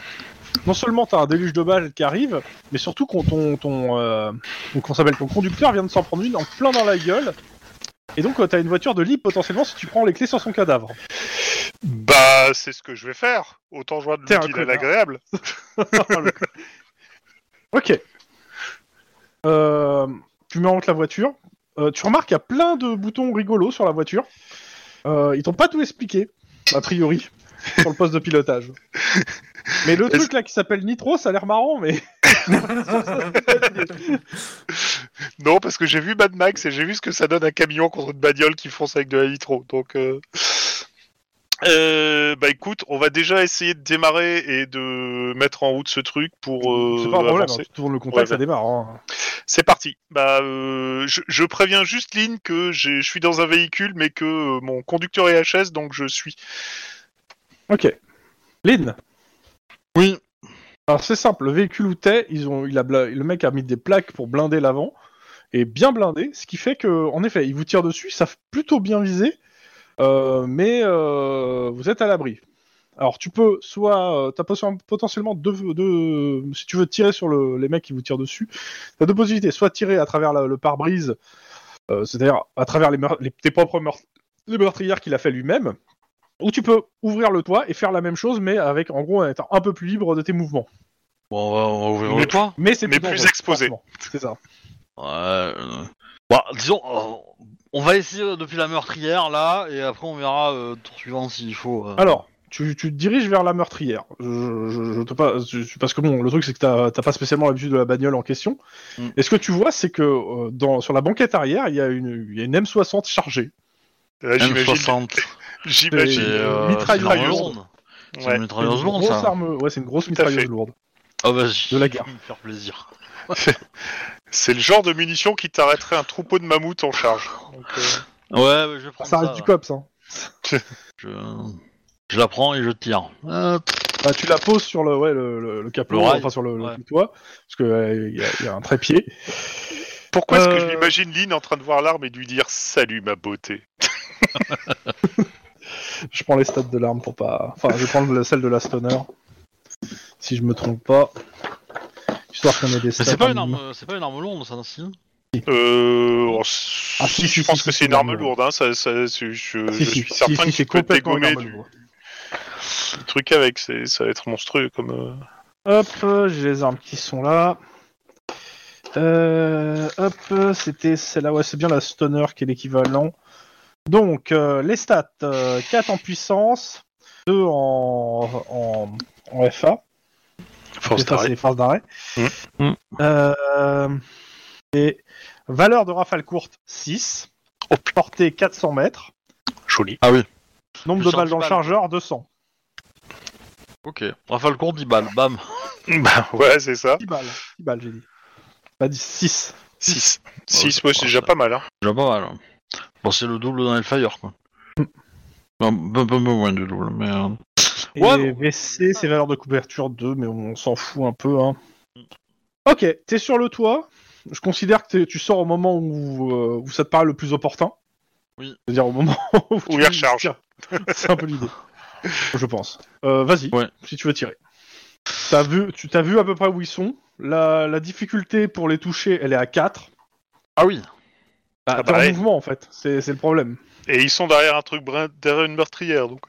[SPEAKER 1] non seulement t'as un déluge de balles qui arrive, mais surtout qu'on ton. ton euh, donc, qu'on s'appelle ton conducteur vient de s'en prendre une en plein dans la gueule. Et donc, euh, t'as une voiture de lit potentiellement si tu prends les clés sur son cadavre.
[SPEAKER 3] Bah, c'est ce que je vais faire. Autant joindre
[SPEAKER 1] T'es un
[SPEAKER 3] l'utile à
[SPEAKER 1] connard.
[SPEAKER 3] l'agréable.
[SPEAKER 1] Ok. Euh, tu mets en route la voiture. Euh, tu remarques qu'il y a plein de boutons rigolos sur la voiture. Euh, ils t'ont pas tout expliqué, a priori, sur le poste de pilotage. Mais le truc là qui s'appelle Nitro, ça a l'air marrant, mais
[SPEAKER 3] Non, parce que j'ai vu Mad Max et j'ai vu ce que ça donne un camion contre une bagnole qui fonce avec de la vitro. Donc, euh... euh, bah écoute, on va déjà essayer de démarrer et de mettre en route ce truc pour euh,
[SPEAKER 1] c'est pas un problème.
[SPEAKER 3] avancer.
[SPEAKER 1] hein. Tu tournes le contact,
[SPEAKER 3] Ouais,
[SPEAKER 1] ça
[SPEAKER 3] ouais.
[SPEAKER 1] démarre. hein.
[SPEAKER 3] C'est parti. Bah, euh, je, je préviens juste Lynn que j'ai- je suis dans un véhicule, mais que euh, mon conducteur est HS, donc je suis.
[SPEAKER 1] Ok. Lynn,
[SPEAKER 4] Oui.
[SPEAKER 1] alors c'est simple, le véhicule où t'es, ils ont, il a bla- le mec a mis des plaques pour blinder l'avant, et bien blindé, ce qui fait que, en effet, il vous tire dessus, ça fait plutôt bien visé, euh, mais euh, vous êtes à l'abri. Alors tu peux soit, euh, t'as poten- potentiellement deux, deux, si tu veux tirer sur le- les mecs qui vous tirent dessus, t'as deux possibilités, soit tirer à travers la- le pare-brise, euh, c'est-à-dire à travers les meur- les- tes propres meurt- les meurtrières qu'il a fait lui-même, ou tu peux ouvrir le toit et faire la même chose, mais avec, en gros, en étant un peu plus libre de tes mouvements.
[SPEAKER 4] Bon, on va, on va ouvrir
[SPEAKER 3] Mais-
[SPEAKER 4] le toit.
[SPEAKER 1] Mais c'est
[SPEAKER 3] Mais plus
[SPEAKER 1] dangereux,
[SPEAKER 3] exposé.
[SPEAKER 1] forcément. C'est ça.
[SPEAKER 4] Ouais. euh, Bah, disons, euh, on va essayer depuis la meurtrière là, et après on verra euh, tour suivant s'il faut. euh.
[SPEAKER 1] Alors, tu, tu te diriges vers la meurtrière. Je, je- je te pas, je- parce que bon, le truc c'est que t'as t'as pas spécialement l'habitude de la bagnole en question.
[SPEAKER 4] Mm.
[SPEAKER 1] Et ce que tu vois, c'est que euh, dans, sur la banquette arrière, il y a une, il y a une M60 chargée.
[SPEAKER 3] Là, J'imagine.
[SPEAKER 4] M60.
[SPEAKER 1] C'est,
[SPEAKER 4] C'est
[SPEAKER 3] J'imagine.
[SPEAKER 4] euh,
[SPEAKER 1] mitrailleuse.
[SPEAKER 4] c'est une arme lourde. C'est
[SPEAKER 3] Ouais.
[SPEAKER 4] une
[SPEAKER 1] C'est une
[SPEAKER 4] mitrailleuse Oh, lourde,
[SPEAKER 1] grosse
[SPEAKER 4] ça.
[SPEAKER 1] arme, ouais, c'est une grosse
[SPEAKER 3] Tout à
[SPEAKER 1] mitrailleuse
[SPEAKER 3] fait.
[SPEAKER 1] lourde.
[SPEAKER 4] Ah vas-y.
[SPEAKER 1] De la guerre.
[SPEAKER 4] Me faire plaisir.
[SPEAKER 3] C'est le genre de munitions qui t'arrêterait un troupeau de mammouths en charge. Donc, euh,
[SPEAKER 4] Ouais, ouais, je vais prendre
[SPEAKER 1] Ça
[SPEAKER 4] ça.
[SPEAKER 1] reste du cops. Hein.
[SPEAKER 4] Je... je la prends et je tire. Euh,
[SPEAKER 1] Bah, tu la poses sur le, ouais, le, le- le capot,
[SPEAKER 4] Le rail.
[SPEAKER 1] enfin sur le, le
[SPEAKER 4] Ouais.
[SPEAKER 1] toit, parce que euh, il y, a- il y a un trépied.
[SPEAKER 3] Pourquoi est-ce que
[SPEAKER 1] Euh,
[SPEAKER 3] je m'imagine Lynn en train de voir l'arme et de lui dire Salut ma beauté
[SPEAKER 1] Je prends les stats de l'arme pour pas. Enfin, je vais prendre le- celle de la stoner. Si je me trompe pas. Histoire qu'on ait des stats.
[SPEAKER 4] Mais c'est pas
[SPEAKER 1] en
[SPEAKER 4] une
[SPEAKER 1] minimum.
[SPEAKER 4] arme, euh, c'est pas une arme lourde, ça, si.
[SPEAKER 3] Euh. oh,
[SPEAKER 1] Ah, si,
[SPEAKER 3] si,
[SPEAKER 1] si,
[SPEAKER 3] je pense
[SPEAKER 1] si,
[SPEAKER 3] que
[SPEAKER 1] si,
[SPEAKER 3] c'est une
[SPEAKER 1] si,
[SPEAKER 3] arme
[SPEAKER 1] oui.
[SPEAKER 3] lourde, hein, ça, ça- je,
[SPEAKER 4] euh,
[SPEAKER 1] Si,
[SPEAKER 3] je- je
[SPEAKER 1] si,
[SPEAKER 3] suis
[SPEAKER 1] si,
[SPEAKER 3] certain
[SPEAKER 1] si,
[SPEAKER 3] que
[SPEAKER 1] c'est
[SPEAKER 3] tu peux te
[SPEAKER 1] complètement une
[SPEAKER 3] dégommer
[SPEAKER 1] arme
[SPEAKER 3] du
[SPEAKER 1] lourde.
[SPEAKER 3] du truc avec, c'est- ça va être monstrueux comme. euh,
[SPEAKER 1] Hop, euh, j'ai les armes qui sont là. Euh, hop, euh, c'était celle-là. Ouais, c'est bien la stoner qui est l'équivalent. Donc, euh, les stats 4 en puissance, 2 en, en, en FA.
[SPEAKER 3] force
[SPEAKER 1] Ça, c'est
[SPEAKER 3] d'arrêt.
[SPEAKER 1] les forces d'arrêt.
[SPEAKER 3] Mhm.
[SPEAKER 4] Mhm.
[SPEAKER 1] Euh, et valeur de rafale courte 6.
[SPEAKER 3] Oh,
[SPEAKER 1] Portée 400 mètres.
[SPEAKER 3] Joli.
[SPEAKER 4] Ah oui.
[SPEAKER 1] Nombre
[SPEAKER 4] Plus
[SPEAKER 1] de balles dans le
[SPEAKER 4] charge-balles.
[SPEAKER 1] chargeur 200.
[SPEAKER 4] Ok. Rafale court, 10 balles, bam.
[SPEAKER 3] Bah ouais, c'est ça.
[SPEAKER 1] 10 balles, 10 balles j'ai dit. Bah, Pas 10, 6.
[SPEAKER 3] 6.
[SPEAKER 4] Six.
[SPEAKER 3] 6, ouais, c'est déjà pas mal. Hein.
[SPEAKER 4] Déjà pas mal. hein. Bon, c'est le double dans Hellfire, quoi.
[SPEAKER 1] Mm.
[SPEAKER 4] Non, Un peu moins du double, mais. euh,
[SPEAKER 1] Et
[SPEAKER 4] Ouais,
[SPEAKER 1] VC, c'est valeur de couverture 2, mais on s'en fout un peu. Hein. Ok, t'es sur le toit. Je considère que t'es- tu sors au moment où, euh, où ça te paraît le plus opportin.
[SPEAKER 4] Oui.
[SPEAKER 1] C'est-à-dire au moment où,
[SPEAKER 3] Où
[SPEAKER 1] tu-
[SPEAKER 3] il recharge.
[SPEAKER 1] Tiens, C'est un peu l'idée. Je pense. Euh, Vas-y,
[SPEAKER 4] Ouais.
[SPEAKER 1] si tu veux tirer. T'as vu, tu t'as vu à peu près où ils sont. La, la difficulté pour les toucher, elle est à 4.
[SPEAKER 4] Ah oui.
[SPEAKER 1] Bah, t'es
[SPEAKER 3] Ah bah
[SPEAKER 1] en
[SPEAKER 3] ouais.
[SPEAKER 1] mouvement en fait, c'est c'est le problème.
[SPEAKER 3] Et ils sont derrière un truc, brin- derrière une meurtrière, donc.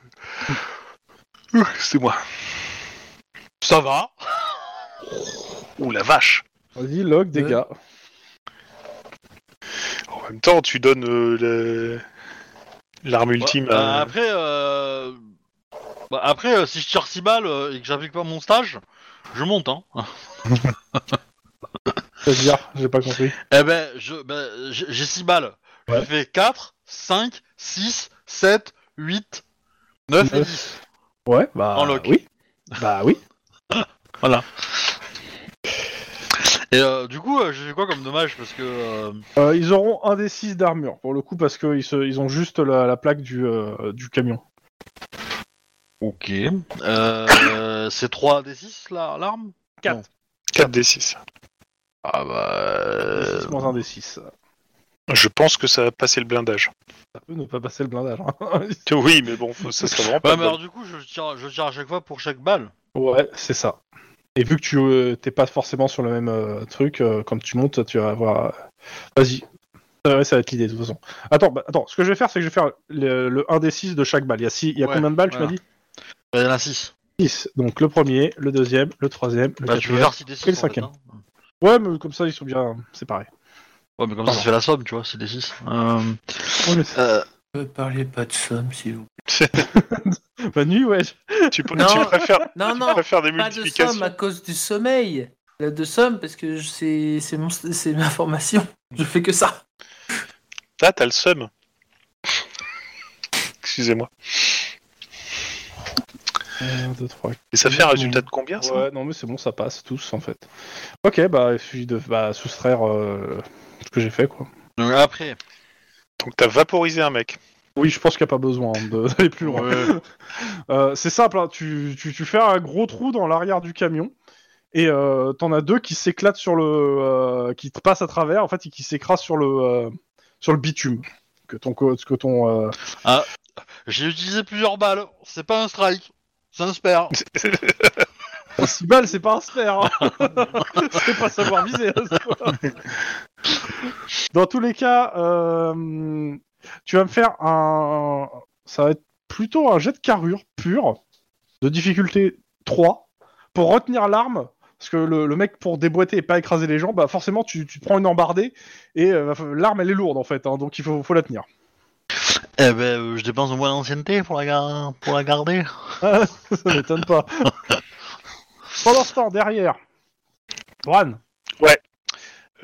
[SPEAKER 3] Ouh, C'est moi.
[SPEAKER 4] Ça va
[SPEAKER 3] Ouh la vache
[SPEAKER 1] Vas-y, log, dégâts.
[SPEAKER 3] En même temps, tu donnes euh, le- l'arme ultime
[SPEAKER 4] Ouais, euh,
[SPEAKER 3] à.
[SPEAKER 4] Après, euh, bah, après euh, si je tire 6 balles euh, et que j'applique pas mon stage, je monte. Hein.
[SPEAKER 1] C'est-à-dire, j'ai pas compris.
[SPEAKER 4] Eh ben, je- ben, j'ai j'ai 6 balles. Je
[SPEAKER 1] Ouais.
[SPEAKER 4] fais 4, 5, 6, 7, 8, 9 et
[SPEAKER 1] Neuf.
[SPEAKER 4] 10.
[SPEAKER 1] Ouais, bah.
[SPEAKER 4] En log.
[SPEAKER 1] Oui. Bah oui.
[SPEAKER 4] Et euh, du coup, euh, j'ai fait quoi comme dommage Parce que. euh,
[SPEAKER 1] Euh, ils auront un des six d'armure pour le coup parce qu'ils ils ont juste la, la plaque du, euh, du camion.
[SPEAKER 4] Ok. Euh, c'est 3 des 6 là, l'arme
[SPEAKER 3] 4 des 6.
[SPEAKER 4] Ah bah. euh,
[SPEAKER 1] 6 moins un des six.
[SPEAKER 3] Je pense que ça va passer le blindage.
[SPEAKER 1] Ça peut ne pas passer le blindage. hein.
[SPEAKER 3] Oui, mais bon, faut- ça serait vraiment
[SPEAKER 4] Ouais,
[SPEAKER 3] pas
[SPEAKER 4] mais
[SPEAKER 3] bon.
[SPEAKER 4] alors du coup, je tire, je tire à chaque fois pour chaque balle.
[SPEAKER 1] ouais, c'est ça. Et vu que tu euh, t'es pas forcément sur le même euh, truc, euh, quand tu montes, tu vas avoir. Vas-y. Euh, Ouais, ça va être l'idée de toute façon. Attends, bah, attends, ce que je vais faire, c'est que je vais faire le, le 1 des 6 de chaque balle. Il y a, six- il y a
[SPEAKER 4] Ouais,
[SPEAKER 1] combien de balles,
[SPEAKER 4] voilà.
[SPEAKER 1] tu m'as dit
[SPEAKER 4] Il y en a 6.
[SPEAKER 1] 6. Donc le premier, le deuxième, le troisième, le
[SPEAKER 4] Bah, tu peux
[SPEAKER 1] quatrième.
[SPEAKER 4] faire 6 des 6.
[SPEAKER 1] Et le cinquième. Ouais, mais comme ça, ils sont bien séparés.
[SPEAKER 4] Ouais, mais comme ça, ça fait la somme, tu vois, 6 des 6. Euh...
[SPEAKER 1] Ouais, mais c'est-
[SPEAKER 4] euh,
[SPEAKER 2] Ne parlez pas de somme, s'il vous plaît.
[SPEAKER 1] Manu, ouais,
[SPEAKER 3] Tu, peux-
[SPEAKER 2] Non.
[SPEAKER 3] tu préfères,
[SPEAKER 2] Non,
[SPEAKER 3] tu
[SPEAKER 2] non,
[SPEAKER 3] préfères des
[SPEAKER 2] pas de somme
[SPEAKER 3] multiplications.
[SPEAKER 2] à cause du sommeil. La De somme, parce que je- c'est c'est mon- c'est ma formation. Je fais que ça.
[SPEAKER 3] Là, t'as le seum. Excusez-moi.
[SPEAKER 1] 1, 2, 3,
[SPEAKER 3] Et ça fait un résultat de combien, ça
[SPEAKER 1] Ouais, non, mais c'est bon, ça passe tous en fait. Ok, bah il suffit de bah, soustraire euh, ce que j'ai fait quoi.
[SPEAKER 4] Donc après.
[SPEAKER 3] Donc t'as vaporisé un mec.
[SPEAKER 1] Oui, je pense qu'il n'y a pas besoin hein, de- d'aller plus loin.
[SPEAKER 4] Ouais.
[SPEAKER 1] Euh, c'est simple, hein, tu, tu, tu fais un gros trou dans l'arrière du camion et euh, t'en as deux qui s'éclatent sur le. euh, qui te passent à travers en fait et qui s'écrasent sur le, euh, sur le bitume. Que ton. co- Que ton euh,
[SPEAKER 4] J'ai utilisé plusieurs balles. C'est pas un strike. C'est un spare.
[SPEAKER 1] un six balles, c'est pas un sphère C'est pas savoir viser à ce point. Dans tous les cas, euh, tu vas me faire un. Ça va être plutôt un jet de carrure pur, de difficulté 3, pour retenir l'arme. Parce que le, le mec, pour déboîter et pas écraser les gens, bah forcément, tu, tu te prends une embardée et euh, l'arme, elle est lourde en fait, hein, donc il faut, faut la tenir.
[SPEAKER 4] Eh ben, euh, je dépense au moins d'ancienneté pour la, gar- pour la garder.
[SPEAKER 1] Ça m'étonne pas. Pendant ce temps, derrière, Bran,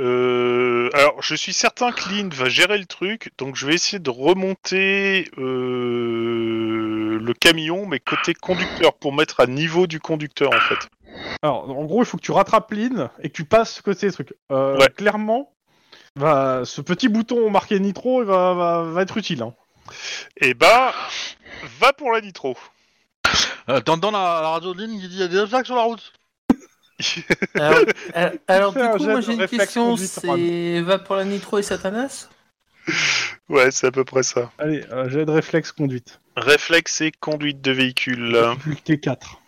[SPEAKER 3] Euh, alors, je suis certain que Lynn va gérer le truc, donc je vais essayer de remonter euh, le camion, mais côté conducteur, pour mettre à niveau du conducteur, en fait.
[SPEAKER 1] Alors, en gros, il faut que tu rattrapes Lynn et que tu passes côté des trucs. Euh,
[SPEAKER 3] Ouais.
[SPEAKER 1] Clairement, bah, ce petit bouton marqué nitro il va, va, va être utile. hein.
[SPEAKER 3] Et bah, va pour la nitro.
[SPEAKER 4] Euh, T'entends la, la radio de ligne qui dit il y a des obstacles sur la route.
[SPEAKER 2] Alors, alors- alors,
[SPEAKER 1] Fais un
[SPEAKER 2] du coup,
[SPEAKER 1] jet
[SPEAKER 2] moi
[SPEAKER 1] de
[SPEAKER 2] j'ai une
[SPEAKER 1] réflexe
[SPEAKER 2] question
[SPEAKER 1] conduite, Ron.
[SPEAKER 2] c'est va pour la nitro et Satanas
[SPEAKER 3] Ouais, c'est à peu près ça.
[SPEAKER 1] Allez, euh, j'ai de réflexe conduite.
[SPEAKER 3] Réflexe et conduite de véhicule.
[SPEAKER 1] Difficulté 4.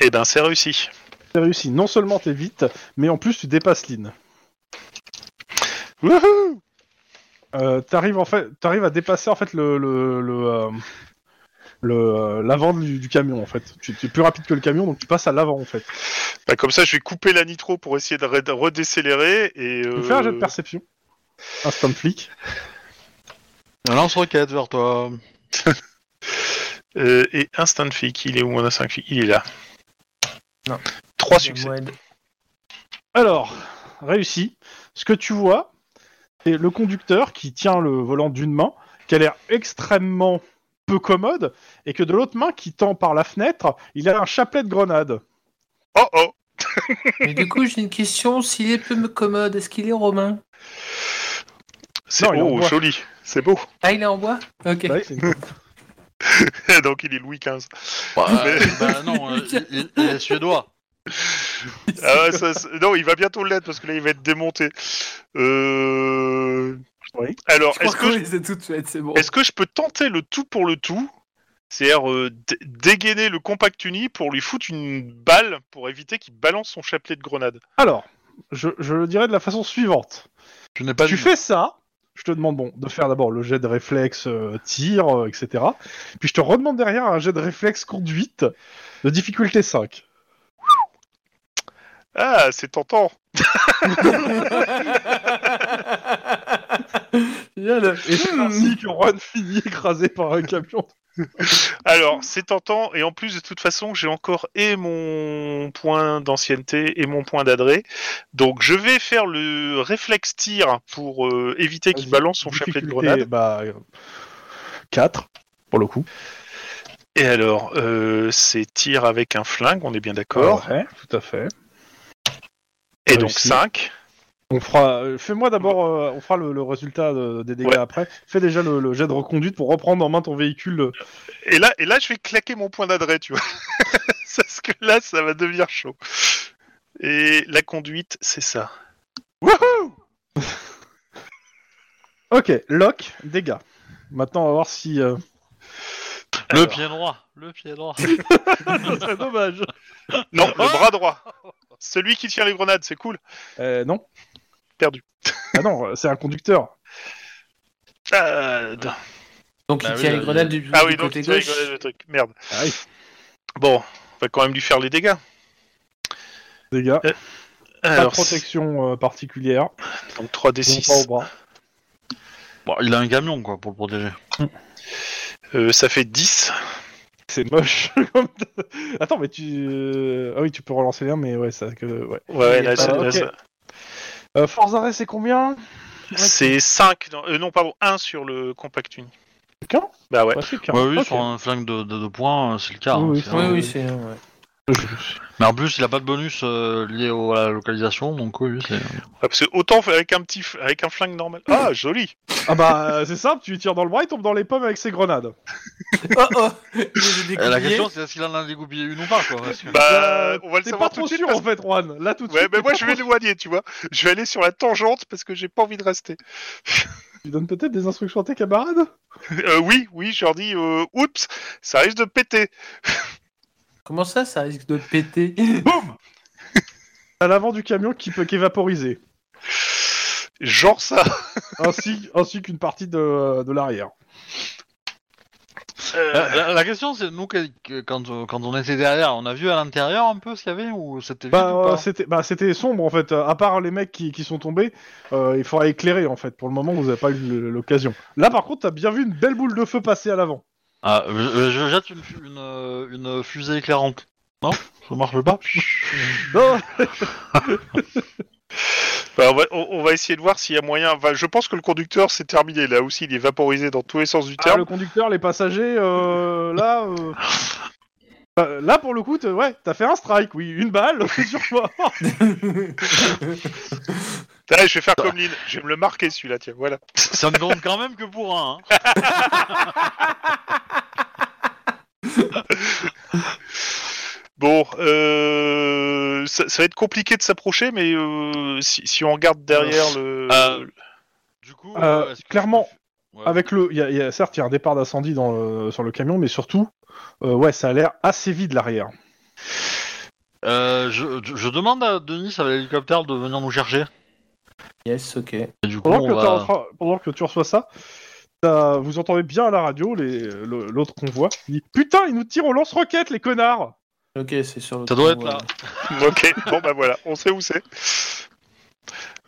[SPEAKER 3] Et ben, c'est réussi.
[SPEAKER 1] T'as réussi. Non seulement t'es vite, mais en plus tu dépasses Lynn.
[SPEAKER 3] Wouhou
[SPEAKER 1] Euh, t'arrives en fait, t'arrives à dépasser en fait le le le, euh, le, euh, l'avant du, du camion en fait. Tu tu es plus rapide que le camion, donc tu passes à l'avant en fait.
[SPEAKER 3] Bah, comme ça, je vais couper la nitro pour essayer de re- redécélérer et.
[SPEAKER 1] Tu
[SPEAKER 3] euh,
[SPEAKER 1] me fais un jet de perception. Instant flic.
[SPEAKER 4] Un lance-roquette vers toi.
[SPEAKER 3] euh, et instant flic, il est où mon instant flic Il est là.
[SPEAKER 2] Non.
[SPEAKER 3] Trois succès.
[SPEAKER 1] Alors, réussi. Ce que tu vois, c'est le conducteur qui tient le volant d'une main, qui a l'air extrêmement peu commode, et que de l'autre main qui tend par la fenêtre, il a un chapelet de grenade.
[SPEAKER 3] Oh oh
[SPEAKER 2] Mais du coup, j'ai une question s'il est peu commode, est-ce qu'il est romain
[SPEAKER 3] C'est
[SPEAKER 1] Non, il est en
[SPEAKER 3] oh,
[SPEAKER 1] bois.
[SPEAKER 3] joli, c'est beau.
[SPEAKER 2] Ah, il est en bois Ok.
[SPEAKER 1] Ouais, c'est une-
[SPEAKER 3] Donc il est Louis XV.
[SPEAKER 4] Bah, bah non, euh, il, il- il est suédois.
[SPEAKER 3] Ah ouais, ça, c'est- non, il va bientôt l'être parce que là il va être démonté. Euh...
[SPEAKER 1] Oui.
[SPEAKER 3] Alors,
[SPEAKER 2] Je crois
[SPEAKER 3] est-ce
[SPEAKER 2] qu'on
[SPEAKER 3] que,
[SPEAKER 2] les a toutes faites, c'est bon.
[SPEAKER 3] est que je peux tenter le tout pour le tout C'est-à-dire euh, dé- dégainer le compact uni pour lui foutre une balle pour éviter qu'il balance son chapelet de grenade.
[SPEAKER 1] Alors, je, je le dirais de la façon suivante.
[SPEAKER 4] Tu n'es pas
[SPEAKER 1] tu
[SPEAKER 4] du-
[SPEAKER 1] fais ça, je te demande bon, de faire d'abord le jet de réflexe euh, tir, euh, etc. Puis je te redemande derrière un jet de réflexe conduite de difficulté 5.
[SPEAKER 3] Ah, c'est tentant.
[SPEAKER 1] Et
[SPEAKER 2] Hmm.
[SPEAKER 1] c'est
[SPEAKER 3] Hmm.
[SPEAKER 1] ainsi que Ron finit écrasé par un camion.
[SPEAKER 3] Alors, c'est tentant, et en plus, de toute façon, j'ai encore et mon point d'ancienneté et mon point d'adresse. Donc, je vais faire le réflexe tir pour euh, éviter qu'il
[SPEAKER 1] Vas-y,
[SPEAKER 3] balance son chapelet de
[SPEAKER 1] Difficulté,
[SPEAKER 3] grenade.
[SPEAKER 1] Bah, 4, pour le coup.
[SPEAKER 3] Et alors, euh, c'est tir avec un flingue, on est bien d'accord.
[SPEAKER 1] Ouais, tout à fait.
[SPEAKER 3] et donc,
[SPEAKER 1] Ah réussi.
[SPEAKER 3] 5.
[SPEAKER 1] On fera. euh, Fais-moi d'abord. euh, on fera le, le résultat de- des dégâts
[SPEAKER 3] Ouais.
[SPEAKER 1] après. Fais déjà le, le jet de reconduite pour reprendre en main ton véhicule. euh,
[SPEAKER 3] Et là, et là, je vais claquer mon point d'adresse, tu vois. Parce que là, ça va devenir chaud. Et la conduite, c'est ça.
[SPEAKER 1] Ok, lock, dégâts. Maintenant, on va voir si. euh,
[SPEAKER 4] Le
[SPEAKER 3] Alors.
[SPEAKER 4] pied droit, le pied droit.
[SPEAKER 1] ça serait dommage.
[SPEAKER 3] Non,
[SPEAKER 2] Oh
[SPEAKER 3] le bras droit. Celui qui tient les grenades, c'est cool.
[SPEAKER 1] Euh, non.
[SPEAKER 3] Perdu.
[SPEAKER 1] Ah non, euh, c'est un conducteur.
[SPEAKER 3] Ah, non.
[SPEAKER 2] Donc
[SPEAKER 4] Bah
[SPEAKER 2] il
[SPEAKER 4] oui,
[SPEAKER 2] tient
[SPEAKER 4] là,
[SPEAKER 2] les grenades du,
[SPEAKER 3] Ah
[SPEAKER 2] du
[SPEAKER 3] oui, donc
[SPEAKER 2] côté
[SPEAKER 3] il tire les
[SPEAKER 2] gauche.
[SPEAKER 3] grenades, le truc. Merde.
[SPEAKER 1] Ah oui.
[SPEAKER 3] Bon, on va quand même lui faire les dégâts.
[SPEAKER 1] Dégâts.
[SPEAKER 3] Alors,
[SPEAKER 1] pas de protection euh, particulière.
[SPEAKER 3] c'est- donc 3d6.
[SPEAKER 1] Non, pas au bras.
[SPEAKER 4] Bon, il a un camion quoi pour le protéger.
[SPEAKER 3] Euh, ça fait 10.
[SPEAKER 1] C'est moche. comme t'as- Attends, mais tu. euh, Ah oui, tu peux relancer l'un, mais ouais, ça. Que... Ouais.
[SPEAKER 3] Ouais, ouais,
[SPEAKER 2] Il
[SPEAKER 3] là,
[SPEAKER 2] est pas-
[SPEAKER 3] c'est- là,
[SPEAKER 1] ok.
[SPEAKER 3] ça-
[SPEAKER 1] Euh, force d'arrêt, c'est combien
[SPEAKER 3] c'est 5. Non, euh, non, pardon, 1 sur le compact uni.
[SPEAKER 1] Qu'un
[SPEAKER 3] Bah ouais.
[SPEAKER 1] Ouais, c'est qu'un.
[SPEAKER 4] Ouais, oui,
[SPEAKER 1] Ah, hein. Ok.
[SPEAKER 4] sur un flingue de, de, de poing, euh, c'est le cas.
[SPEAKER 1] Oui,
[SPEAKER 4] hein,
[SPEAKER 1] oui,
[SPEAKER 4] c'est-
[SPEAKER 2] Oui, oui, c'est. ouais.
[SPEAKER 4] Mais en plus, il a pas de bonus euh, lié au- à la localisation, donc oui, c'est.
[SPEAKER 3] Ouais, Ah, parce que autant avec un petit, f- avec un flingue normal. Ah, joli.
[SPEAKER 1] Ah bah, euh, c'est simple, tu lui tires dans le bras, il tombe dans les pommes avec ses grenades.
[SPEAKER 3] Ah,
[SPEAKER 2] Oh oh Il est
[SPEAKER 4] Euh, la
[SPEAKER 2] découpillé.
[SPEAKER 4] question, c'est est-ce qu'il en a dégoupillé une ou pas quoi parce que-
[SPEAKER 3] Bah, on va le
[SPEAKER 1] T'es
[SPEAKER 3] savoir
[SPEAKER 1] pas trop
[SPEAKER 3] tout de suite.
[SPEAKER 1] sûr
[SPEAKER 3] parce-
[SPEAKER 1] en fait, Juan. Là tout de
[SPEAKER 3] Ouais,
[SPEAKER 1] suite.
[SPEAKER 3] mais
[SPEAKER 1] t'es
[SPEAKER 3] moi
[SPEAKER 1] pas
[SPEAKER 3] je vais
[SPEAKER 1] trop
[SPEAKER 3] l'éloigner, tu vois. Je vais aller sur la tangente parce que j'ai pas envie de rester.
[SPEAKER 1] sûr. Tu donnes peut-être des instructions à tes camarades
[SPEAKER 3] Euh, oui, oui, je leur dis, euh, oups, ça risque de péter.
[SPEAKER 2] Comment ça, ça risque de péter
[SPEAKER 1] À l'avant du camion qui peut qui est vaporisé.
[SPEAKER 3] Genre ça.
[SPEAKER 1] ainsi ainsi qu'une partie de, de l'arrière.
[SPEAKER 3] Euh,
[SPEAKER 4] La, la- la question, c'est nous, que- que- quand, euh, quand on était derrière, on a vu à l'intérieur un peu ce qu'il y avait ou c'était vide
[SPEAKER 1] Bah,
[SPEAKER 4] ou
[SPEAKER 1] euh,
[SPEAKER 4] pas
[SPEAKER 1] c'était bah, c'était sombre en fait. À part les mecs qui, qui sont tombés, euh, il faudra éclairer en fait. Pour le moment, vous n'avez pas eu l'occasion. Là par contre, t'as bien vu une belle boule de feu passer à l'avant.
[SPEAKER 4] Ah, je, je jette une, fu- une, euh, une fusée éclairante. Non Ça marche pas
[SPEAKER 1] Non,
[SPEAKER 3] bah, on, va, on- on va essayer de voir s'il y a moyen. Enfin, je pense que le conducteur c'est terminé. Là aussi, il est vaporisé dans tous les sens du
[SPEAKER 1] Ah,
[SPEAKER 3] terme.
[SPEAKER 1] le conducteur, les passagers, euh, là. euh, bah, Là pour le coup, t'es- ouais, t'as fait un strike, oui, une balle, c'est sur moi.
[SPEAKER 3] Ah, je vais faire comme Lynn. Je vais me le marquer celui-là, tiens, voilà.
[SPEAKER 4] Ça ne compte quand même que pour un. hein.
[SPEAKER 3] Bon, euh, ça, ça va être compliqué de s'approcher, mais euh, si, si on regarde derrière le.
[SPEAKER 4] Euh, Du coup,
[SPEAKER 1] Euh,
[SPEAKER 4] est-ce que-
[SPEAKER 1] clairement,
[SPEAKER 4] Ouais.
[SPEAKER 1] Avec le, il y a- il y a- certes, il y a un départ d'incendie dans le- sur le camion, mais surtout, euh, ouais, ça a l'air assez vide l'arrière.
[SPEAKER 4] Euh, je, je- je demande à Denis avec l'hélicoptère de venir nous chercher.
[SPEAKER 2] Yes, ok.
[SPEAKER 4] Et du coup,
[SPEAKER 1] Pendant,
[SPEAKER 4] on
[SPEAKER 1] que
[SPEAKER 4] va-
[SPEAKER 1] t'es en train- pendant que tu reçois ça, t'as- vous entendez bien à la radio les- le- l'autre convoi qui dit Putain, ils nous tirent au lance-roquettes, les connards
[SPEAKER 2] Ok, c'est sur le. euh,
[SPEAKER 4] Ça doit être là.
[SPEAKER 3] ok, bon bah voilà, on sait où c'est.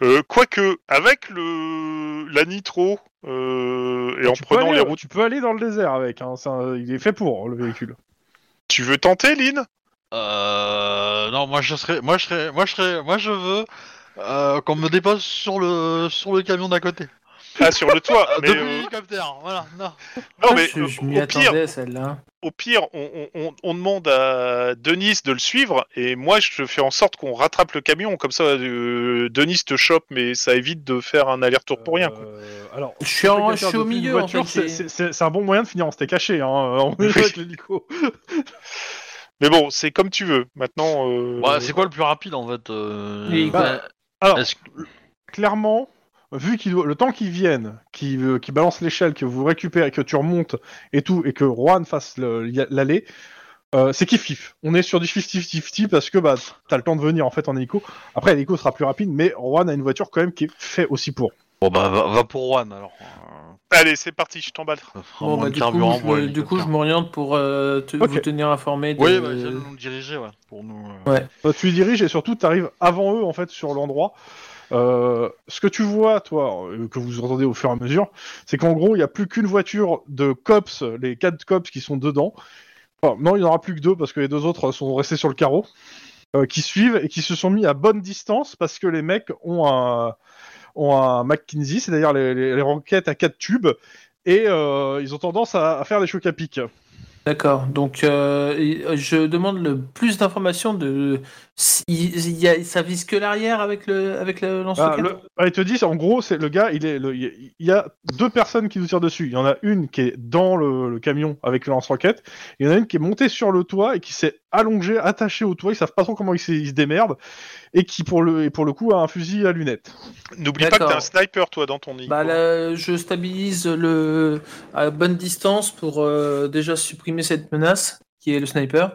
[SPEAKER 3] Euh, Quoique, avec le la nitro euh, et en
[SPEAKER 1] tu peux,
[SPEAKER 3] prenant
[SPEAKER 1] aller,
[SPEAKER 3] les routes,
[SPEAKER 1] tu peux aller dans le désert avec, hein, c'est un- il est fait pour le véhicule.
[SPEAKER 3] tu veux tenter, Lynn
[SPEAKER 4] Euh, non, moi je serais, moi je serais, moi je serais, moi je veux euh, qu'on me dépose sur le sur le camion d'à côté.
[SPEAKER 3] Ah, sur le toit. mais,
[SPEAKER 4] Depuis
[SPEAKER 3] euh,
[SPEAKER 4] l'hélicoptère, Bah, voilà. Non.
[SPEAKER 3] non, mais
[SPEAKER 2] Ah, je, je
[SPEAKER 3] euh,
[SPEAKER 2] m'y
[SPEAKER 3] au pire,
[SPEAKER 2] attendais, celle-là.
[SPEAKER 3] au pire, on, on- on- on demande à Denis de le suivre et moi je fais en sorte qu'on rattrape le camion. Comme ça, euh, Denis te chope, mais ça évite de faire un aller-retour pour rien. Quoi.
[SPEAKER 1] Euh, alors,
[SPEAKER 2] Je suis, en-
[SPEAKER 1] quelqu'un
[SPEAKER 2] je suis au
[SPEAKER 1] depuis une
[SPEAKER 2] milieu,
[SPEAKER 1] voiture,
[SPEAKER 2] en fait.
[SPEAKER 1] c'est-
[SPEAKER 2] j'ai-
[SPEAKER 1] c'est- c'est c'est un bon moyen de finir en steak caché, hein, on est avec l'hélico.
[SPEAKER 3] Mais bon, c'est comme tu veux. Maintenant, euh,
[SPEAKER 4] Ouais, bah, c'est quoi le plus rapide en fait euh,
[SPEAKER 2] Oui, bah, quoi.
[SPEAKER 4] ouais.
[SPEAKER 1] alors-
[SPEAKER 4] Est-ce que-
[SPEAKER 1] clairement, vu qu'il doit- le temps qu'ils viennent, qu'ils euh, qu'ils balancent l'échelle, que vous récupérez, que tu remontes et tout, et que Juan fasse le- y- l'allée, euh, c'est kiff-kiff. On est sur du 50-50 parce que bah, t'as le temps de venir en fait en hélico. Après, l'hélico sera plus rapide, mais Juan a une voiture quand même qui est fait aussi pour.
[SPEAKER 4] Bon bah va, va pour Juan alors.
[SPEAKER 3] Allez, c'est parti, je t'emballe.
[SPEAKER 4] Ça fera
[SPEAKER 2] Bon,
[SPEAKER 4] moins
[SPEAKER 2] bah,
[SPEAKER 4] de
[SPEAKER 2] du coup,
[SPEAKER 4] carburant
[SPEAKER 2] je
[SPEAKER 4] pour
[SPEAKER 2] me-
[SPEAKER 4] l'hélicoptère.
[SPEAKER 2] du coup, je m'oriente pour euh, te-
[SPEAKER 1] Ok.
[SPEAKER 2] vous tenir informé de...
[SPEAKER 4] Oui, bah, viens nous diriger, ouais, pour nous. euh,
[SPEAKER 2] Ouais.
[SPEAKER 1] Bah, tu les diriges et surtout tu arrives avant eux en fait sur l'endroit. Euh, ce que tu vois, toi, euh, que vous entendez au fur et à mesure, c'est qu'en gros il n'y a plus qu'une voiture de cops, les quatre cops qui sont dedans. Enfin, non, il n'y en aura plus que deux parce que les deux autres sont restés sur le carreau, euh, qui suivent et qui se sont mis à bonne distance parce que les mecs ont un, ont un McKinsey, c'est-à-dire les, les- les roquettes à quatre tubes, et euh, ils ont tendance à, à faire des chocs à pic.
[SPEAKER 2] D'accord. Donc, euh, et- je demande le plus d'informations de. si- il y a- ça vise que l'arrière avec le avec le
[SPEAKER 1] Ah,
[SPEAKER 2] lance-roquette.
[SPEAKER 1] le- ah, il te dit, c'est- en gros, c'est le gars, il est, le- il y a deux personnes qui nous tirent dessus. Il y en a une qui est dans le, le camion avec le lance-roquette. Il y en a une qui est montée sur le toit et qui s'est allongée, attachée au toit. Ils savent pas trop comment ils, se- ils se démerdent et qui, pour le, et pour le coup, a un fusil à lunettes.
[SPEAKER 3] N'oublie pas que
[SPEAKER 2] D'accord.
[SPEAKER 3] t'as un sniper, toi, dans ton nid.
[SPEAKER 2] Bah, là, je stabilise le à bonne distance pour euh, déjà supprimer cette menace qui est le sniper.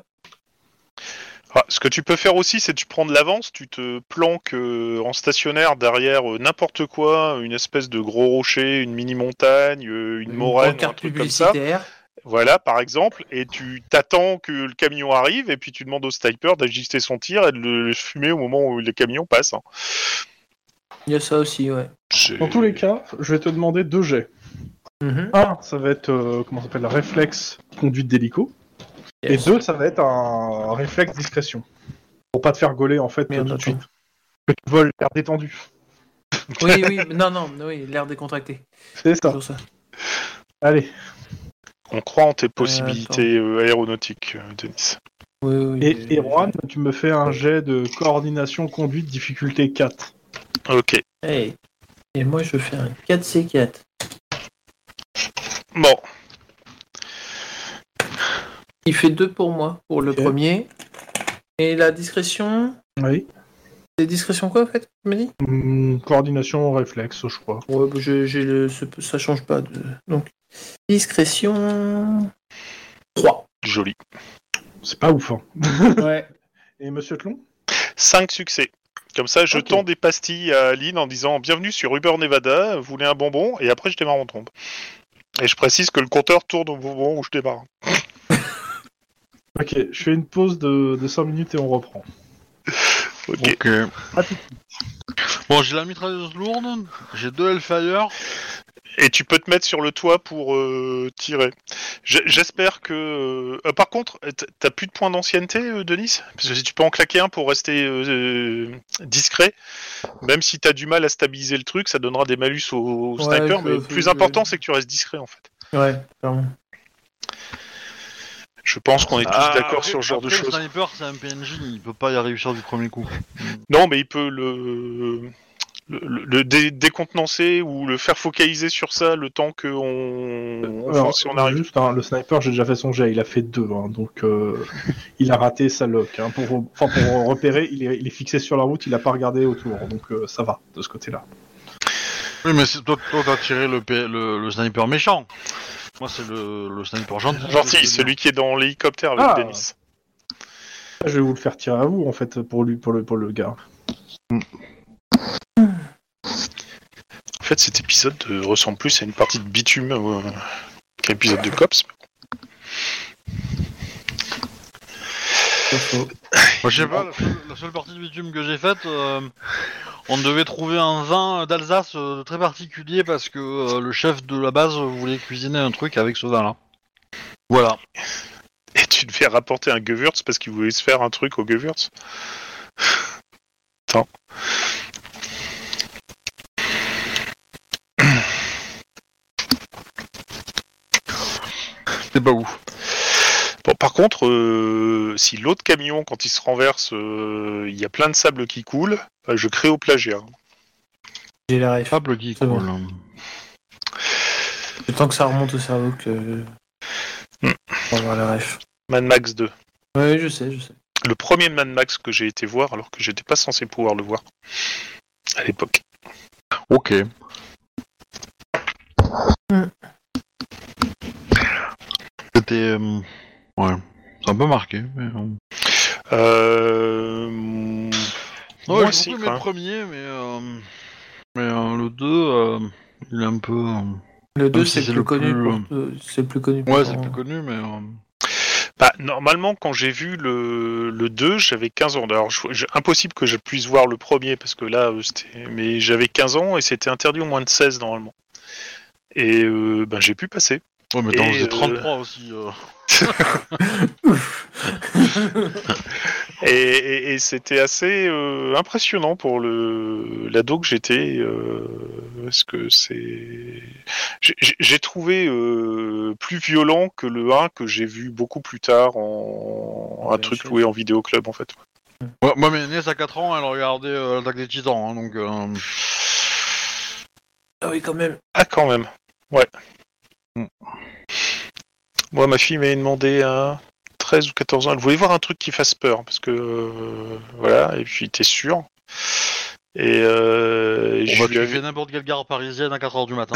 [SPEAKER 3] Ah, ce que tu peux faire aussi, c'est de prendre l'avance, tu te planques euh, en stationnaire derrière euh, n'importe quoi, une espèce de gros rocher, une mini-montagne, euh, une moraine, ou un
[SPEAKER 2] pancarte
[SPEAKER 3] truc comme ça.
[SPEAKER 2] publicitaire.
[SPEAKER 3] Voilà, par exemple, et tu t'attends que le camion arrive, et puis tu demandes au sniper d'ajuster son tir et de le, le fumer au moment où le camion passe. hein.
[SPEAKER 2] Il y a ça aussi, ouais.
[SPEAKER 3] C'est-
[SPEAKER 1] Dans tous les cas, je vais te demander deux jets.
[SPEAKER 2] Mhm.
[SPEAKER 1] Un, ça va être, euh, comment ça s'appelle, réflexe conduite d'hélico.
[SPEAKER 2] Yes.
[SPEAKER 1] Et deux, ça va être un, réflexe discrétion. Pour pas te faire gauler, en fait,
[SPEAKER 2] Merde,
[SPEAKER 1] tout de
[SPEAKER 2] attends.
[SPEAKER 1] suite. Que tu voles l'air détendu.
[SPEAKER 2] Oui, oui, mais non, non, oui, l'air décontracté.
[SPEAKER 1] C'est ça.
[SPEAKER 2] Toujours ça.
[SPEAKER 1] Allez.
[SPEAKER 3] On croit en tes possibilités euh, aéronautiques, euh, Denis.
[SPEAKER 2] Oui, oui, oui,
[SPEAKER 1] Et, et
[SPEAKER 2] oui.
[SPEAKER 1] Juan, tu me fais un jet de coordination conduite difficulté 4.
[SPEAKER 3] Ok.
[SPEAKER 2] Hey. Et moi, je fais un 4C4.
[SPEAKER 3] Bon,
[SPEAKER 2] Il fait deux pour moi, pour le
[SPEAKER 1] Ok.
[SPEAKER 2] premier. Et la discrétion.
[SPEAKER 1] Oui.
[SPEAKER 2] C'est discrétion quoi en fait Tu me dis
[SPEAKER 1] Hmm, coordination réflexe, je crois.
[SPEAKER 2] Ouais, bah, j'ai- j'ai le- ce- ça change pas. de- Donc, discrétion. 3.
[SPEAKER 3] joli.
[SPEAKER 1] C'est pas ouf. hein.
[SPEAKER 2] Ouais.
[SPEAKER 1] Et Monsieur Tlon
[SPEAKER 3] 5 succès. Comme ça, je
[SPEAKER 1] Ok.
[SPEAKER 3] tends des pastilles à Aline en disant Bienvenue sur Uber Nevada, vous voulez un bonbon Et après, je démarre en trompe. Et je précise que le compteur tourne au moment où je démarre.
[SPEAKER 1] Ok, je fais une pause de, 5 minutes et on reprend.
[SPEAKER 3] Ok.
[SPEAKER 4] Ok.
[SPEAKER 2] Ah,
[SPEAKER 4] Bon, j'ai la mitrailleuse lourde, j'ai deux Hellfire.
[SPEAKER 3] Et tu peux te mettre sur le toit pour euh, tirer. J- J'espère que. euh, par contre, t- t'as plus de points d'ancienneté, euh, Denis Parce que si tu peux en claquer un pour rester euh, euh, discret, même si t'as du mal à stabiliser le truc, ça donnera des malus au, au
[SPEAKER 2] Ouais,
[SPEAKER 3] sniper.
[SPEAKER 2] je-
[SPEAKER 3] Mais le
[SPEAKER 2] je-
[SPEAKER 3] plus
[SPEAKER 2] je-
[SPEAKER 3] important, c'est que tu restes discret, en fait.
[SPEAKER 2] Ouais, clairement.
[SPEAKER 3] Je pense qu'on est tous
[SPEAKER 4] Ah,
[SPEAKER 3] d'accord
[SPEAKER 4] après-
[SPEAKER 3] sur ce genre de
[SPEAKER 4] après,
[SPEAKER 3] choses.
[SPEAKER 4] Le sniper, c'est un PNJ, il peut pas y réussir du premier coup.
[SPEAKER 3] Non, mais il peut le, le, le dé- décontenancer ou le faire focaliser sur ça le temps qu'on on fonce si on arrive.
[SPEAKER 1] juste, hein, le sniper, j'ai déjà fait son jet, il a fait 2, donc euh, il a raté sa lock. hein, pour, enfin, pour repérer, il est, il est fixé sur la route, il a pas regardé autour, donc euh, ça va, de ce côté-là.
[SPEAKER 4] Oui, mais c'est toi, toi, t'as tiré le, P- le, le sniper méchant. Moi, c'est le, le sniper gentil.
[SPEAKER 3] Gentil, celui qui est dans l'hélicoptère avec
[SPEAKER 1] Ah.
[SPEAKER 3] Denis.
[SPEAKER 1] Je vais vous le faire tirer à vous, en fait, pour, lui, pour, le, pour le gars.
[SPEAKER 3] En fait, cet épisode euh, ressemble plus à une partie de bitume euh, qu'un épisode de Cops.
[SPEAKER 4] Moi, je sais pas, la seule, la seule partie de bitume que j'ai faite, euh, on devait trouver un vin d'Alsace euh, très particulier parce que euh, le chef de la base voulait cuisiner un truc avec ce vin-là. Voilà.
[SPEAKER 3] Et tu devais rapporter un Gewürz parce qu'il voulait se faire un truc au Gewürz. Attends.
[SPEAKER 4] C'était pas ouf.
[SPEAKER 3] Bon, par contre, euh, si l'autre camion, quand il se renverse, euh, il y a plein de sable qui coule, euh, je crée au plagiat.
[SPEAKER 2] J'ai la ref.
[SPEAKER 4] Fable qui
[SPEAKER 2] C'est bon.
[SPEAKER 4] coule.
[SPEAKER 2] Le temps que ça remonte au cerveau que.
[SPEAKER 3] Hmm.
[SPEAKER 2] On va voir la ref.
[SPEAKER 3] Mad Max 2.
[SPEAKER 2] Oui, je sais, je sais.
[SPEAKER 3] Le premier Mad Max que j'ai été voir alors que j'étais pas censé pouvoir le voir à l'époque.
[SPEAKER 4] Ok.
[SPEAKER 2] Mm.
[SPEAKER 4] C'était. euh, ouais. C'est un peu marqué. Mais, euh,
[SPEAKER 3] Euh...
[SPEAKER 4] Non,
[SPEAKER 3] moi
[SPEAKER 4] j'ai
[SPEAKER 3] aussi,
[SPEAKER 4] beaucoup aimé
[SPEAKER 3] quoi.
[SPEAKER 4] hein. le premier, mais. euh, Mais euh, le 2, 2, euh, il est un peu. euh,
[SPEAKER 2] Le 2,
[SPEAKER 4] si
[SPEAKER 2] c'est
[SPEAKER 4] c'est
[SPEAKER 2] le plus
[SPEAKER 4] le
[SPEAKER 2] connu.
[SPEAKER 4] plus,
[SPEAKER 2] pour- euh, C'est le plus connu.
[SPEAKER 4] Ouais,
[SPEAKER 2] pour-
[SPEAKER 4] c'est plus connu, mais. euh,
[SPEAKER 3] Bah, normalement, quand j'ai vu le, le 2, j'avais 15 ans. Alors, je- je- impossible que je puisse voir le premier parce que là, euh, c'était. Mais j'avais 15 ans et c'était interdit au moins de 16 normalement. Et euh, ben, j'ai pu passer.
[SPEAKER 4] Ouais, mais t'en
[SPEAKER 3] Et,
[SPEAKER 4] faisais
[SPEAKER 3] euh,
[SPEAKER 4] 33 aussi. euh.
[SPEAKER 3] Et, et- et c'était assez euh, impressionnant pour le l'ado que j'étais. euh, parce que c'est. j'ai- j'ai- J'ai trouvé euh, plus violent que le 1 que j'ai vu beaucoup plus tard en.
[SPEAKER 2] En
[SPEAKER 3] un truc
[SPEAKER 2] VHS.
[SPEAKER 3] loué en vidéoclub en fait.
[SPEAKER 4] Ouais, moi, mes nièces à 4 ans, elles regardaient euh, l'attaque des titans, hein, donc. euh,
[SPEAKER 2] Ah oui, quand même.
[SPEAKER 3] Ah, quand même. Ouais.
[SPEAKER 4] Mm.
[SPEAKER 3] Moi, ma fille m'avait demandé à 13 ou 14 ans, elle voulait voir un truc qui fasse peur, parce que euh, voilà, et puis t'es sûr. Et euh,
[SPEAKER 4] On
[SPEAKER 3] je
[SPEAKER 4] va
[SPEAKER 3] lui
[SPEAKER 4] tuer
[SPEAKER 3] avais-
[SPEAKER 4] n'importe quelle gare parisienne à 4h du matin.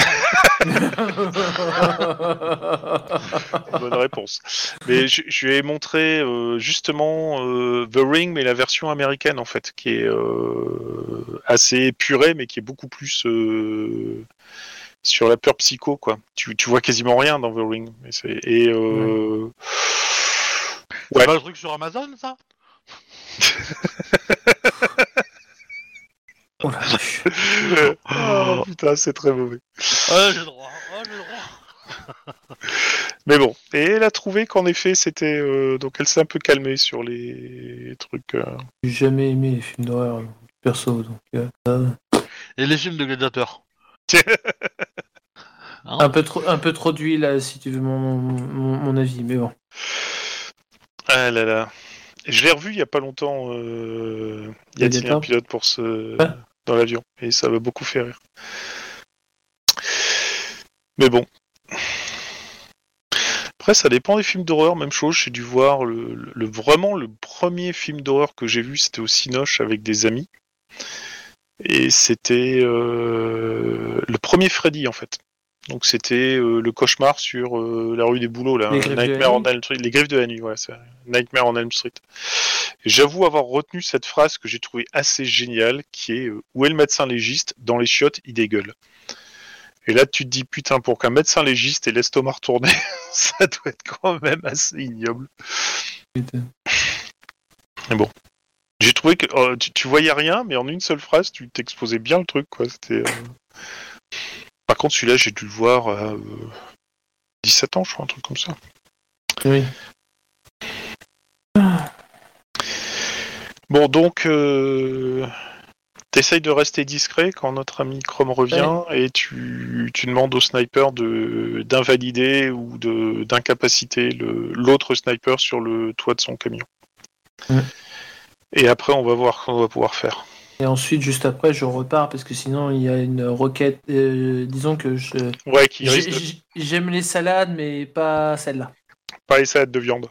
[SPEAKER 3] bonne réponse. Mais je, je lui ai montré euh, justement euh, The Ring, mais la version américaine en fait, qui est euh, assez épurée, mais qui est beaucoup plus euh, sur la peur psycho quoi. Tu, tu vois quasiment rien dans The Ring. mais c'est- Et euh,
[SPEAKER 4] C'est
[SPEAKER 3] Ouais.
[SPEAKER 4] pas le truc sur Amazon, ça
[SPEAKER 2] Oh la vache.
[SPEAKER 3] oh, putain, c'est très mauvais.
[SPEAKER 4] Ah, j'ai le droit. Ah, j'ai le droit.
[SPEAKER 3] Mais bon, et elle a trouvé qu'en effet, c'était euh, donc elle s'est un peu calmée sur les trucs. euh.
[SPEAKER 2] J'ai jamais aimé les films d'horreur, perso. Donc, euh,
[SPEAKER 4] Et les films de gladiateurs Hein
[SPEAKER 2] un, peu trop, un peu trop d'huile, là, si tu veux mon, mon, mon avis, mais bon.
[SPEAKER 3] Ah là là. Je l'ai revu il y a pas longtemps. euh, Y a-t-il un
[SPEAKER 2] Gladiator
[SPEAKER 3] pilote pour ce
[SPEAKER 2] Ouais.
[SPEAKER 3] dans l'avion Et ça m'a beaucoup fait rire. Mais bon. Après, ça dépend des films d'horreur. Même chose, j'ai dû voir le, le- le- vraiment le premier film d'horreur que j'ai vu, c'était au Cinoche avec des amis. Et c'était euh, le premier Freddy en fait. Donc c'était euh, le cauchemar sur euh, la rue des Boulots là,
[SPEAKER 2] Les griffes de la
[SPEAKER 3] Nightmare
[SPEAKER 2] nuit.
[SPEAKER 3] on Elm Street, les griffes de la nuit, voilà, c'est Nightmare on Elm Street. Et J'avoue avoir retenu cette phrase que j'ai trouvée assez géniale, qui est euh, où est le médecin légiste Dans les chiottes, il dégueule. Et là, tu te dis putain, pour qu'un médecin légiste ait l'estomac retourné, ça doit être quand même assez ignoble. J'ai trouvé que euh, tu, tu voyais rien, mais en une seule phrase, tu t'exposais bien le truc, quoi. C'était. euh, Par contre, celui-là, j'ai dû le voir à euh, 17 ans, je crois, un truc comme ça.
[SPEAKER 2] Oui.
[SPEAKER 3] Bon, donc, euh, t'essayes de rester discret quand notre ami Chrome revient et tu, tu demandes au sniper de d'invalider ou de d'incapaciter le- l'autre sniper sur le toit de son camion.
[SPEAKER 2] Ouais.
[SPEAKER 3] Et après, on va voir ce qu'on va pouvoir faire.
[SPEAKER 2] Et ensuite, juste après, je repars parce que sinon, il y a une requête. euh, disons que je.
[SPEAKER 3] Ouais, qui risque
[SPEAKER 2] j'ai-
[SPEAKER 3] de
[SPEAKER 2] j'ai- J'aime les salades, mais pas celle-là.
[SPEAKER 3] pas les salades de viande.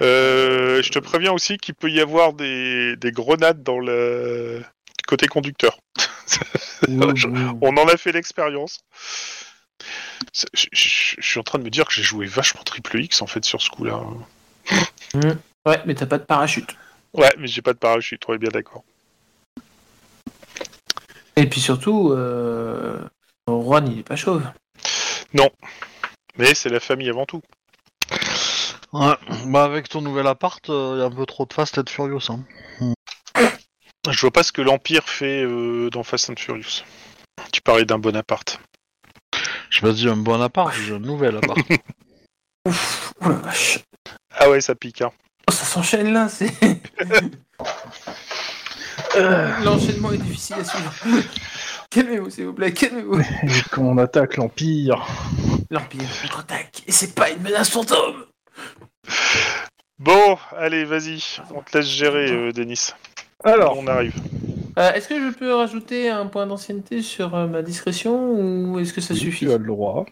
[SPEAKER 3] Euh, je te préviens aussi qu'il peut y avoir des, des grenades dans le côté conducteur. Je- On en a fait l'expérience. C'est- Je, je- je suis en train de me dire que j'ai joué vachement triple X en fait sur ce coup-là.
[SPEAKER 2] Ouais, mais t'as pas de parachute.
[SPEAKER 3] Ouais, mais j'ai pas de parachute, on est bien d'accord.
[SPEAKER 2] Et puis surtout, euh... Juan, il est pas chauve.
[SPEAKER 3] Mais c'est la famille avant tout.
[SPEAKER 4] Ouais, bah avec ton nouvel appart, euh, il y a un peu trop de fast et de furious. Hein.
[SPEAKER 3] Je vois pas ce que l'Empire fait euh, dans Fast and Furious. Tu parlais d'un bon appart.
[SPEAKER 4] J'ai pas dit un bon appart, j'ai dit un nouvel appart.
[SPEAKER 2] Oh la vache.
[SPEAKER 3] Ah ouais, ça pique. Hein.
[SPEAKER 2] Oh, ça s'enchaîne là, c'est. Euh, L'enchaînement est difficile à suivre. calmez-vous, s'il vous plaît, calmez-vous.
[SPEAKER 1] Et quand on attaque l'Empire.
[SPEAKER 2] L'Empire contre-attaque, et c'est pas une menace fantôme
[SPEAKER 3] Bon, allez, vas-y, on te laisse gérer, euh, Denis.
[SPEAKER 1] Alors,
[SPEAKER 3] on arrive.
[SPEAKER 2] Euh, Est-ce que je peux rajouter un point d'ancienneté sur euh, ma discrétion ou est-ce que ça suffit
[SPEAKER 1] tu as le droit.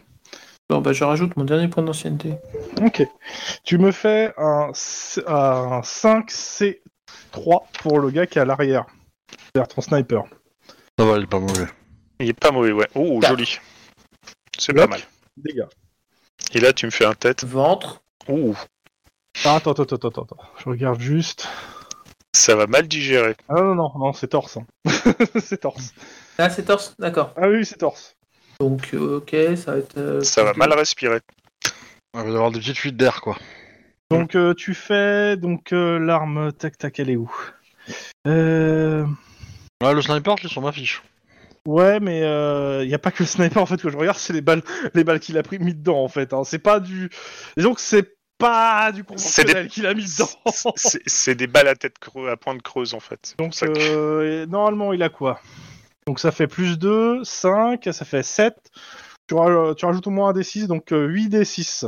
[SPEAKER 2] Bon, bah je rajoute mon dernier point d'ancienneté.
[SPEAKER 1] Ok. Tu me fais un, C- un 5C3 pour le gars qui est à l'arrière. Vers ton sniper.
[SPEAKER 4] Ça va, il est pas mauvais.
[SPEAKER 3] Il est pas mauvais, ouais. Oh,
[SPEAKER 1] Bah.
[SPEAKER 2] Quatre.
[SPEAKER 3] joli. C'est
[SPEAKER 1] Bloc.
[SPEAKER 3] pas mal.
[SPEAKER 1] Dégâts.
[SPEAKER 3] Et là, tu me fais un tête.
[SPEAKER 2] Ventre.
[SPEAKER 3] Ouh,
[SPEAKER 1] Ah, attends, attends, attends, attends, attends. Je regarde juste.
[SPEAKER 3] ça va mal digérer.
[SPEAKER 1] Ah non, non, non, c'est torse. hein. c'est torse.
[SPEAKER 2] Ah, c'est torse, d'accord.
[SPEAKER 1] Ah oui, c'est torse.
[SPEAKER 2] Donc, euh, ok, ça va être. euh,
[SPEAKER 3] Ça va mal respirer.
[SPEAKER 4] Il va y avoir des petites fuites d'air, quoi.
[SPEAKER 1] Donc euh, tu fais donc euh, l'arme tac tac elle est où euh...
[SPEAKER 4] Ouais, le sniper, c'est sur ma fiche.
[SPEAKER 1] Ouais mais il y a pas que le sniper en fait que je regarde c'est les balles les balles qu'il a pris mis dedans en fait hein. c'est pas du disons que c'est pas du conventionnel qu'il a mis dedans
[SPEAKER 3] C'est c'est des balles à tête creux, à pointe creuse en fait.
[SPEAKER 1] donc
[SPEAKER 3] ça-
[SPEAKER 1] euh, et normalement il a quoi donc ça fait plus 2 5 ça fait 7 tu, raj- tu rajoutes au moins un D6 donc euh, 8 D6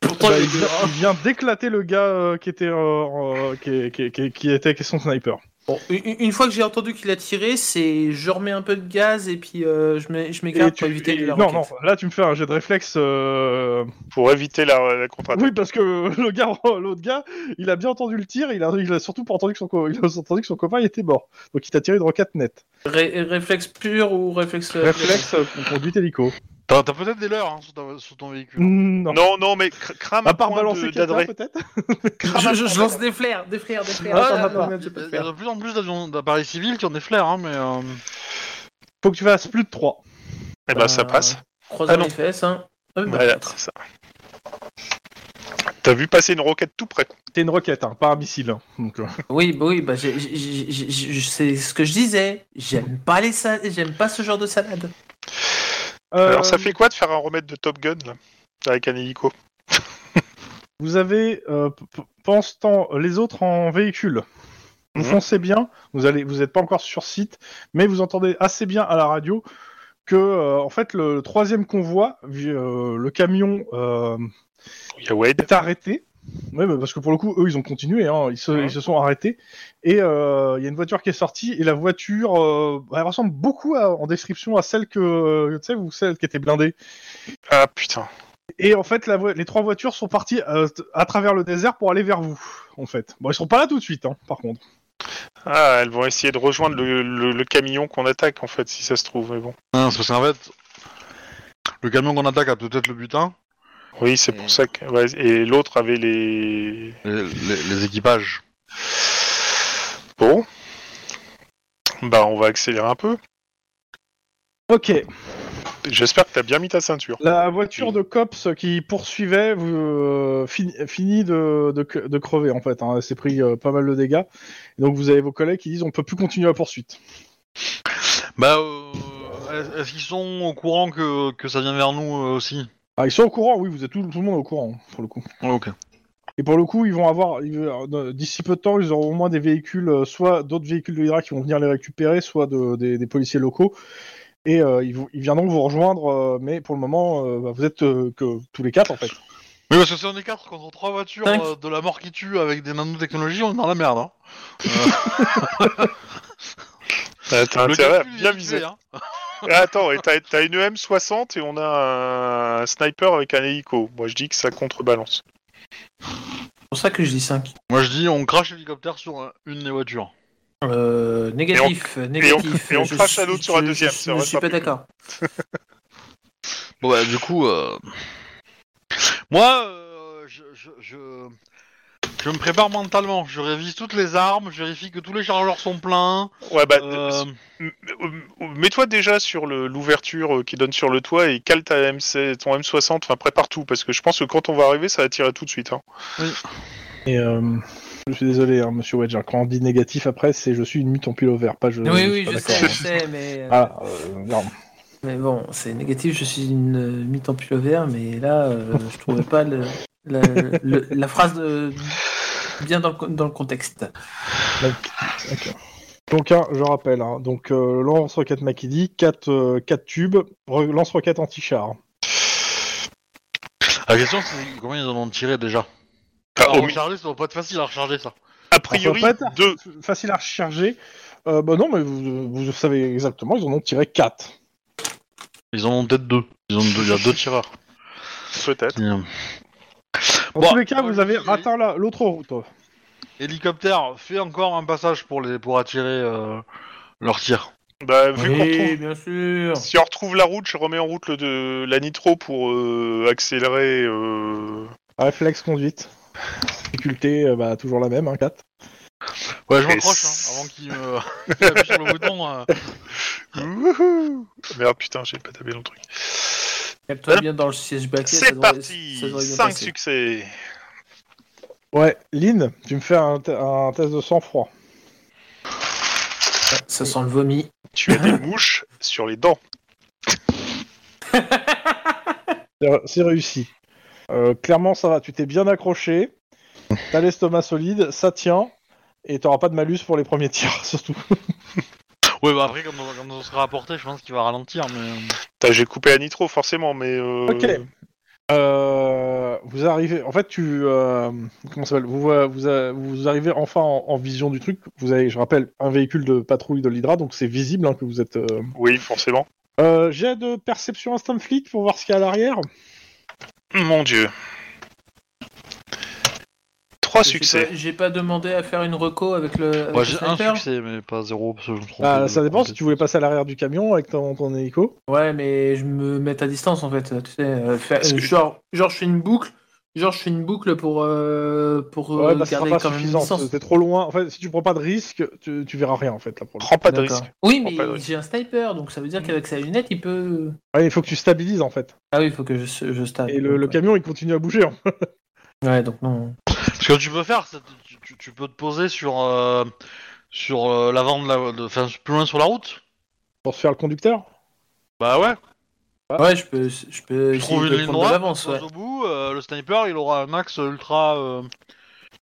[SPEAKER 2] Pourtant,
[SPEAKER 1] Bah, il,
[SPEAKER 2] il est
[SPEAKER 1] vient,
[SPEAKER 2] dehors.
[SPEAKER 1] il vient d'éclater le gars euh, qui était euh, en- qui, qui- qui- qui était qui est son sniper
[SPEAKER 2] Bon, u- u- une fois que j'ai entendu qu'il a tiré, c'est je remets un peu de gaz et puis euh, je m'é- je
[SPEAKER 1] Et
[SPEAKER 2] m'écarte
[SPEAKER 1] tu-
[SPEAKER 2] pour éviter
[SPEAKER 1] et-
[SPEAKER 2] la
[SPEAKER 1] non, non,
[SPEAKER 2] roquette.
[SPEAKER 1] là tu me fais un jet de réflexe. euh,
[SPEAKER 3] Pour éviter la, la contre-attaque.
[SPEAKER 1] Oui, parce que le gars, l'autre gars, il a bien entendu le tir, il a, il a surtout pas entendu que son, co- il a entendu que son copain il était mort. Donc il t'a tiré une roquette nette.
[SPEAKER 2] Ré- réflexe pur ou réflexe. euh,
[SPEAKER 1] réflexe euh, con- conduite hélico.
[SPEAKER 4] T'as t'as peut-être des leurs hein, sur, ta- sur ton véhicule.
[SPEAKER 1] Non.
[SPEAKER 3] Non, non, mais cr- crame un
[SPEAKER 1] À part
[SPEAKER 3] point de-
[SPEAKER 1] balancer
[SPEAKER 3] d'adresse.
[SPEAKER 1] quelqu'un peut-être
[SPEAKER 2] Je, je- je lance des flares, des flares, des flares.
[SPEAKER 1] Ah,
[SPEAKER 2] Attends,
[SPEAKER 1] ah,
[SPEAKER 2] attends,
[SPEAKER 1] ah,
[SPEAKER 2] combien je peux
[SPEAKER 4] Il y a
[SPEAKER 2] faire
[SPEAKER 4] de plus en plus d'avions- d'appareils civils qui ont des flares, hein, mais. euh,
[SPEAKER 1] Faut que tu fasses plus de 3.
[SPEAKER 3] Eh ben ça passe.
[SPEAKER 2] Croisons
[SPEAKER 3] Ah, non.
[SPEAKER 2] euh, les fesses, hein. Ah, oui, bah,
[SPEAKER 3] Voilà, c'est ça. T'as vu passer une roquette tout près.
[SPEAKER 1] T'es une roquette, hein, pas un missile. hein. Donc, euh,
[SPEAKER 2] Oui, bah oui, bah j'ai- j'ai- j'ai- j'ai- c'est ce que je disais. J'aime pas les sa- j'aime pas ce genre de salade.
[SPEAKER 3] Alors ça
[SPEAKER 1] euh,
[SPEAKER 3] fait quoi de faire un remède de Top Gun là avec un hélico
[SPEAKER 1] Vous avez, euh, p- p- pense tant les autres en véhicule. Vous
[SPEAKER 3] Mhm.
[SPEAKER 1] foncez bien, vous allez, vous n'êtes pas encore sur site, mais vous entendez assez bien à la radio que, euh, en fait, le, troisième convoi, vu, euh, le camion euh,
[SPEAKER 3] Il y a Wade.
[SPEAKER 1] est arrêté. Oui, bah, parce que pour le coup, eux, ils ont continué, hein, ils, se,
[SPEAKER 3] Mhm.
[SPEAKER 1] ils se sont arrêtés. Et euh, il y a une voiture qui est sortie, et la voiture, euh, elle ressemble beaucoup à- en description à celle que, euh, tu sais, vous, celle qui était blindée.
[SPEAKER 3] Ah putain.
[SPEAKER 1] Et en fait, la vo- les trois voitures sont parties euh, t- à travers le désert pour aller vers vous, en fait. Bon, ils seront pas là tout de suite, hein, par contre.
[SPEAKER 3] Ah, elles vont essayer de rejoindre le, le- le camion qu'on attaque en fait, si ça se trouve. Mais bon.
[SPEAKER 4] hein, parce qu'en fait, le camion qu'on attaque a peut-être le butin,
[SPEAKER 3] Oui, c'est pour ça que. ouais, et l'autre avait les.
[SPEAKER 4] les, les- les équipages.
[SPEAKER 3] Bon. Bah, on va accélérer un peu.
[SPEAKER 1] Ok,
[SPEAKER 3] J'espère que t'as bien mis ta ceinture.
[SPEAKER 1] la voiture de cops qui poursuivait vous, euh, fin- finit de, de c- de crever, en fait. Hein. Elle s'est pris euh, pas mal de dégâts. Et donc, vous avez vos collègues qui disent on peut plus continuer la poursuite.
[SPEAKER 4] Bah, euh, est- est-ce qu'ils sont au courant que, que ça vient vers nous euh, aussi
[SPEAKER 1] Ah, ils sont au courant, oui, vous êtes tout, tout le monde au courant, hein, pour le coup.
[SPEAKER 4] Ouais, Ok.
[SPEAKER 1] Et pour le coup, ils vont avoir, ils- euh, d'ici peu de temps, ils auront au moins des véhicules, euh, soit d'autres véhicules de l'Irak qui vont venir les récupérer, soit de- des, des policiers locaux. Et euh, ils, vont- ils viendront vous rejoindre, euh, mais pour le moment, euh, bah, vous êtes euh, que tous les quatre en fait.
[SPEAKER 4] Mais parce que si on est quatre contre trois voitures
[SPEAKER 2] Cinq.
[SPEAKER 4] euh, de la mort qui tue avec des nanotechnologies, on est dans la merde. Hein.
[SPEAKER 3] Ah, T'as
[SPEAKER 4] Le
[SPEAKER 3] intérêt à
[SPEAKER 4] calcul est
[SPEAKER 3] bien
[SPEAKER 4] vite
[SPEAKER 3] viser.
[SPEAKER 4] fait, hein.
[SPEAKER 3] Ah, attends, et t'as t'as une M60 et on a un sniper avec un hélico. Moi, je dis que ça contrebalance.
[SPEAKER 2] C'est pour ça que je dis 5.
[SPEAKER 4] Moi je dis, on crache l'hélicoptère sur euh, une des voitures.
[SPEAKER 2] Euh, négatif, négatif.
[SPEAKER 3] et on
[SPEAKER 2] Je
[SPEAKER 3] crache
[SPEAKER 2] suis-
[SPEAKER 3] à l'autre sur la
[SPEAKER 2] je-
[SPEAKER 3] deuxième,
[SPEAKER 2] Je,
[SPEAKER 3] ça
[SPEAKER 2] je
[SPEAKER 3] reste
[SPEAKER 2] suis
[SPEAKER 3] un
[SPEAKER 2] pas
[SPEAKER 3] peu
[SPEAKER 2] d'accord.
[SPEAKER 4] Bon bah du coup, euh, moi euh, je, je, je- je me prépare mentalement. Je révise toutes les armes, je vérifie que tous les chargeurs sont pleins.
[SPEAKER 3] Ouais, bah,
[SPEAKER 4] euh,
[SPEAKER 3] M- m- Mets-toi déjà sur le- l'ouverture euh, qui donne sur le toit et cale ta MC, ton M60, enfin prépare tout, parce que je pense que quand on va arriver, ça va tirer tout de suite. hein.
[SPEAKER 1] Et euh, je suis désolé, hein, Monsieur Wedge, hein, quand on dit négatif après, c'est je suis une mute en pull vert, pas je.
[SPEAKER 2] oui,
[SPEAKER 1] suis
[SPEAKER 2] oui,
[SPEAKER 1] pas
[SPEAKER 2] je
[SPEAKER 1] d'accord,
[SPEAKER 2] sais, je
[SPEAKER 1] hein.
[SPEAKER 2] sais, mais. euh,
[SPEAKER 1] Ah, euh, non.
[SPEAKER 2] Mais bon, c'est négatif, je suis une euh, mythe en pullover, mais là, euh, je trouvais pas le, la, le- la phrase de- bien dans le, co- dans le contexte.
[SPEAKER 1] Donc, hein, je rappelle, hein, donc euh, lance-roquette Makidi, 4 euh, tubes, re- lance-roquette anti-char.
[SPEAKER 4] La question c'est combien ils en ont tiré déjà
[SPEAKER 3] Enfin,
[SPEAKER 4] Alors,
[SPEAKER 3] Ah, au mi-
[SPEAKER 4] recharger, ça doit pas être facile à recharger ça.
[SPEAKER 3] a priori,
[SPEAKER 1] Alors, ça va
[SPEAKER 3] deux.
[SPEAKER 1] facile à recharger. Euh, bah non, mais vous, vous savez exactement, ils en ont tiré 4.
[SPEAKER 4] Ils en ont peut-être deux. Ils ont deux, il y a deux tireurs.
[SPEAKER 3] peut-être.
[SPEAKER 4] Euh,
[SPEAKER 1] En
[SPEAKER 4] Bon,
[SPEAKER 1] tous les cas,
[SPEAKER 4] moi,
[SPEAKER 1] vous
[SPEAKER 4] je
[SPEAKER 1] avez
[SPEAKER 4] suis-
[SPEAKER 1] atteint la- l'autre route.
[SPEAKER 4] Hélicoptère fait encore un passage pour les pour attirer euh, leur tir.
[SPEAKER 3] Bah, vu qu'on retrouve-
[SPEAKER 2] bien sûr.
[SPEAKER 3] Si on retrouve la route, je remets en route le de, la nitro pour euh, accélérer. euh,
[SPEAKER 1] Réflexe conduite. Difficulté, euh, bah, toujours la même, hein, 4.
[SPEAKER 4] Ouais, je
[SPEAKER 3] Et
[SPEAKER 4] m'accroche
[SPEAKER 3] c'est-
[SPEAKER 4] hein, avant qu'il me- qu'il appuie sur le bouton. euh.
[SPEAKER 3] Wouhou Merde, ah, putain, j'ai pas tapé dans le truc.
[SPEAKER 2] Calme-toi bien dans le siège baquet. ça
[SPEAKER 3] C'est
[SPEAKER 2] devrait-
[SPEAKER 3] parti
[SPEAKER 2] ça devrait bien
[SPEAKER 3] 5
[SPEAKER 2] passer.
[SPEAKER 3] succès
[SPEAKER 1] Ouais, Lynn, tu me fais un, te- un test de sang-froid.
[SPEAKER 2] Ça sent le vomi.
[SPEAKER 3] Tu as des mouches sur les dents.
[SPEAKER 1] C'est ré- C'est réussi. Euh, clairement, ça va. Tu t'es bien accroché. T'as l'estomac solide, ça tient. Et t'auras pas de malus pour les premiers tirs, surtout.
[SPEAKER 4] Ouais, bah après, quand on, quand on sera apporté, je pense qu'il va ralentir. Mais... euh,
[SPEAKER 3] Putain, J'ai coupé à nitro, forcément, mais... euh,
[SPEAKER 1] Ok. Euh, vous arrivez. En fait, tu. euh, comment ça s'appelle vous, euh, vous, euh, vous arrivez enfin en, en vision du truc. Vous avez, je rappelle, un véhicule de patrouille de l'Hydra, donc c'est visible hein, que vous êtes. euh,
[SPEAKER 3] Oui, forcément.
[SPEAKER 1] Euh, J'ai de perception instant flic pour voir ce qu'il y a à l'arrière.
[SPEAKER 3] Mon dieu. 3
[SPEAKER 2] J'ai
[SPEAKER 3] succès.
[SPEAKER 2] pas- J'ai pas demandé à faire une reco avec le, avec
[SPEAKER 4] Ouais,
[SPEAKER 2] le
[SPEAKER 4] j'ai un
[SPEAKER 2] sniper.
[SPEAKER 4] succès, mais pas zéro, parce que je me trompe.
[SPEAKER 1] Ah, ça dépend si tu voulais passer à l'arrière du camion avec ton, ton hélico.
[SPEAKER 2] Ouais, mais je me mets à distance en fait. Tu sais, euh, faire-
[SPEAKER 3] Parce
[SPEAKER 2] euh,
[SPEAKER 3] que-
[SPEAKER 2] genre, genre, je fais une boucle. Genre, je fais une boucle pour, euh, pour euh,
[SPEAKER 1] Ouais, bah, ça
[SPEAKER 2] garder
[SPEAKER 1] sera pas
[SPEAKER 2] quand même une
[SPEAKER 1] suffisant.
[SPEAKER 2] distance.
[SPEAKER 1] T'es trop loin. En fait, si tu prends pas de risque, tu, tu verras rien en fait là pour le coup.
[SPEAKER 3] Prends pas de
[SPEAKER 2] D'accord.
[SPEAKER 3] risque.
[SPEAKER 2] Oui,
[SPEAKER 3] Prends pas de
[SPEAKER 2] mais
[SPEAKER 3] risque.
[SPEAKER 2] j'ai un sniper, donc ça veut dire qu'avec sa lunette, il peut.
[SPEAKER 1] Ouais, il faut que tu stabilises en fait.
[SPEAKER 2] Ah oui, il faut que je, je stab.
[SPEAKER 1] Et le, le
[SPEAKER 2] Ouais.
[SPEAKER 1] camion il continue à bouger. hein.
[SPEAKER 2] Ouais, donc non.
[SPEAKER 4] Ce que tu peux faire, c'est tu, tu- tu peux te poser sur, euh, sur euh, l'avant de la. de- Enfin, plus loin sur la route
[SPEAKER 1] Pour se faire le conducteur.
[SPEAKER 4] Bah ouais,
[SPEAKER 2] Ouais, je peux, je peux
[SPEAKER 4] tu trouves une
[SPEAKER 2] essayer de
[SPEAKER 4] ligne
[SPEAKER 2] prendre de
[SPEAKER 4] droite,
[SPEAKER 2] l'avance.
[SPEAKER 4] tu poses
[SPEAKER 2] Ouais.
[SPEAKER 4] au bout, euh, le sniper il aura un axe ultra. euh,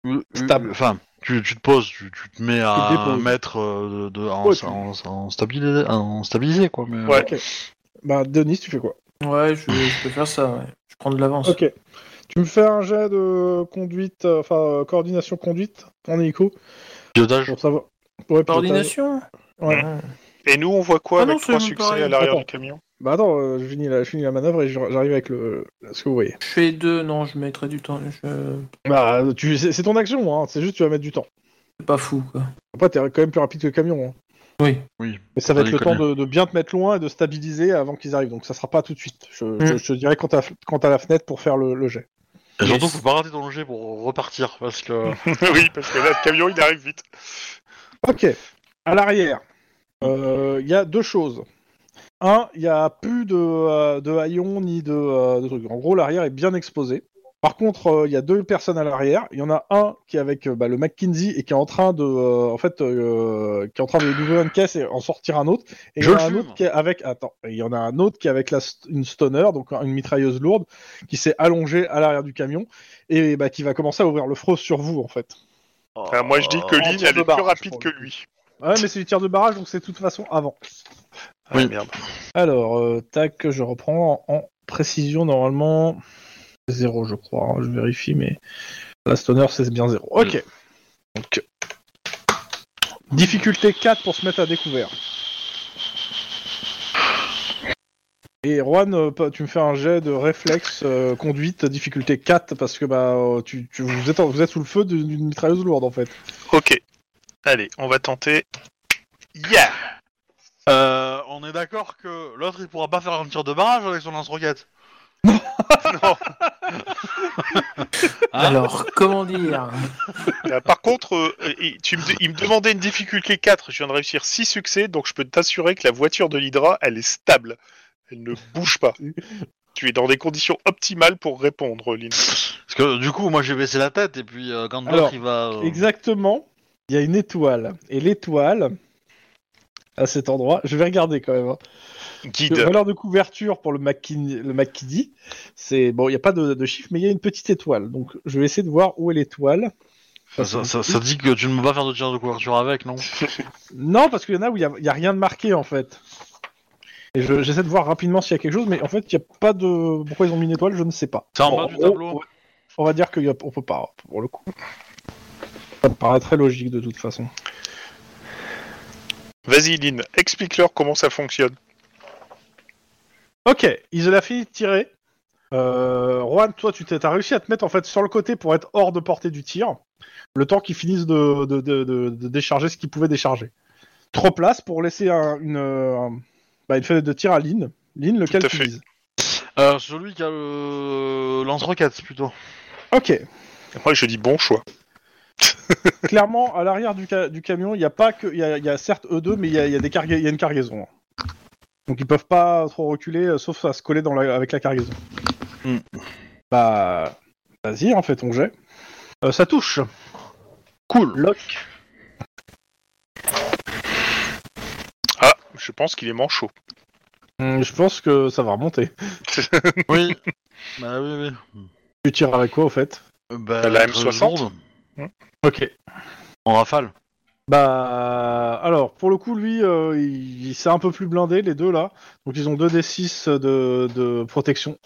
[SPEAKER 4] u- u-
[SPEAKER 1] Stable.
[SPEAKER 4] Enfin, tu, tu te poses, tu, tu te mets à
[SPEAKER 1] Tu te déposes.
[SPEAKER 4] un mètre euh, de, de- en,
[SPEAKER 1] Ouais, tu-
[SPEAKER 4] en- en stabilisé, en stabilisé, quoi. Mais... euh,
[SPEAKER 3] Ouais.
[SPEAKER 1] Ok. Bah Denis, tu fais quoi
[SPEAKER 2] Ouais, je, je peux faire ça. ouais. Je prends de l'avance.
[SPEAKER 1] Ok. Tu me fais un jet de conduite, euh, enfin euh, coordination conduite en hélico
[SPEAKER 4] Pilotage.
[SPEAKER 1] pour savoir. Ouais, pilotage.
[SPEAKER 2] Coordination
[SPEAKER 1] Ouais.
[SPEAKER 2] Ouais.
[SPEAKER 3] Et nous, on voit quoi
[SPEAKER 2] Ah
[SPEAKER 3] avec
[SPEAKER 2] non, c'est
[SPEAKER 3] 3
[SPEAKER 2] même
[SPEAKER 3] succès
[SPEAKER 2] pareil.
[SPEAKER 3] à l'arrière
[SPEAKER 1] Attends.
[SPEAKER 3] du camion
[SPEAKER 1] Bah attends, euh, je finis la, je finis la manœuvre et je- j'arrive avec le ce que vous voyez.
[SPEAKER 2] Je fais deux, non, je mettrais du temps. Je...
[SPEAKER 1] Bah tu, c'est c'est ton action, hein. C'est juste tu vas mettre du temps.
[SPEAKER 2] C'est pas fou, quoi.
[SPEAKER 1] Après t'es quand même plus rapide que le camion. hein.
[SPEAKER 2] Oui.
[SPEAKER 4] Oui.
[SPEAKER 1] Mais ça va
[SPEAKER 4] Pas
[SPEAKER 1] être le temps
[SPEAKER 4] déconner.
[SPEAKER 1] de, de bien te mettre loin et de stabiliser avant qu'ils arrivent. Donc ça sera pas tout de suite. Je, je-
[SPEAKER 2] Mm.
[SPEAKER 1] je te dirai quand t'as quand t'as la fenêtre pour faire le, le jet.
[SPEAKER 4] Et surtout,
[SPEAKER 2] Yes.
[SPEAKER 4] faut pas rater ton jet pour repartir, parce que.
[SPEAKER 3] Oui, parce que là, le camion, il arrive vite.
[SPEAKER 1] Ok. À l'arrière, euh, il y a deux choses. Un, il n'y a plus de, euh, de haillons ni de, euh, de trucs. En gros, l'arrière est bien exposé. Par contre, euh, il y a deux personnes à l'arrière. Il y en a un qui est avec euh, bah, le McKinsey et qui est en train de, euh, en fait, euh, qui est en train de d'ouvrir une caisse et en sortir un autre. Et il y
[SPEAKER 4] Je
[SPEAKER 1] en a
[SPEAKER 4] le
[SPEAKER 1] un
[SPEAKER 4] fume.
[SPEAKER 1] autre qui est avec, attends, il y en a un autre qui est avec la st- une stoner, donc une mitrailleuse lourde, qui s'est allongée à l'arrière du camion et bah, qui va commencer à ouvrir le froc sur vous, en fait.
[SPEAKER 3] Enfin, Ah, moi, je dis que
[SPEAKER 1] en
[SPEAKER 3] Lynn,
[SPEAKER 1] tir
[SPEAKER 3] elle
[SPEAKER 1] de
[SPEAKER 3] est
[SPEAKER 1] barre,
[SPEAKER 3] plus
[SPEAKER 1] je
[SPEAKER 3] rapide
[SPEAKER 1] crois.
[SPEAKER 3] que lui.
[SPEAKER 1] Ouais, Ah, mais c'est du tir de barrage, donc c'est de toute façon avant.
[SPEAKER 3] Ah,
[SPEAKER 4] Oui.
[SPEAKER 3] merde.
[SPEAKER 1] Alors, euh, tac, je reprends en, en précision normalement. c'est Zéro, je crois. hein, je vérifie, mais la stoner, c'est bien zéro. Ok. Donc, difficulté 4 pour se mettre à découvert. Et Juan, euh, pa- tu me fais un jet de réflexe euh, conduite difficulté 4 parce que bah euh, tu, tu- vous êtes en- vous êtes sous le feu d'une d'une mitrailleuse lourde en fait.
[SPEAKER 3] Ok. Allez, on va tenter. Yeah
[SPEAKER 4] Euh, on est d'accord que l'autre il pourra pas faire un tir de barrage avec son lance-roquette.
[SPEAKER 3] Non.
[SPEAKER 4] Hein
[SPEAKER 2] Alors, comment dire
[SPEAKER 3] Euh, Par contre, euh, il- tu me, il me demandait une difficulté 4. Je viens de réussir 6 succès, donc je peux t'assurer que la voiture de l'Hydra, elle est stable. Elle ne bouge pas. tu es dans des conditions optimales pour répondre, Lynn.
[SPEAKER 4] Parce que du coup, moi j'ai baissé la tête et puis euh, quand
[SPEAKER 1] Alors,
[SPEAKER 4] l'autre il va. euh,
[SPEAKER 1] Exactement. Il y a une étoile. Et l'étoile, à cet endroit, je vais regarder quand même. hein. Le
[SPEAKER 3] Guide.
[SPEAKER 1] valeur de couverture pour le McKinney, le McKinney, c'est bon, il n'y a pas de, de chiffre, mais il y a une petite étoile. Donc, je vais essayer de voir où est l'étoile.
[SPEAKER 4] Ça, ça- ça- ça dit que tu ne peux pas faire de tir de couverture avec, non
[SPEAKER 1] Non, parce qu'il y en a où il n'y a, rien de marqué en fait. Et je- j'essaie de voir rapidement s'il y a quelque chose, mais en fait, il n'y a pas de. Pourquoi ils ont mis une étoile Je ne sais pas.
[SPEAKER 4] C'est en
[SPEAKER 1] Bon,
[SPEAKER 4] bas du
[SPEAKER 1] on-
[SPEAKER 4] tableau.
[SPEAKER 1] On va dire qu'on ne peut pas, pour le coup. Ça me paraît très logique de toute façon.
[SPEAKER 3] Vas-y, Lynn, explique-leur comment ça fonctionne.
[SPEAKER 1] Ok, ils ont fini de tirer. Euh, Juan, toi, tu as réussi à te mettre en fait sur le côté pour être hors de portée du tir, le temps qu'ils finissent de, de- de- de- de décharger ce qu'ils pouvaient décharger. Trop place pour laisser un- une, euh, bah, une fenêtre de tir à Lynn. Lynn, lequel
[SPEAKER 3] à
[SPEAKER 1] tu
[SPEAKER 3] fait.
[SPEAKER 1] vises
[SPEAKER 4] Euh, celui qui a le lance-roquette plutôt.
[SPEAKER 1] Ok,
[SPEAKER 3] Moi, je dis bon choix.
[SPEAKER 1] clairement, à l'arrière du, ca- du camion, il n'y a pas que. Il y a, il y a certes eux deux, mais il y a, il y a des carga- il y a une cargaison. hein. Donc ils peuvent pas trop reculer, euh, sauf à se coller dans la- avec la cargaison.
[SPEAKER 4] Hmm.
[SPEAKER 1] Bah. Vas-y, en fait, ton jet. Euh, ça touche.
[SPEAKER 4] Cool.
[SPEAKER 1] Lock.
[SPEAKER 3] Ah, je pense qu'il est manchot.
[SPEAKER 1] Hmm, je pense que ça va remonter.
[SPEAKER 4] Oui. bah oui, oui.
[SPEAKER 1] Tu tires avec quoi, au fait
[SPEAKER 4] Euh, Bah,
[SPEAKER 3] La
[SPEAKER 4] très
[SPEAKER 3] M60.
[SPEAKER 4] lourde,
[SPEAKER 1] Ok.
[SPEAKER 4] En rafale.
[SPEAKER 1] Bah, alors, pour le coup, lui, euh, il, il s'est un peu plus blindé, les deux là. Donc, ils ont 2d6 de, de protection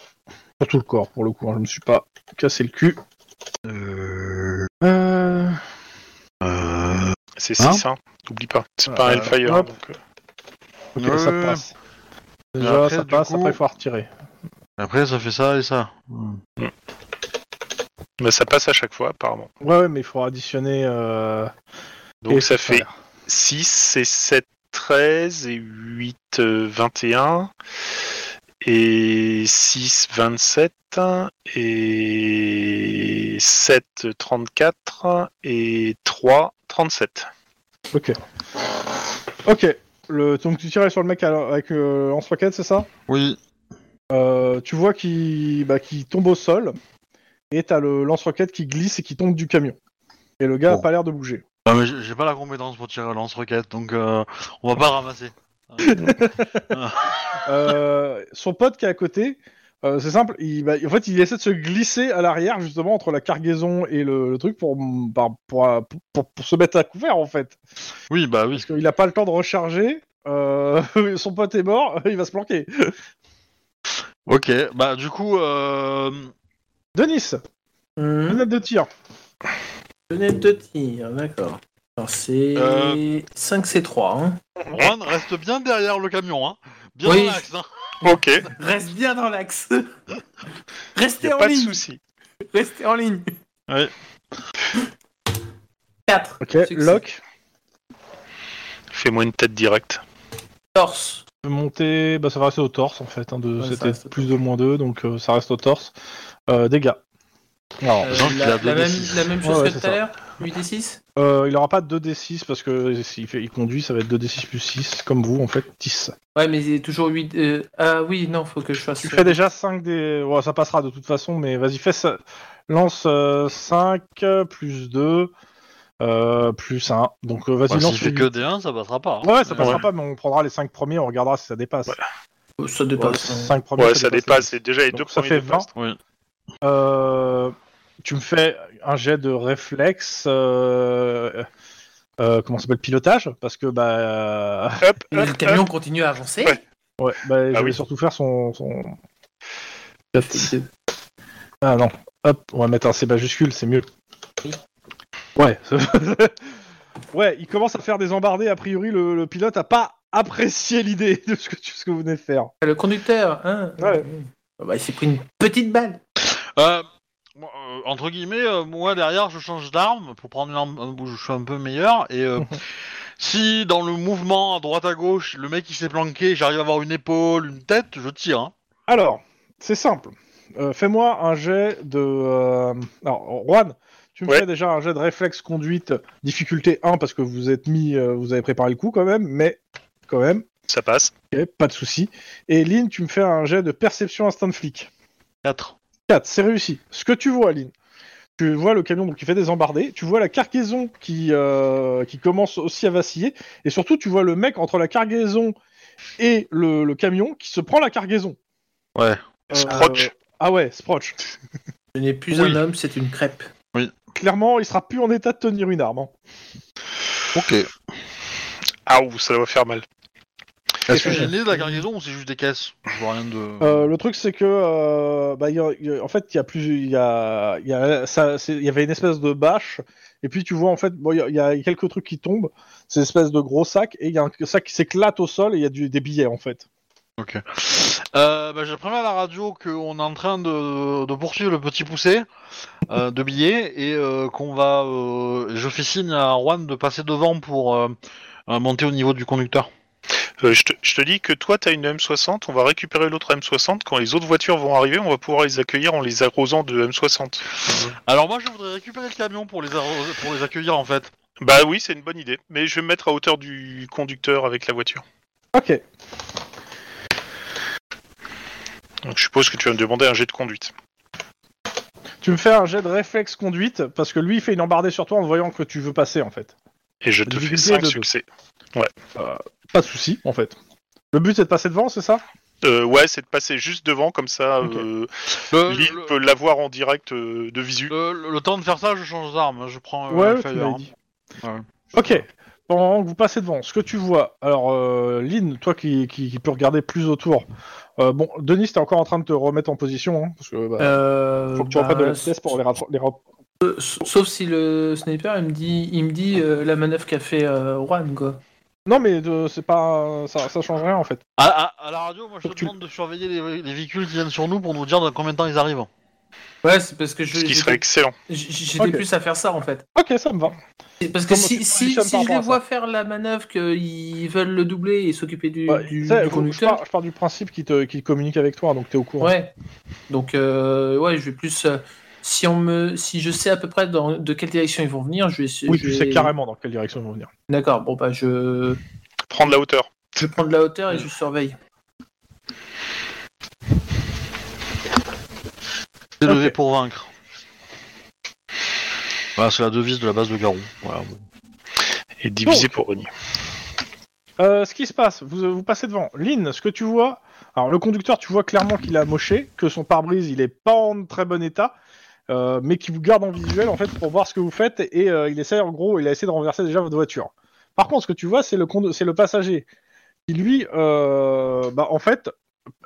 [SPEAKER 1] pour tout le corps, pour le coup. hein. Je me suis pas cassé le cul.
[SPEAKER 4] Euh...
[SPEAKER 1] Euh,
[SPEAKER 4] Euh...
[SPEAKER 3] C'est
[SPEAKER 4] Hein
[SPEAKER 3] 6, hein, T'oublies pas. C'est pas un
[SPEAKER 1] Euh,
[SPEAKER 3] Hellfire.
[SPEAKER 1] hop.
[SPEAKER 3] donc, euh,
[SPEAKER 1] Ok, bah,
[SPEAKER 4] Ouais,
[SPEAKER 1] ça
[SPEAKER 4] ouais,
[SPEAKER 1] passe. Déjà,
[SPEAKER 4] Après,
[SPEAKER 1] ça
[SPEAKER 4] du
[SPEAKER 1] passe,
[SPEAKER 4] coup-
[SPEAKER 1] après, il faut retirer.
[SPEAKER 4] Après, ça fait ça et ça. Hmm.
[SPEAKER 3] bah, ça passe à chaque fois, apparemment.
[SPEAKER 1] Ouais, ouais, mais il faut additionner. euh,
[SPEAKER 3] Donc
[SPEAKER 1] et
[SPEAKER 3] ça
[SPEAKER 1] tout
[SPEAKER 3] fait
[SPEAKER 1] faire.
[SPEAKER 3] 6, c'est 7, 13, et 8, euh, 21, et 6, 27, et 7, 34, et 3, 37.
[SPEAKER 1] Ok. Le, donc, tu tirais sur le mec à- avec euh, lance-roquette, c'est ça
[SPEAKER 4] Oui.
[SPEAKER 1] Euh, Tu vois qu'il bah, qu'il tombe au sol. Et t'as le lance-roquette qui glisse et qui tombe du camion. Et le gars a
[SPEAKER 4] Bon.
[SPEAKER 1] pas l'air de bouger.
[SPEAKER 4] Ah, mais j'ai j'ai pas la compétence pour tirer un lance-roquette, donc euh, on va pas ramasser.
[SPEAKER 1] Euh, son pote qui est à côté, euh, c'est simple, il, bah, en fait, il essaie de se glisser à l'arrière, justement, entre la cargaison et le, le truc pour, bah, pour, pour- pour se mettre à couvert, en fait.
[SPEAKER 4] Oui, bah oui.
[SPEAKER 1] Parce qu'il n'a pas le temps de recharger. euh, son pote est mort, il va se planquer.
[SPEAKER 4] Ok, bah du coup, euh...
[SPEAKER 1] Denis,
[SPEAKER 2] Hum,
[SPEAKER 1] lunette de tir.
[SPEAKER 2] Lunette de tir, d'accord. Alors c'est
[SPEAKER 4] Euh.
[SPEAKER 2] 5C3. Hein.
[SPEAKER 4] Juan reste bien derrière le camion, hein. Bien
[SPEAKER 2] Oui.
[SPEAKER 4] dans l'axe, hein.
[SPEAKER 1] Mmh.
[SPEAKER 3] Ok,
[SPEAKER 2] Reste bien dans l'axe.
[SPEAKER 3] y
[SPEAKER 2] Restez
[SPEAKER 3] a
[SPEAKER 2] en
[SPEAKER 3] pas de
[SPEAKER 2] ligne.
[SPEAKER 3] souci.
[SPEAKER 2] Restez en ligne.
[SPEAKER 4] Ouais.
[SPEAKER 2] 4.
[SPEAKER 1] Ok,
[SPEAKER 2] Succès.
[SPEAKER 1] lock.
[SPEAKER 3] Fais-moi une tête directe.
[SPEAKER 2] Torse.
[SPEAKER 1] Monter, bah, ça va rester au torse, en fait. hein, de,
[SPEAKER 2] Ouais, ça
[SPEAKER 1] c'était
[SPEAKER 2] reste au
[SPEAKER 1] plus de moins 2, donc euh, ça reste au torse. Euh, dégâts. Alors,
[SPEAKER 2] Euh,
[SPEAKER 4] Jean qui
[SPEAKER 2] la,
[SPEAKER 4] a donné
[SPEAKER 2] la même,
[SPEAKER 4] six.
[SPEAKER 2] la même chose
[SPEAKER 1] Ouais, ouais,
[SPEAKER 2] que
[SPEAKER 1] c'est
[SPEAKER 2] tout à l'heure 8 et 6
[SPEAKER 1] euh, il n'aura pas 2d6 parce que s'il fait- il conduit, ça va être 2d6 plus 6, comme vous, en fait, 10.
[SPEAKER 2] Ouais, mais c'est toujours 8. euh, Ah oui, non, faut que je fasse.
[SPEAKER 1] Tu fais déjà 5 des. Ouais, ça passera de toute façon, mais vas-y, fais ça. Lance 5 plus 2 euh, plus 1. Donc euh, vas-y,
[SPEAKER 4] Bah,
[SPEAKER 1] lance.
[SPEAKER 4] S'il fait
[SPEAKER 1] le-
[SPEAKER 4] que des 1, ça passera pas. hein.
[SPEAKER 1] Ah Ouais, ça passera
[SPEAKER 3] Ouais.
[SPEAKER 1] pas, mais on prendra les 5 premiers, on regardera si ça dépasse.
[SPEAKER 2] Euh, Ça dépasse. hein.
[SPEAKER 1] 5 premiers.
[SPEAKER 3] Ouais, ça dépasse. et Déjà, les
[SPEAKER 1] Donc,
[SPEAKER 3] deux
[SPEAKER 1] ça
[SPEAKER 3] premiers
[SPEAKER 1] fait
[SPEAKER 3] dépassent.
[SPEAKER 1] Euh, tu me fais un jet de réflexe. Euh... euh, comment ça s'appelle pilotage parce que bah
[SPEAKER 3] Hop,
[SPEAKER 2] Et
[SPEAKER 3] hop,
[SPEAKER 2] le
[SPEAKER 3] hop.
[SPEAKER 2] camion continue à avancer.
[SPEAKER 3] Ouais.
[SPEAKER 1] ouais bah je vais
[SPEAKER 3] Ah oui.
[SPEAKER 1] surtout faire son, son ah non hop on va mettre un C majuscule c'est mieux Ouais. ouais, il commence à faire des embardés. A priori, le, le pilote a pas apprécié l'idée de ce que, tu- ce que vous venez de faire.
[SPEAKER 2] Le conducteur, hein
[SPEAKER 1] Ouais.
[SPEAKER 2] Ah bah, il s'est pris une petite balle.
[SPEAKER 4] Euh, moi, euh, entre guillemets, euh, moi derrière, je change d'arme pour prendre une arme où je suis un peu meilleur. Et euh, si dans le mouvement à droite à gauche, le mec il s'est planqué, j'arrive à avoir une épaule, une tête, je tire. Hein.
[SPEAKER 1] Alors, c'est simple. Euh, Fais-moi un jet de. euh, Alors, Juan, tu me
[SPEAKER 3] Ouais.
[SPEAKER 1] fais déjà un jet de réflexe conduite, difficulté 1, parce que vous êtes mis. euh, vous avez préparé le coup quand même, mais quand même.
[SPEAKER 3] Ça passe.
[SPEAKER 1] ok, pas de souci. Et Lynn, tu me fais un jet de perception instant flic.
[SPEAKER 4] 4.
[SPEAKER 1] 4, c'est réussi. Ce que tu vois, Aline, tu vois le camion donc, qui fait des embardés, tu vois la cargaison qui, euh, qui commence aussi à vaciller, et surtout tu vois le mec entre la cargaison et le, le camion qui se prend la cargaison.
[SPEAKER 4] Ouais.
[SPEAKER 1] Euh,
[SPEAKER 3] Sproch.
[SPEAKER 1] ah ouais, Sproch.
[SPEAKER 2] Je n'ai plus
[SPEAKER 4] Oui.
[SPEAKER 2] un homme, c'est une crêpe.
[SPEAKER 1] Clairement, il sera plus en état de tenir une arme. hein.
[SPEAKER 4] Ok. Est-ce
[SPEAKER 3] Ah, ouh, ça va faire mal.
[SPEAKER 4] que j'ai une idée de la cargaison ou c'est juste des caisses Je vois rien de.
[SPEAKER 1] Euh, le truc, c'est que, euh, bah, il y a- il y a- en fait, il y a plus, il y a, il y a, ça, c'est- il y avait une espèce de bâche, et puis tu vois, en fait, bon, il y a- il y, a quelques trucs qui tombent, c'est une espèce de gros sac, et il y a un sac qui s'éclate au sol, et il y a du, des billets, en fait.
[SPEAKER 4] Ok. Euh, bah, J'ai prévenu à la radio qu'on est en train de, de poursuivre le petit poussé euh, de billets et euh, qu'on va. euh, je fais signe à Juan de passer devant pour euh, euh, monter au niveau du conducteur.
[SPEAKER 3] Euh, je, te, je te dis que toi, tu as une M60, on va récupérer l'autre M60. Quand les autres voitures vont arriver, on va pouvoir les accueillir en les arrosant de M60.
[SPEAKER 4] Alors moi, je voudrais récupérer le camion pour les, arro- pour les accueillir en fait.
[SPEAKER 3] Bah oui, c'est une bonne idée. Mais je vais me mettre à hauteur du conducteur avec la voiture.
[SPEAKER 1] Ok.
[SPEAKER 3] Donc je suppose que tu vas me demander un jet de conduite.
[SPEAKER 1] Tu me fais un jet de réflexe conduite parce que lui il fait une embardée sur toi en voyant que tu veux passer en fait.
[SPEAKER 3] Et je te fais
[SPEAKER 1] Difficulté
[SPEAKER 3] 5
[SPEAKER 1] de deux.
[SPEAKER 3] succès.
[SPEAKER 1] Pas de souci en fait. Le but c'est de passer devant, c'est ça
[SPEAKER 3] Euh, ouais, c'est de passer juste devant, comme ça,
[SPEAKER 1] Ok.
[SPEAKER 3] euh,
[SPEAKER 4] Le,
[SPEAKER 3] Lynn
[SPEAKER 4] le-
[SPEAKER 3] peut l'avoir en direct euh, de visu.
[SPEAKER 4] le- le- le temps de faire ça, je change d'arme. Je prends euh, le
[SPEAKER 1] tu
[SPEAKER 4] fire,
[SPEAKER 1] m'avais
[SPEAKER 4] hein.
[SPEAKER 1] dit.
[SPEAKER 4] Ouais.
[SPEAKER 1] Ok. Pendant que vous passez devant, ce que tu vois, alors euh, Lynn, toi qui, qui, qui peux regarder plus autour, euh, bon, Denis, t'es encore en train de te remettre en position, hein, parce que bah,
[SPEAKER 2] Euh,
[SPEAKER 1] faut que tu
[SPEAKER 2] bah,
[SPEAKER 1] reprennes de la vitesse pour les, rappro- les rap-
[SPEAKER 2] sa- Euh, Sauf si le sniper, il me dit, il me dit euh, la manœuvre qu'a fait euh, Juan, quoi.
[SPEAKER 1] Non, mais de- c'est pas, ça, ça change rien en fait.
[SPEAKER 4] À, à- à la radio, moi, je
[SPEAKER 1] Faut que
[SPEAKER 4] te
[SPEAKER 1] tu-
[SPEAKER 4] demande de surveiller les, les véhicules qui viennent sur nous pour nous dire dans combien de temps ils arrivent.
[SPEAKER 2] Ouais, c'est parce que je-
[SPEAKER 3] Ce qui
[SPEAKER 2] j'étais
[SPEAKER 3] serait excellent.
[SPEAKER 2] j'- j'étais
[SPEAKER 1] Ok.
[SPEAKER 2] plus à faire ça, en fait.
[SPEAKER 1] Ok, ça me va.
[SPEAKER 2] C'est Parce que
[SPEAKER 1] Comment tu
[SPEAKER 2] si,
[SPEAKER 1] te
[SPEAKER 2] si,
[SPEAKER 1] positionnes
[SPEAKER 2] si
[SPEAKER 1] par
[SPEAKER 2] je les
[SPEAKER 1] rapport à
[SPEAKER 2] vois faire la manœuvre qu'ils veulent le doubler et s'occuper du,
[SPEAKER 1] Bah,
[SPEAKER 2] du-
[SPEAKER 1] tu sais,
[SPEAKER 2] du
[SPEAKER 1] faut- je,
[SPEAKER 2] conducteur,
[SPEAKER 1] pars, je pars du principe qu'il te, qu'il communique avec toi, donc t'es au courant.
[SPEAKER 2] ouais. Donc, euh, ouais, je vais plus. euh, si, on me, si je sais à peu près dans, de quelle direction ils vont venir, je vais.
[SPEAKER 1] Oui,
[SPEAKER 2] je
[SPEAKER 1] tu
[SPEAKER 2] vais-
[SPEAKER 1] sais carrément dans quelle direction ils vont venir.
[SPEAKER 2] D'accord, bon, bah, je,
[SPEAKER 3] Prendre la hauteur.
[SPEAKER 2] je prends de la hauteur et je surveille.
[SPEAKER 4] C'est
[SPEAKER 1] Ok.
[SPEAKER 4] levé pour vaincre. Voilà, c'est la devise de la base de Garou. Voilà.
[SPEAKER 3] Et diviser pour gagner.
[SPEAKER 1] Euh, ce qui se passe, vous, vous passez devant. Lynn, ce que tu vois, alors le conducteur, tu vois clairement qu'il a moché, que son pare-brise, il est pas en très bon état, euh, mais qu'il vous garde en visuel en fait pour voir ce que vous faites et euh, il essaie en gros, il a essayé de renverser déjà votre voiture. Par contre, ce que tu vois, c'est le condu- c'est le passager qui lui, euh, bah, en fait,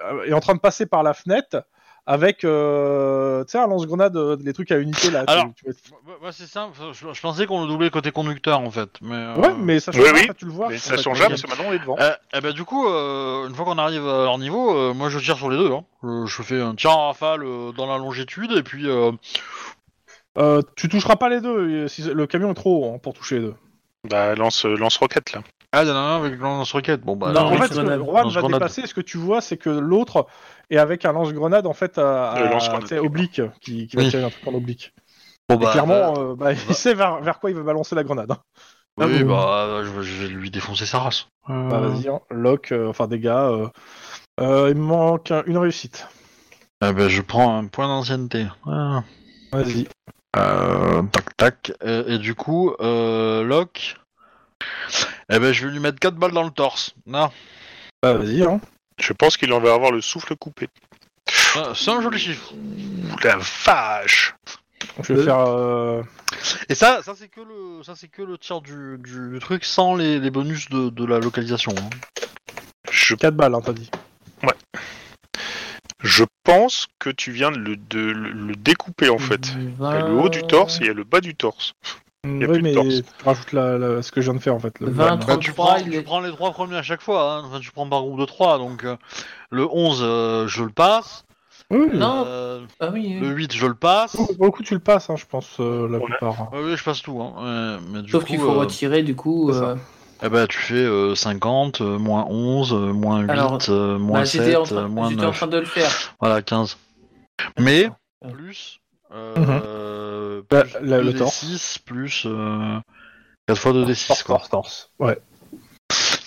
[SPEAKER 1] euh, est en train de passer par la fenêtre avec, euh, tu sais, un lance-grenade, euh, les trucs à unité là. tu-
[SPEAKER 4] Alors,
[SPEAKER 1] tu vois-
[SPEAKER 4] Moi, c'est simple. Je, je pensais qu'on le doublait côté conducteur en fait. Mais, euh,
[SPEAKER 1] Ouais, mais ça change
[SPEAKER 3] Oui,
[SPEAKER 1] rien,
[SPEAKER 3] oui.
[SPEAKER 1] ça, tu le vois.
[SPEAKER 3] Mais
[SPEAKER 1] en
[SPEAKER 3] ça
[SPEAKER 1] fait.
[SPEAKER 3] change rien, parce que maintenant on est devant.
[SPEAKER 4] Euh, eh ben, du coup, euh, une fois qu'on arrive à leur niveau, euh, moi je tire sur les deux. Hein. Je, je fais un tir en rafale euh, dans la longitude et puis. euh,
[SPEAKER 1] Euh, tu toucheras pas les deux, euh, si- le camion est trop haut hein, pour toucher les deux.
[SPEAKER 3] Bah, lance, lance roquette là.
[SPEAKER 4] Ah, il y en a un avec le lance-roquette. Bon bah.
[SPEAKER 2] Non,
[SPEAKER 4] alors,
[SPEAKER 1] en
[SPEAKER 2] oui,
[SPEAKER 1] fait,
[SPEAKER 2] c'est
[SPEAKER 1] ce que
[SPEAKER 2] grenade.
[SPEAKER 1] Juan va
[SPEAKER 4] Lance-grenade.
[SPEAKER 1] dépasser, ce que tu vois, c'est que l'autre est avec un lance-grenade en fait à,
[SPEAKER 3] Euh,
[SPEAKER 1] à-
[SPEAKER 3] lance-grenade,
[SPEAKER 1] tu sais, oblique, qui, qui va
[SPEAKER 4] Oui.
[SPEAKER 1] tirer un truc en oblique.
[SPEAKER 4] bon,
[SPEAKER 1] Et
[SPEAKER 4] bah,
[SPEAKER 1] clairement, euh, bah,
[SPEAKER 4] bah.
[SPEAKER 1] il sait vers, vers quoi il veut balancer la grenade. hein.
[SPEAKER 4] euh, oui,
[SPEAKER 2] Ah bon.
[SPEAKER 4] bah, je, je vais lui défoncer sa race.
[SPEAKER 1] Bah, Vas-y, hein, lock, euh, enfin dégâts. euh. Euh, il me manque un- une réussite.
[SPEAKER 4] Eh ben, je prends un point d'ancienneté. Ah.
[SPEAKER 1] Vas-y.
[SPEAKER 4] Euh, tac tac. Euh, Et, du coup, euh, Locke. Eh ben, je vais lui mettre 4 balles dans le torse. Non.
[SPEAKER 1] Bah, vas-y. Hein.
[SPEAKER 3] Je pense qu'il en va avoir le souffle coupé.
[SPEAKER 4] Euh, C'est un joli chiffre.
[SPEAKER 3] Ouh la vache
[SPEAKER 1] Je vais
[SPEAKER 2] Euh.
[SPEAKER 1] faire. euh,
[SPEAKER 4] Et ça, ça c'est que le, ça c'est que le tir du, du- du truc sans les, les bonus de, de la localisation. hein.
[SPEAKER 3] je,
[SPEAKER 1] 4 balles, hein, t'as dit.
[SPEAKER 3] je pense que tu viens de le, de le- le découper en fait. Il y a le haut du torse et il y a le bas du torse. y a
[SPEAKER 1] oui,
[SPEAKER 3] plus de
[SPEAKER 1] mais
[SPEAKER 3] torse.
[SPEAKER 1] tu rajoutes la- la- ce que je viens de faire en fait. le-
[SPEAKER 2] Vingt,
[SPEAKER 1] le-
[SPEAKER 4] Bah,
[SPEAKER 2] Oh,
[SPEAKER 4] tu,
[SPEAKER 2] le
[SPEAKER 4] prends,
[SPEAKER 2] trois, il
[SPEAKER 4] tu
[SPEAKER 2] est-
[SPEAKER 4] prends les trois premiers à chaque fois. hein. Enfin, tu prends par groupe de 3 Donc euh, le 11, euh, je le passe.
[SPEAKER 1] Oui, oui.
[SPEAKER 2] Non.
[SPEAKER 4] Euh,
[SPEAKER 2] Ah oui,
[SPEAKER 4] le
[SPEAKER 2] oui.
[SPEAKER 4] 8, je le passe.
[SPEAKER 1] Pour pour le coup, tu le passes, hein, je pense, euh, la
[SPEAKER 3] Ouais.
[SPEAKER 1] plupart.
[SPEAKER 4] Ouais, Ah oui, je passe tout. Hein. Ouais, mais du
[SPEAKER 2] sauf
[SPEAKER 4] coup,
[SPEAKER 2] qu'il faut
[SPEAKER 4] euh,
[SPEAKER 2] retirer du coup.
[SPEAKER 1] c'est ça.
[SPEAKER 2] euh,
[SPEAKER 4] Eh ben, tu fais euh, 50, euh, moins 11, euh, moins 8,
[SPEAKER 2] Alors,
[SPEAKER 4] euh, moins
[SPEAKER 2] bah,
[SPEAKER 4] 7,
[SPEAKER 2] j'étais en,
[SPEAKER 4] euh,
[SPEAKER 2] train-
[SPEAKER 4] moins
[SPEAKER 2] j'étais en
[SPEAKER 4] 9.
[SPEAKER 2] train de le faire.
[SPEAKER 4] Voilà, 15. Mais,
[SPEAKER 2] Ah.
[SPEAKER 4] plus, euh,
[SPEAKER 1] Bah,
[SPEAKER 4] plus
[SPEAKER 1] la- le
[SPEAKER 4] 2d6, plus euh, 4 fois 2d6, quoi.
[SPEAKER 1] Torse, torse. Ouais.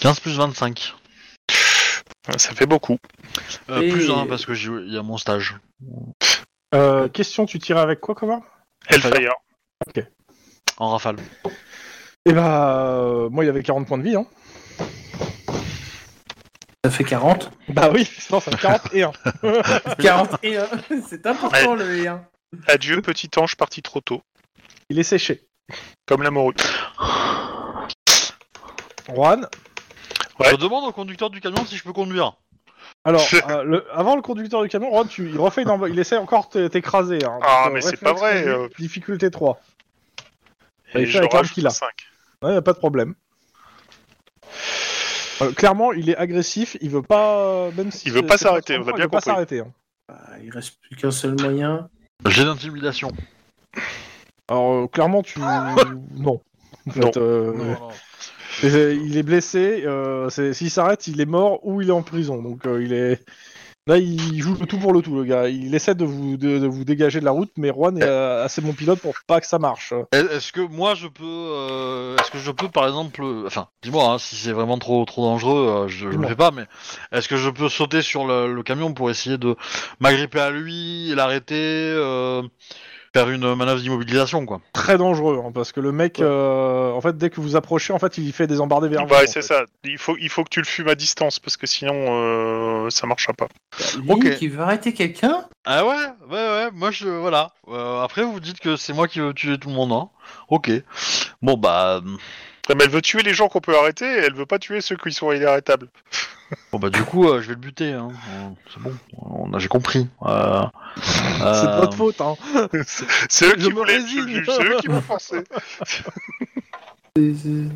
[SPEAKER 4] 15 plus 25.
[SPEAKER 3] Ça fait beaucoup.
[SPEAKER 4] Euh,
[SPEAKER 2] Et-
[SPEAKER 4] Plus 1, parce que j'ai- il y a mon stage.
[SPEAKER 1] Euh, question, tu tirais avec quoi, comment
[SPEAKER 3] Hellfire.
[SPEAKER 4] En rafale.
[SPEAKER 1] Eh bah, euh, moi, il avait 40 points de vie, hein.
[SPEAKER 2] Ça fait 40.
[SPEAKER 1] Bah oui, non, ça fait 40 et 1.
[SPEAKER 2] 40 et un. C'est important le et un.
[SPEAKER 3] Adieu petit ange parti trop tôt.
[SPEAKER 1] Il est séché.
[SPEAKER 3] Comme la morue.
[SPEAKER 1] Juan,
[SPEAKER 3] Ouais.
[SPEAKER 4] Je demande au conducteur du camion si je peux conduire.
[SPEAKER 1] alors, euh, le- avant le conducteur du camion, Juan, tu, il refait une envo- il essaie encore de t'écraser. hein.
[SPEAKER 3] Ah,
[SPEAKER 1] Donc,
[SPEAKER 3] mais c'est
[SPEAKER 1] réflexe
[SPEAKER 3] pas vrai,
[SPEAKER 1] conduite,
[SPEAKER 3] euh.
[SPEAKER 1] Difficulté 3.
[SPEAKER 3] Et,
[SPEAKER 1] Et il fait
[SPEAKER 3] je
[SPEAKER 1] avec l'arme
[SPEAKER 3] rajoute
[SPEAKER 1] qu'il a.
[SPEAKER 3] 5.
[SPEAKER 1] Ouais, y a pas de problème. Euh, clairement, il est agressif, il veut pas. Même si
[SPEAKER 3] Il veut
[SPEAKER 1] c'est-
[SPEAKER 3] pas
[SPEAKER 1] c'est
[SPEAKER 3] s'arrêter,
[SPEAKER 1] son
[SPEAKER 3] on a
[SPEAKER 1] choix, il
[SPEAKER 3] bien
[SPEAKER 1] veut pas
[SPEAKER 3] compris.
[SPEAKER 1] s'arrêter. hein.
[SPEAKER 2] Bah, il reste plus qu'un seul moyen.
[SPEAKER 4] J'ai d'intimidation.
[SPEAKER 3] Ah
[SPEAKER 1] Alors, euh, clairement, tu. non. En fait, euh,
[SPEAKER 4] Non, non.
[SPEAKER 1] Et c'est- il est blessé, euh, c'est- s'il s'arrête, il est mort ou il est en prison. Donc euh, il est. Là, il joue le tout pour le tout, le gars. Il essaie de vous, de, de vous dégager de la route, mais Juan est euh, assez bon pilote pour pas que ça marche.
[SPEAKER 4] Est- Est-ce que moi je peux, euh, est-ce que je peux par exemple, euh, enfin, dis-moi hein, si c'est vraiment trop trop dangereux, euh, je, je le
[SPEAKER 1] Dis-moi.
[SPEAKER 4] fais pas, mais est-ce que je peux sauter sur le, le camion pour essayer de m'agripper à lui, l'arrêter, euh, faire une manœuvre d'immobilisation quoi
[SPEAKER 1] Très dangereux, hein, parce que le mec, euh, en fait, dès que vous approchez, en fait, il fait des embardés vers vous.
[SPEAKER 3] Bah,
[SPEAKER 1] en
[SPEAKER 3] c'est
[SPEAKER 1] fait.
[SPEAKER 3] ça. Il faut, il faut que tu le fumes à distance parce que sinon, euh, ça marchera pas.
[SPEAKER 4] Ok.
[SPEAKER 2] Bah, Qui veut arrêter quelqu'un
[SPEAKER 4] Ah ouais, ouais ouais, moi je, voilà. Euh, après vous dites que c'est moi qui veux tuer tout le monde, hein Ok. Bon bah, euh,
[SPEAKER 3] Mais elle veut tuer les gens qu'on peut arrêter et elle veut pas tuer ceux qui sont inarrêtables.
[SPEAKER 4] bon bah du coup euh, je vais le buter, hein. Euh, C'est bon, on a, j'ai compris. Euh,
[SPEAKER 1] C'est de
[SPEAKER 4] euh,
[SPEAKER 1] votre faute, hein.
[SPEAKER 3] C'est eux
[SPEAKER 1] Je
[SPEAKER 3] qui
[SPEAKER 1] me
[SPEAKER 3] m'ont les-
[SPEAKER 1] résigne.
[SPEAKER 3] je- je- c'est eux qui m'ont forcé.
[SPEAKER 2] C'est- c'est-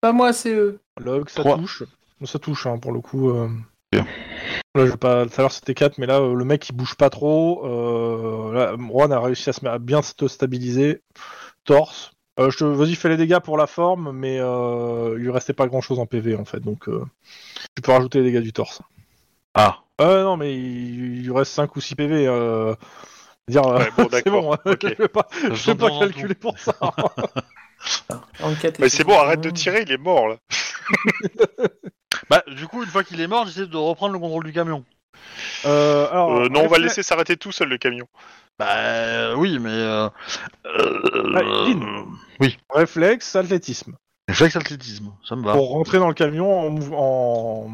[SPEAKER 2] Pas moi, c'est eux.
[SPEAKER 1] Log, ça
[SPEAKER 4] Trois.
[SPEAKER 1] touche. Ça touche, hein, pour le coup. euh. Là, je vais pas. Tout à l'heure, c'était 4, mais là, euh, le mec, il bouge pas trop. Euh... Là, Juan a réussi à, se... à bien se stabiliser. Torse. Euh, je te... Vas-y, fais les dégâts pour la forme, mais euh, il lui restait pas grand chose en PV, en fait. Donc, euh, tu peux rajouter les dégâts du torse.
[SPEAKER 4] Ah.
[SPEAKER 1] Euh, non, mais il, il lui reste 5 ou 6 PV. Euh... Dire, euh,
[SPEAKER 3] Ouais, bon,
[SPEAKER 1] c'est
[SPEAKER 3] d'accord.
[SPEAKER 1] bon, hein,
[SPEAKER 3] ok.
[SPEAKER 1] je vais pas,
[SPEAKER 4] je
[SPEAKER 1] je vais
[SPEAKER 4] saute dans
[SPEAKER 1] pas
[SPEAKER 4] un
[SPEAKER 1] calculer pour ça.
[SPEAKER 2] Enquête et
[SPEAKER 3] Mais c'est bon, arrête de tirer, il est mort là.
[SPEAKER 4] Bah, du coup, une fois qu'il est mort, j'essaie de reprendre le contrôle du camion.
[SPEAKER 1] Euh, alors,
[SPEAKER 3] Euh, non, on va le
[SPEAKER 1] réflexe-
[SPEAKER 3] laisser s'arrêter tout seul le camion.
[SPEAKER 4] Bah, euh, oui, mais. Euh, euh,
[SPEAKER 1] Ah, Lynn.
[SPEAKER 4] euh,
[SPEAKER 1] Réflexe, athlétisme.
[SPEAKER 4] réflexe athlétisme, ça me va.
[SPEAKER 1] pour rentrer dans le camion en, mouv- en,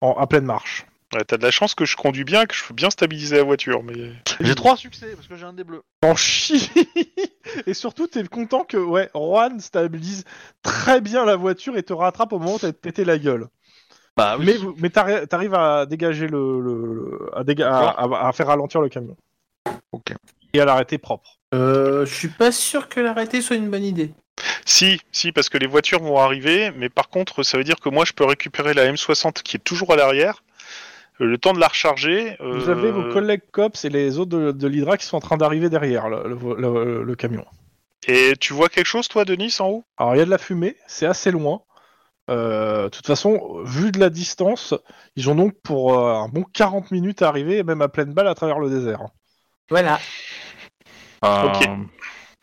[SPEAKER 1] en- à pleine marche.
[SPEAKER 3] Ouais, T'as de la chance que je conduis bien, que je peux bien stabiliser la voiture. Mais
[SPEAKER 4] J'ai trois succès parce que j'ai un des bleus.
[SPEAKER 1] T'en chies Et surtout, t'es content que ouais, Juan stabilise très bien la voiture et te rattrape au moment où t'as pété la gueule.
[SPEAKER 4] Bah, oui.
[SPEAKER 1] Mais, vous- mais t'arri- t'arrives à dégager le, le- le- à, déga- à- à- à faire ralentir le camion.
[SPEAKER 4] Ok.
[SPEAKER 1] Et à l'arrêter propre.
[SPEAKER 2] Euh, je suis pas sûr que l'arrêter soit une bonne idée.
[SPEAKER 3] si, si, parce que les voitures vont arriver. Mais par contre, ça veut dire que moi, je peux récupérer la M60 qui est toujours à l'arrière. euh, Le temps de la recharger.
[SPEAKER 1] Vous
[SPEAKER 3] euh,
[SPEAKER 1] avez vos collègues cops et les autres de, de l'Hydra qui sont en train d'arriver derrière le, le- le- le camion.
[SPEAKER 3] Et tu vois quelque chose, toi, Denis, en haut
[SPEAKER 1] Alors il y a de la fumée, c'est assez loin. Euh, De toute façon, vu de la distance, ils ont donc pour euh, un bon 40 minutes à arriver, même à pleine balle à travers le désert. hein.
[SPEAKER 2] Voilà.
[SPEAKER 4] Euh,
[SPEAKER 3] ok.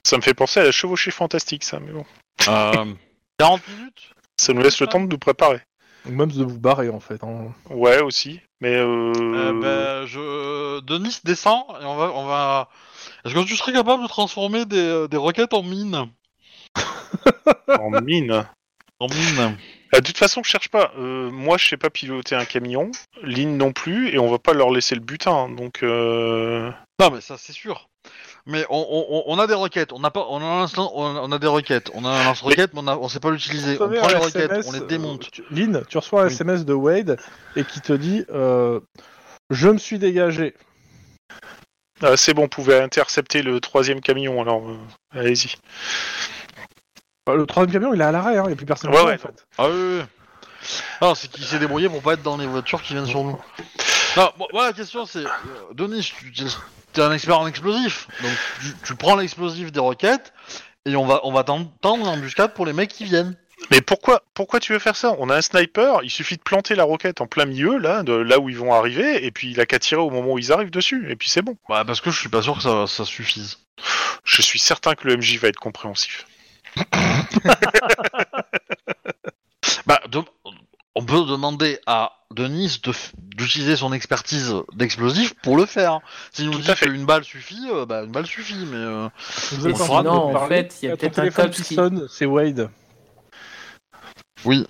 [SPEAKER 3] Ça me fait penser à la chevauchée fantastique, ça. Mais bon,
[SPEAKER 4] euh, 40 minutes Euh,
[SPEAKER 3] ça nous laisse le temps de nous préparer.
[SPEAKER 1] Donc même de vous barrer en fait. hein.
[SPEAKER 3] Ouais, aussi. Mais euh...
[SPEAKER 4] euh, bah, je... Denis descend et on va. On va... Est-ce que tu serais capable de transformer des, euh, des roquettes en mines
[SPEAKER 3] en mine.
[SPEAKER 4] En mines
[SPEAKER 3] Euh, de toute façon, je cherche pas. Euh, moi, je sais pas piloter un camion, Lynn non plus, et on va pas leur laisser le butin. Donc, euh...
[SPEAKER 4] Non, mais ça, c'est sûr. Mais on, on- on- on a des roquettes, on a pas, on a un lance- on a des roquettes, on a un lance-roquette, mais on, a- on sait pas l'utiliser. On
[SPEAKER 1] Recevez
[SPEAKER 4] prend les
[SPEAKER 1] un
[SPEAKER 4] roquettes,
[SPEAKER 1] SMS,
[SPEAKER 4] on les démonte.
[SPEAKER 1] euh, tu- Lynn, tu reçois un
[SPEAKER 4] Oui.
[SPEAKER 1] SMS de Wade et qui te dit euh, Je me suis dégagé.
[SPEAKER 3] ah, c'est bon, vous pouvez intercepter le troisième camion. Alors, euh, allez-y.
[SPEAKER 1] Bah, Le troisième camion, il est à l'arrêt, hein, il n'y a plus personne
[SPEAKER 3] Ouais,
[SPEAKER 1] dedans,
[SPEAKER 3] ouais.
[SPEAKER 1] en fait.
[SPEAKER 4] Ah oui, oui, oui. Alors, c'est qu'il s'est débrouillé pour pas être dans les voitures qui viennent sur nous. Non, moi, moi, la question c'est, euh, Denis, tu tu- t'es un expert en explosifs, donc tu, tu prends l'explosif des roquettes et on va on va t'en- tendre l'embuscade pour les mecs qui viennent.
[SPEAKER 3] Mais pourquoi, pourquoi tu veux faire ça On a un sniper. Il suffit de planter la roquette en plein milieu, là, de là où ils vont arriver, et puis il a qu'à tirer au moment où ils arrivent dessus. Et puis c'est bon.
[SPEAKER 4] Bah, parce que je suis pas sûr que ça, ça suffise.
[SPEAKER 3] Je suis certain que le MJ va être compréhensif.
[SPEAKER 4] Bah, de- on peut demander à Denis de f- d'utiliser son expertise d'explosif pour le faire. S'il nous
[SPEAKER 3] Tout
[SPEAKER 4] dit
[SPEAKER 3] à fait.
[SPEAKER 4] qu'une balle suffit, euh, bah une balle suffit, mais euh,
[SPEAKER 1] Vous êtes
[SPEAKER 4] Mais
[SPEAKER 1] en train de
[SPEAKER 2] sinon, en
[SPEAKER 1] parler,
[SPEAKER 2] fait, il y a
[SPEAKER 1] ton
[SPEAKER 2] peut-être un
[SPEAKER 1] téléphone
[SPEAKER 2] cops
[SPEAKER 1] qui
[SPEAKER 2] qui-
[SPEAKER 1] sonne, c'est Wade.
[SPEAKER 4] oui.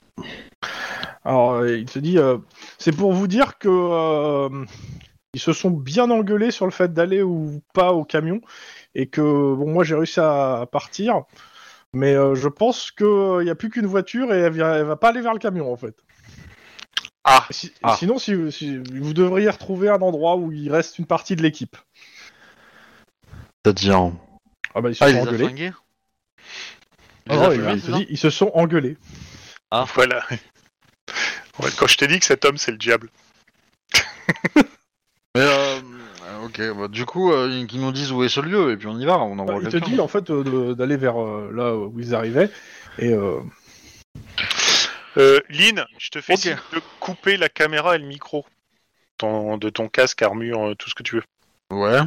[SPEAKER 1] Alors, euh, il se dit, euh, c'est pour vous dire que euh, ils se sont bien engueulés sur le fait d'aller ou pas au camion, et que bon, moi j'ai réussi à partir, mais euh, je pense qu'il n'y a plus qu'une voiture et elle, vient- elle va pas aller vers le camion en fait.
[SPEAKER 3] Ah,
[SPEAKER 1] Si-
[SPEAKER 4] Ah.
[SPEAKER 1] Sinon, si, si- vous devriez retrouver un endroit où il reste une partie de l'équipe.
[SPEAKER 4] C'est-à-dire.
[SPEAKER 1] Ah bah ils se
[SPEAKER 4] Ah, il
[SPEAKER 1] sont
[SPEAKER 4] les a
[SPEAKER 1] engueulés.
[SPEAKER 4] flingués
[SPEAKER 3] Oh,
[SPEAKER 4] Il
[SPEAKER 1] Ah
[SPEAKER 4] les a
[SPEAKER 1] ouais,
[SPEAKER 4] fumés,
[SPEAKER 1] il
[SPEAKER 4] c'est
[SPEAKER 1] se
[SPEAKER 4] ça
[SPEAKER 1] dit, ils se sont engueulés.
[SPEAKER 3] voilà. Ouais, quand je t'ai dit que cet homme, c'est le diable.
[SPEAKER 4] Mais euh, euh, ok, bah, du coup, euh, qu'ils nous disent où est ce lieu et puis on y va, on envoie
[SPEAKER 1] Bah, il te
[SPEAKER 4] quelqu'un.
[SPEAKER 1] dit en fait euh, de- d'aller vers euh, là où ils arrivaient, et euh,
[SPEAKER 3] Euh, Lynn, je te fais
[SPEAKER 4] Ok.
[SPEAKER 3] signe de couper la caméra et le micro Ton- de ton casque, armure, euh, tout ce que tu veux.
[SPEAKER 4] Ouais.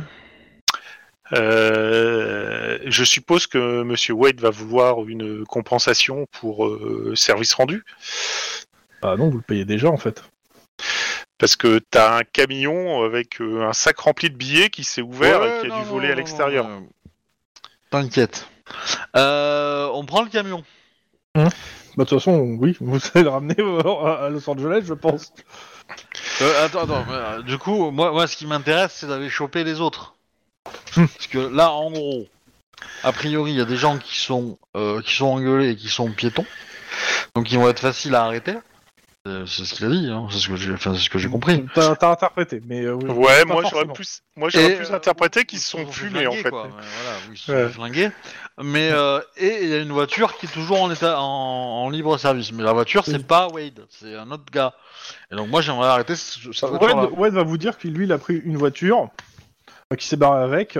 [SPEAKER 3] Euh, je suppose que Monsieur Wade va vouloir une compensation pour euh, service rendu,
[SPEAKER 1] Ah non, vous le payez déjà en fait.
[SPEAKER 3] parce que t'as un camion avec euh, un sac rempli de billets qui s'est ouvert
[SPEAKER 4] Ouais,
[SPEAKER 3] et qui a
[SPEAKER 4] non,
[SPEAKER 3] dû
[SPEAKER 4] non,
[SPEAKER 3] voler
[SPEAKER 4] non,
[SPEAKER 3] à
[SPEAKER 4] non,
[SPEAKER 3] l'extérieur.
[SPEAKER 4] euh, T'inquiète. Euh, on prend le camion.
[SPEAKER 1] Bah, de toute façon, oui, vous allez le ramener euh, à à Los Angeles, je pense.
[SPEAKER 4] Euh, attends, attends. euh, du coup, moi, moi, ce qui m'intéresse, c'est d'aller choper les autres. Parce que là, en gros, a priori, il y a des gens qui sont euh, qui sont engueulés et qui sont piétons, donc ils vont être faciles à arrêter. Euh, C'est ce qu'il a dit. hein, C'est ce que j'ai, enfin, c'est ce que j'ai compris.
[SPEAKER 1] T'as t'as interprété, mais. euh, oui. Pas
[SPEAKER 3] Ouais, moi j'aurais
[SPEAKER 1] forcément.
[SPEAKER 3] plus, moi j'aurais
[SPEAKER 4] Et,
[SPEAKER 3] plus
[SPEAKER 4] euh,
[SPEAKER 3] interprété qu'ils
[SPEAKER 4] ils
[SPEAKER 3] se sont
[SPEAKER 4] fait
[SPEAKER 3] fumés en
[SPEAKER 4] flinguer,
[SPEAKER 3] fait.
[SPEAKER 4] quoi. Ouais, voilà, oui, ils se sont
[SPEAKER 3] Ouais.
[SPEAKER 4] fait flinguer. Mais euh, et il y a une voiture qui est toujours en état en, en libre service. Mais la voiture, c'est pas Wade, c'est un autre gars. Et donc moi, j'aimerais arrêter ce- cette voiture-là.
[SPEAKER 1] Wade, Wade va vous dire qu'il lui il a pris une voiture euh, qui s'est barré avec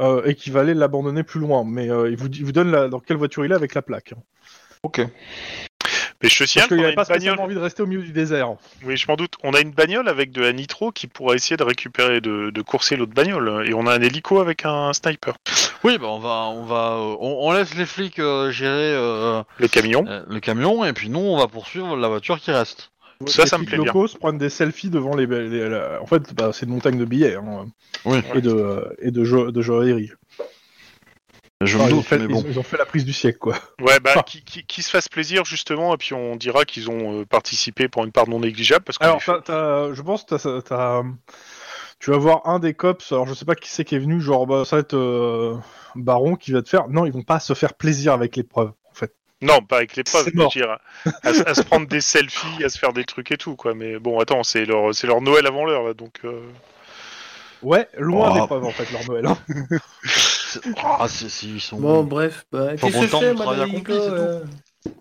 [SPEAKER 1] euh, et qu'il va aller l'abandonner plus loin. Mais euh, il, vous, il vous donne la- dans quelle voiture il est avec la plaque.
[SPEAKER 3] Mais je te signale
[SPEAKER 1] Parce qu'il
[SPEAKER 3] qu'on a
[SPEAKER 1] n'avait
[SPEAKER 3] une
[SPEAKER 1] pas
[SPEAKER 3] bagnole.
[SPEAKER 1] spécialement envie de rester au milieu du désert.
[SPEAKER 3] Oui, je m'en doute. On a une bagnole avec de la nitro qui pourra essayer de récupérer, de, de courser l'autre bagnole. Et on a un hélico avec un sniper.
[SPEAKER 4] Oui, bah on va, on va, euh, on, on laisse les flics euh, gérer euh,
[SPEAKER 3] Le camion.
[SPEAKER 4] euh, le camion et puis nous, on va poursuivre la voiture qui reste.
[SPEAKER 3] Ça,
[SPEAKER 1] les
[SPEAKER 3] ça me
[SPEAKER 1] flics
[SPEAKER 3] plaît bien.
[SPEAKER 1] locaux se prennent des selfies devant les. les- la- En fait, bah, c'est une montagne de billets hein,
[SPEAKER 4] Oui.
[SPEAKER 1] et de euh, et de, jo- de joaillerie.
[SPEAKER 4] Je
[SPEAKER 1] Enfin,
[SPEAKER 4] me
[SPEAKER 1] ils, ont
[SPEAKER 4] doute,
[SPEAKER 1] fait,
[SPEAKER 4] mais
[SPEAKER 1] ils
[SPEAKER 4] bon.
[SPEAKER 1] ont- ils ont fait la prise du siècle, quoi.
[SPEAKER 3] Ouais, bah,
[SPEAKER 1] Ah.
[SPEAKER 3] qui, qui- qui se fasse plaisir justement, et puis on dira qu'ils ont euh, participé pour une part non négligeable parce que
[SPEAKER 1] Alors, t'as- t'as- je pense que t'as- t'as- tu vas voir un des cops. Alors, je sais pas qui c'est qui est venu, genre bah, ça va être euh, Baron qui va te faire. Non, ils vont pas se faire plaisir avec l'épreuve, en fait.
[SPEAKER 3] non, pas avec l'épreuve,
[SPEAKER 1] C'est
[SPEAKER 3] je veux
[SPEAKER 1] mort.
[SPEAKER 3] dire, à, se- à se prendre des selfies, à se faire des trucs et tout, quoi. Mais bon, attends, c'est leur, c'est leur Noël avant l'heure, là, donc. euh,
[SPEAKER 1] Ouais, loin
[SPEAKER 4] Oh.
[SPEAKER 1] d'épreuve, en fait, leur Noël. hein.
[SPEAKER 4] C'est- Ah, si, si, ils sont.
[SPEAKER 2] Bon, bref. Bah,
[SPEAKER 4] Faut
[SPEAKER 2] qu'est-ce
[SPEAKER 4] qu'on
[SPEAKER 2] que je
[SPEAKER 4] tente
[SPEAKER 2] fais,
[SPEAKER 4] de
[SPEAKER 2] moi,
[SPEAKER 4] travailler
[SPEAKER 2] Domenico,
[SPEAKER 4] accompli, c'est
[SPEAKER 2] euh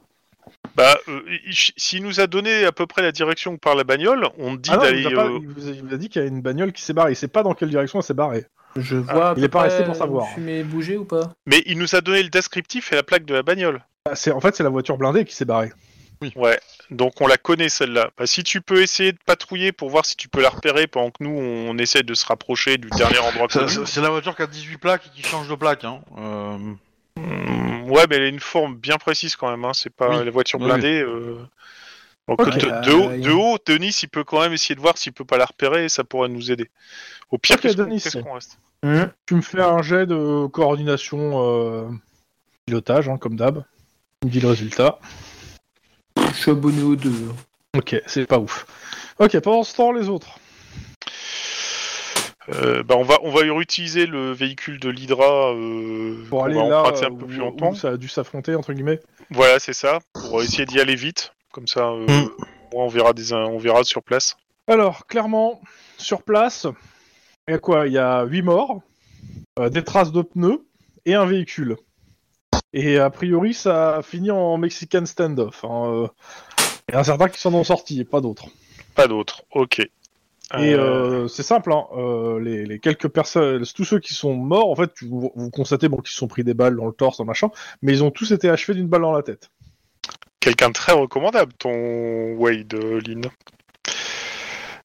[SPEAKER 3] Bah, euh, il- s'il nous a donné à peu près la direction par la bagnole, on dit
[SPEAKER 1] Ah non, il,
[SPEAKER 3] d'aller.
[SPEAKER 1] vous a pas-
[SPEAKER 3] euh,
[SPEAKER 1] il vous a- il vous a dit qu'il y a une bagnole qui s'est barrée. Il sait pas dans quelle direction elle s'est barrée.
[SPEAKER 2] Je
[SPEAKER 3] Ah,
[SPEAKER 2] vois. à
[SPEAKER 1] il
[SPEAKER 2] peu
[SPEAKER 1] est pas resté
[SPEAKER 2] près
[SPEAKER 1] pour savoir.
[SPEAKER 2] une Fumée bouger ou pas
[SPEAKER 3] Mais il nous a donné le descriptif et la plaque de la bagnole.
[SPEAKER 1] Ah, C'est en fait c'est la voiture blindée qui s'est barrée.
[SPEAKER 3] Ouais, donc on la connaît celle-là. Bah, si tu peux essayer de patrouiller pour voir si tu peux la repérer pendant que nous on essaie de se rapprocher du dernier endroit
[SPEAKER 4] C'est-
[SPEAKER 3] connu.
[SPEAKER 4] C'est c'est la voiture qui a 18 plaques et qui change de plaque. Hein. Euh,
[SPEAKER 3] Mm, ouais, mais elle a une forme bien précise quand même. Hein. C'est pas
[SPEAKER 4] Oui.
[SPEAKER 3] la voiture
[SPEAKER 4] Oui,
[SPEAKER 3] blindée. euh. Donc,
[SPEAKER 1] Ok.
[SPEAKER 3] de, de
[SPEAKER 1] euh,
[SPEAKER 3] haut, de haut, Denis, il peut quand même essayer de voir s'il peut pas la repérer et ça pourrait nous aider. Au pire,
[SPEAKER 1] Ok,
[SPEAKER 3] qu'est-ce qu'on
[SPEAKER 1] Denis.
[SPEAKER 3] qu'est-ce qu'on reste
[SPEAKER 1] Tu me fais un jet de coordination euh, pilotage, hein, comme d'hab. Tu me dis le résultat.
[SPEAKER 2] Je suis abonné aux deux.
[SPEAKER 1] Ok, c'est pas ouf. Ok, pendant ce temps, les autres.
[SPEAKER 3] Euh, bah, on va, on va utiliser le véhicule de l'Hydra euh,
[SPEAKER 1] Pour
[SPEAKER 3] qu'on
[SPEAKER 1] aller
[SPEAKER 3] va
[SPEAKER 1] là
[SPEAKER 3] emprunter
[SPEAKER 1] euh,
[SPEAKER 3] un peu
[SPEAKER 1] où-
[SPEAKER 3] plus
[SPEAKER 1] où
[SPEAKER 3] longtemps.
[SPEAKER 1] ça a dû s'affronter, entre guillemets.
[SPEAKER 3] Voilà, c'est ça. Pour essayer d'y aller vite, comme ça, euh,
[SPEAKER 4] Mm.
[SPEAKER 3] on verra des, on verra sur place.
[SPEAKER 1] Alors, clairement, sur place, il y a quoi Il y a 8 morts, euh, des traces de pneus et un véhicule. Et a priori, ça a fini en Mexican standoff. hein, euh. Il y en a certains qui s'en ont sortis et pas d'autres.
[SPEAKER 3] Pas d'autres, ok.
[SPEAKER 1] Et
[SPEAKER 3] Euh,
[SPEAKER 1] euh, c'est simple, hein, euh, les, les quelques personnes, tous ceux qui sont morts, en fait, tu- vous, vous constatez bon, qu'ils se sont pris des balles dans le torse, un machin, mais ils ont tous été achevés d'une balle dans la tête.
[SPEAKER 3] Quelqu'un de très recommandable, ton Wade euh, Lynn.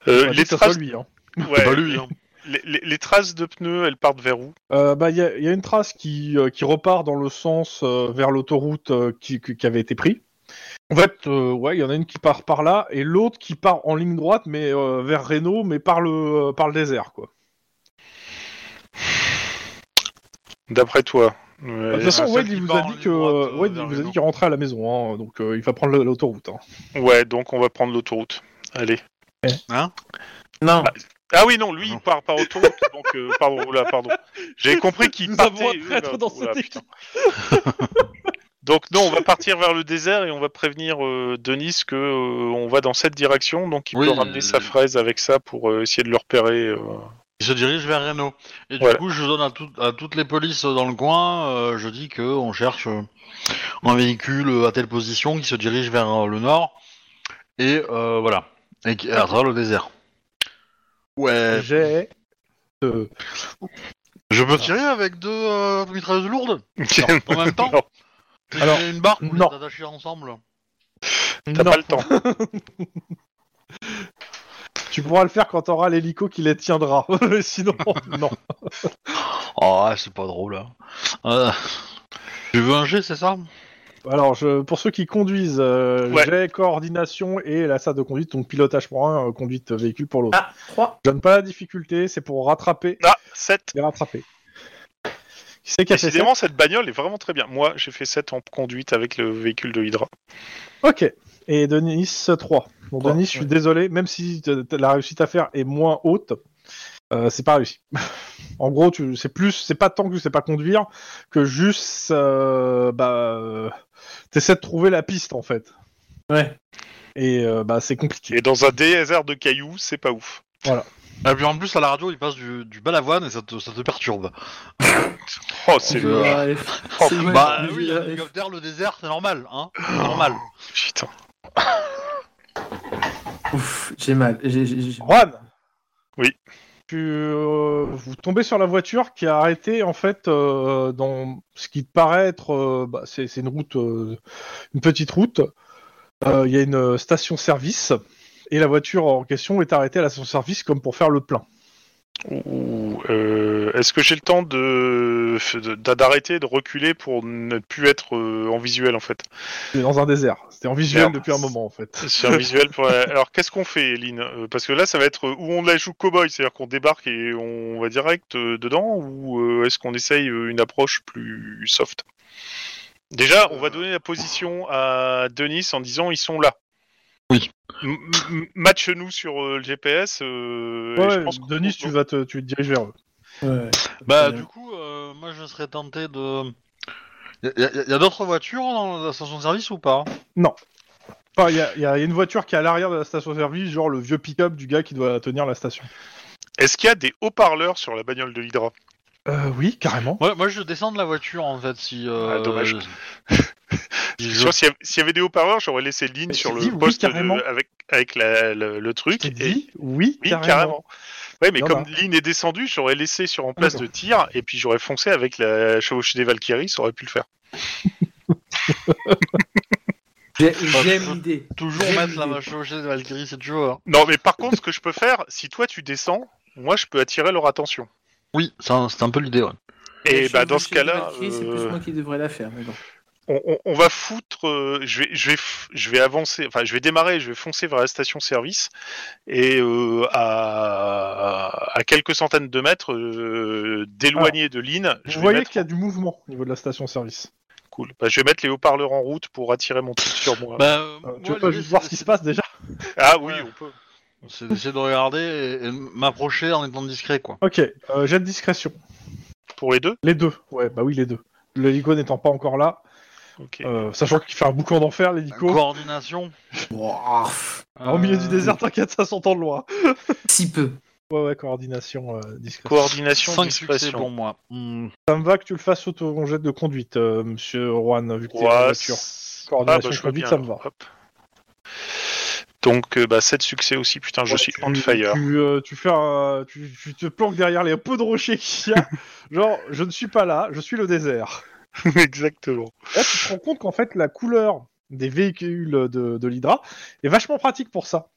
[SPEAKER 3] Euh,
[SPEAKER 1] Enfin,
[SPEAKER 3] les,
[SPEAKER 1] que ça soit
[SPEAKER 3] traces...
[SPEAKER 1] lui, hein.
[SPEAKER 3] ouais,
[SPEAKER 4] C'est pas lui, hein.
[SPEAKER 3] les, les- les traces de pneus, elles partent vers où
[SPEAKER 1] Euh, bah, il y, a- il y a une trace qui, euh, qui repart dans le sens euh, vers l'autoroute euh, qui, qui- qui avait été pris. En fait, euh, ouais, il y en a une qui part par là et l'autre qui part en ligne droite, mais euh, vers Reno, mais par le euh, par le désert, quoi.
[SPEAKER 3] D'après toi Euh,
[SPEAKER 1] de toute façon,
[SPEAKER 4] celle
[SPEAKER 1] Wade
[SPEAKER 4] qui
[SPEAKER 1] il vous
[SPEAKER 4] part
[SPEAKER 1] a
[SPEAKER 4] en
[SPEAKER 1] dit
[SPEAKER 4] ligne
[SPEAKER 1] que
[SPEAKER 4] droite, euh,
[SPEAKER 1] Wade, il
[SPEAKER 4] vers
[SPEAKER 1] vous a
[SPEAKER 4] Reno.
[SPEAKER 1] dit qu'il rentrait à la maison, hein, donc euh, il va prendre le- l'autoroute. hein.
[SPEAKER 3] Ouais, donc on va prendre l'autoroute. Allez.
[SPEAKER 2] Non.
[SPEAKER 3] Ah oui, non, lui,
[SPEAKER 4] Non.
[SPEAKER 3] il part par autoroute. donc, euh, pardon, oula, pardon. J'ai compris qu'il
[SPEAKER 1] Nous
[SPEAKER 3] partait.
[SPEAKER 1] avons un traître
[SPEAKER 3] oula,
[SPEAKER 1] dans cette
[SPEAKER 3] oula,
[SPEAKER 1] équipe.
[SPEAKER 3] putain. Donc non, on va partir vers le désert et on va prévenir euh, Denis que euh, on va dans cette direction, donc il
[SPEAKER 4] Oui,
[SPEAKER 3] peut ramener
[SPEAKER 4] euh,
[SPEAKER 3] sa fraise avec ça pour euh, essayer de le repérer. euh,
[SPEAKER 4] Ils se dirigent vers Reno. Et du
[SPEAKER 3] Voilà.
[SPEAKER 4] coup, je donne à, tout- à toutes les polices dans le coin, euh, je dis que on cherche euh, un véhicule euh, à telle position qui se dirige vers euh, le nord. Et euh, voilà. Et qui- à travers le désert. Ouais.
[SPEAKER 1] J'ai euh, de-
[SPEAKER 4] Je peux tirer avec deux euh, mitrailleuses lourdes
[SPEAKER 3] Non.
[SPEAKER 4] en même temps
[SPEAKER 3] Non.
[SPEAKER 4] J'ai
[SPEAKER 1] Alors,
[SPEAKER 4] une barre pour
[SPEAKER 1] non.
[SPEAKER 4] les attacher ensemble
[SPEAKER 3] T'as
[SPEAKER 1] Non.
[SPEAKER 3] pas le temps.
[SPEAKER 1] Tu pourras le faire quand t'auras l'hélico qui les tiendra. Sinon, non.
[SPEAKER 4] Ah, c'est pas drôle. Hein. Euh, tu veux un G, c'est ça
[SPEAKER 1] Alors, je, pour ceux qui conduisent, euh,
[SPEAKER 3] Ouais.
[SPEAKER 1] j'ai coordination et la salle de conduite, donc pilotage pour un, euh, conduite véhicule pour l'autre.
[SPEAKER 2] Ah, 3.
[SPEAKER 1] Je donne pas la difficulté, c'est pour rattraper
[SPEAKER 3] Ah, 7.
[SPEAKER 1] les rattraper. Qui c'est qui a fait ça
[SPEAKER 3] Décidément, cette bagnole est vraiment très bien. Moi, j'ai fait 7 en conduite avec le véhicule de Hydra.
[SPEAKER 1] Ok. Et Denis, 3. Bon,
[SPEAKER 2] Trois,
[SPEAKER 1] Denis, je suis
[SPEAKER 2] ouais.
[SPEAKER 1] désolé, même si t- t- la réussite à faire est moins haute, euh, c'est pas réussi. en gros, tu, c'est plus, c'est pas tant que tu sais pas conduire que juste, euh, bah, euh, t'essaies de trouver la piste en fait.
[SPEAKER 2] Ouais.
[SPEAKER 1] Et euh, bah, c'est compliqué.
[SPEAKER 3] Et dans un désert de cailloux, c'est pas ouf.
[SPEAKER 4] Et puis en plus, à la radio, il passe du, du balavoine et ça te, ça te perturbe.
[SPEAKER 3] Oh, c'est
[SPEAKER 4] Euh,
[SPEAKER 3] le. oh,
[SPEAKER 2] C'est moche.
[SPEAKER 4] bah
[SPEAKER 2] Mais
[SPEAKER 4] oui,
[SPEAKER 2] je-
[SPEAKER 4] un hélicoptère, le désert, c'est normal, hein C'est Normal.
[SPEAKER 3] Putain.
[SPEAKER 2] Ouf, j'ai mal. j'ai- j'ai- j'ai-
[SPEAKER 1] Juan
[SPEAKER 3] Oui.
[SPEAKER 1] Tu, euh, vous tombez sur la voiture qui a arrêté en fait euh, dans ce qui te paraît être. euh, bah, c'est c'est une route, euh, une petite route. Euh, Il y a une station-service et la voiture en question est arrêtée à la station-service comme pour faire le plein.
[SPEAKER 3] Ouh, euh, Est-ce que j'ai le temps de de- d'arrêter, de reculer pour ne plus être euh, en visuel en fait
[SPEAKER 1] C'est dans un désert. C'était en visuel
[SPEAKER 3] Merde.
[SPEAKER 1] depuis un moment en fait.
[SPEAKER 3] C'est un visuel pour la- Alors qu'est-ce qu'on fait, Lynn Euh, Parce que là, ça va être euh, où on la joue cowboy, c'est-à-dire qu'on débarque et on va direct euh, dedans, ou euh, est-ce qu'on essaye euh, une approche plus soft Déjà, on va donner la position à Denis en disant ils sont là.
[SPEAKER 4] Oui.
[SPEAKER 3] M- m- Match-nous sur euh, le GPS. euh, et je
[SPEAKER 1] Ouais,
[SPEAKER 3] pense qu'on-
[SPEAKER 1] Denis, tu vas te, tu te diriges vers eux.
[SPEAKER 2] ouais.
[SPEAKER 4] Bah,
[SPEAKER 2] Ouais.
[SPEAKER 4] du coup, euh, moi je serais tenté de. Y a, y a- y a d'autres voitures dans la station de service ou pas
[SPEAKER 1] Enfin, Il y, a- il y a une voiture qui est à l'arrière de la station-service, genre le vieux pick-up du gars qui doit tenir la station.
[SPEAKER 3] Est-ce qu'il y a des haut-parleurs sur la bagnole de l'Hydra
[SPEAKER 1] Euh, oui, carrément.
[SPEAKER 4] Ouais, Moi je descends de la voiture en fait si. euh,
[SPEAKER 3] Ah, dommage.
[SPEAKER 4] si
[SPEAKER 3] Je
[SPEAKER 4] je-
[SPEAKER 3] suis sûr, S'il y avait- s'il y avait des haut-parleurs, j'aurais laissé Lynn
[SPEAKER 1] Mais
[SPEAKER 3] sur
[SPEAKER 1] je
[SPEAKER 3] le
[SPEAKER 1] dis oui,
[SPEAKER 3] poste de-
[SPEAKER 1] carrément.
[SPEAKER 3] avec, avec la- le, le truc.
[SPEAKER 1] J'ai
[SPEAKER 3] et-
[SPEAKER 1] dit oui,
[SPEAKER 3] Oui,
[SPEAKER 1] carrément. bah.
[SPEAKER 3] carrément. Ouais, mais
[SPEAKER 1] Il y en
[SPEAKER 3] comme Lynn est descendue, j'aurais laissé sur en
[SPEAKER 1] Ah,
[SPEAKER 3] place de tir et puis j'aurais foncé avec la chevauchée des Valkyries, ça aurait pu le faire.
[SPEAKER 2] J'ai-
[SPEAKER 3] Bah,
[SPEAKER 2] J'aime l'idée.
[SPEAKER 4] Toujours
[SPEAKER 2] J'aime
[SPEAKER 4] mettre la
[SPEAKER 2] l'idée.
[SPEAKER 4] macho chez Valkyrie si tu veux. hein.
[SPEAKER 3] Non, mais par contre, ce que je peux faire, si toi tu descends, moi je peux attirer leur attention.
[SPEAKER 4] Oui, c'est un, c'est un peu l'idée. Ouais.
[SPEAKER 3] Et
[SPEAKER 2] Je
[SPEAKER 3] bah
[SPEAKER 2] suis
[SPEAKER 3] dans ce
[SPEAKER 2] obligé de
[SPEAKER 3] cas-là,
[SPEAKER 2] marquer, C'est plus
[SPEAKER 3] euh,
[SPEAKER 2] moi qui devrais la faire. Mais bon.
[SPEAKER 3] on, on- on va foutre, euh, je vais, je vais, f- je vais avancer, enfin je vais démarrer, je vais foncer vers la station-service et euh, à, à quelques centaines de mètres euh, d'éloigner de Lynn, je
[SPEAKER 1] Ah. Vous
[SPEAKER 3] vais
[SPEAKER 1] voyez
[SPEAKER 3] mettre-
[SPEAKER 1] qu'il y a du mouvement au niveau de la station-service.
[SPEAKER 3] cool. Bah, je vais mettre les haut-parleurs en route pour attirer mon truc sur moi.
[SPEAKER 4] Bah, euh,
[SPEAKER 1] Euh, tu
[SPEAKER 4] moi,
[SPEAKER 1] veux pas
[SPEAKER 4] l'idée,
[SPEAKER 1] juste
[SPEAKER 4] c'est-
[SPEAKER 1] voir ce qui se passe déjà
[SPEAKER 3] ah oui,
[SPEAKER 4] ouais.
[SPEAKER 3] on peut.
[SPEAKER 4] C'est d'essayer de regarder et, et m'approcher en étant discret, quoi.
[SPEAKER 1] Ok, euh, jet de discrétion.
[SPEAKER 3] Pour les deux.
[SPEAKER 1] Les deux. Ouais, bah oui, les deux. L'hélico n'étant pas encore là,
[SPEAKER 3] Ok.
[SPEAKER 1] euh, sachant qu'il fait un boucan d'enfer, l'hélico.
[SPEAKER 4] Coordination.
[SPEAKER 2] Ouah,
[SPEAKER 1] Au milieu du
[SPEAKER 4] Euh,
[SPEAKER 1] désert, t'inquiète, ça s'entend de loin.
[SPEAKER 2] Si peu.
[SPEAKER 1] Ouais, ouais, coordination, euh, discrétion.
[SPEAKER 3] Coordination,
[SPEAKER 4] Cinq succès
[SPEAKER 3] discrétion.
[SPEAKER 4] pour moi. Hmm.
[SPEAKER 1] Ça me va que tu le fasses sous ton jet de conduite, euh, monsieur Juan, vu que t'es en
[SPEAKER 3] Ouais,
[SPEAKER 1] voiture.
[SPEAKER 3] c'est- ah, bah,
[SPEAKER 1] Coordination
[SPEAKER 3] je vois
[SPEAKER 1] conduite,
[SPEAKER 3] bien,
[SPEAKER 1] ça me va.
[SPEAKER 3] hop. Donc, euh, bah, 7 succès aussi, putain, je
[SPEAKER 1] Ouais,
[SPEAKER 3] suis
[SPEAKER 1] tu-
[SPEAKER 3] on fire.
[SPEAKER 1] Tu, euh, tu fais un- tu- tu te planques derrière les peu de rochers qu'il y a. genre, je ne suis pas là, je suis le désert.
[SPEAKER 3] Exactement.
[SPEAKER 1] Là, tu te rends compte qu'en fait, la couleur des véhicules de, de l'Hydra est vachement pratique pour ça.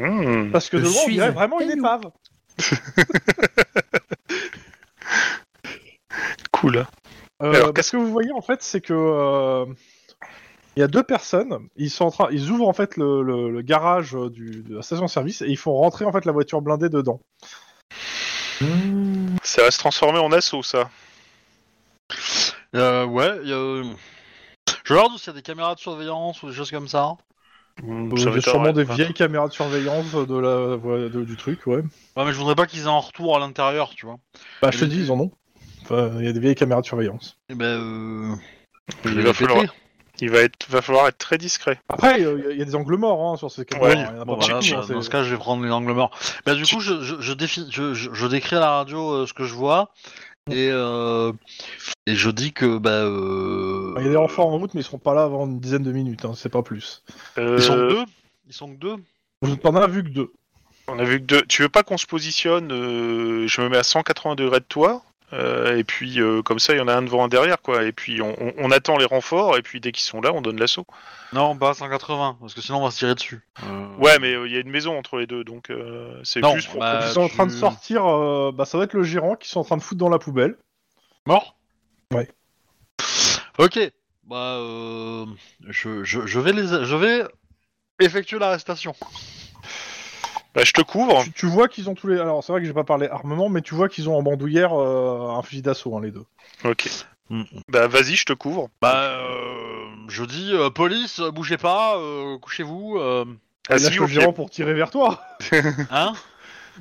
[SPEAKER 3] Hmm.
[SPEAKER 1] Parce que
[SPEAKER 2] Je
[SPEAKER 1] de loin, on
[SPEAKER 2] suis
[SPEAKER 1] dirait
[SPEAKER 2] un
[SPEAKER 1] vraiment une
[SPEAKER 2] caillou.
[SPEAKER 1] épave.
[SPEAKER 3] cool.
[SPEAKER 1] Euh,
[SPEAKER 3] Alors,
[SPEAKER 1] parce
[SPEAKER 3] qu'est-ce-
[SPEAKER 1] que vous voyez, en fait, c'est que. euh, Il y a deux personnes, ils sont en train, ils ouvrent en fait le, le- le garage euh, du, de la station-service et ils font rentrer en fait la voiture blindée dedans.
[SPEAKER 3] Ça va se transformer en assaut, ça.
[SPEAKER 4] Euh, ouais, y a- je regarde s'il y a des caméras de surveillance ou des choses comme ça.
[SPEAKER 3] Hmm,
[SPEAKER 1] Euh,
[SPEAKER 3] ça
[SPEAKER 1] il y a
[SPEAKER 3] m'étonnerait
[SPEAKER 1] sûrement des
[SPEAKER 3] pas.
[SPEAKER 1] vieilles caméras de surveillance de la voie- de- du truc, ouais.
[SPEAKER 4] Ouais, mais je voudrais pas qu'ils aient un retour à l'intérieur, tu vois.
[SPEAKER 1] Bah je te dis, ils en ont. Enfin, il y a des vieilles caméras de surveillance.
[SPEAKER 4] Et ben, euh, je
[SPEAKER 3] Il
[SPEAKER 4] vais
[SPEAKER 3] va
[SPEAKER 4] les
[SPEAKER 3] falloir,
[SPEAKER 4] péter.
[SPEAKER 3] il va, être, va falloir être très discret.
[SPEAKER 1] Après, euh, il y a- il y, a des angles morts hein, sur ces caméras.
[SPEAKER 3] Ouais,
[SPEAKER 1] il y en a pas
[SPEAKER 4] Bon, bah
[SPEAKER 1] partout,
[SPEAKER 4] là,
[SPEAKER 1] hein,
[SPEAKER 4] dans-
[SPEAKER 1] c'est-
[SPEAKER 4] dans ce cas, je vais prendre les angles morts. Bah, du coup, je, je, je, défi- je, je- je décris à la radio euh, ce que je vois
[SPEAKER 1] Mm.
[SPEAKER 4] et, euh, et je dis que. Bah, euh,
[SPEAKER 1] Il y a des renforts en route, mais ils seront pas là avant une dizaine de minutes, hein, c'est pas plus.
[SPEAKER 3] Euh,
[SPEAKER 4] Ils sont que deux Ils sont que deux
[SPEAKER 1] Vous n'en avez vu que deux.
[SPEAKER 3] On a vu que deux. Tu veux pas qu'on se positionne euh, Je me mets à 180 degrés de toi Euh, et puis euh, comme ça, il y en a un devant, un derrière, quoi. Et puis on, on- on attend les renforts, et puis dès qu'ils sont là, on donne l'assaut.
[SPEAKER 4] Non, pas à 180, parce que sinon on va se tirer dessus. Euh,
[SPEAKER 3] Ouais, mais euh, il y a une maison entre les deux, donc euh, c'est
[SPEAKER 4] Non,
[SPEAKER 3] plus pour.
[SPEAKER 4] bah,
[SPEAKER 1] Ils sont en train de
[SPEAKER 4] tu-
[SPEAKER 1] sortir, euh, bah, ça doit être le gérant qui sont en train de foutre dans la poubelle.
[SPEAKER 4] Mort
[SPEAKER 1] Ouais.
[SPEAKER 4] Ok. Bah, euh, je, je, je vais les, je vais effectuer l'arrestation.
[SPEAKER 3] Bah, je te couvre.
[SPEAKER 1] Tu, tu vois qu'ils ont tous les. Alors c'est vrai que j'ai pas parlé armement, mais tu vois qu'ils ont en bandoulière euh, un fusil d'assaut, hein, les deux.
[SPEAKER 3] Ok.
[SPEAKER 4] Mm.
[SPEAKER 3] Bah vas-y, je te couvre.
[SPEAKER 4] Bah, euh, je dis euh, police, bougez pas, euh, couchez-vous. euh,
[SPEAKER 1] Bah,
[SPEAKER 3] Ah,
[SPEAKER 1] il
[SPEAKER 3] si,
[SPEAKER 1] lâche le
[SPEAKER 3] ok.
[SPEAKER 1] gérant pour tirer vers toi.
[SPEAKER 4] hein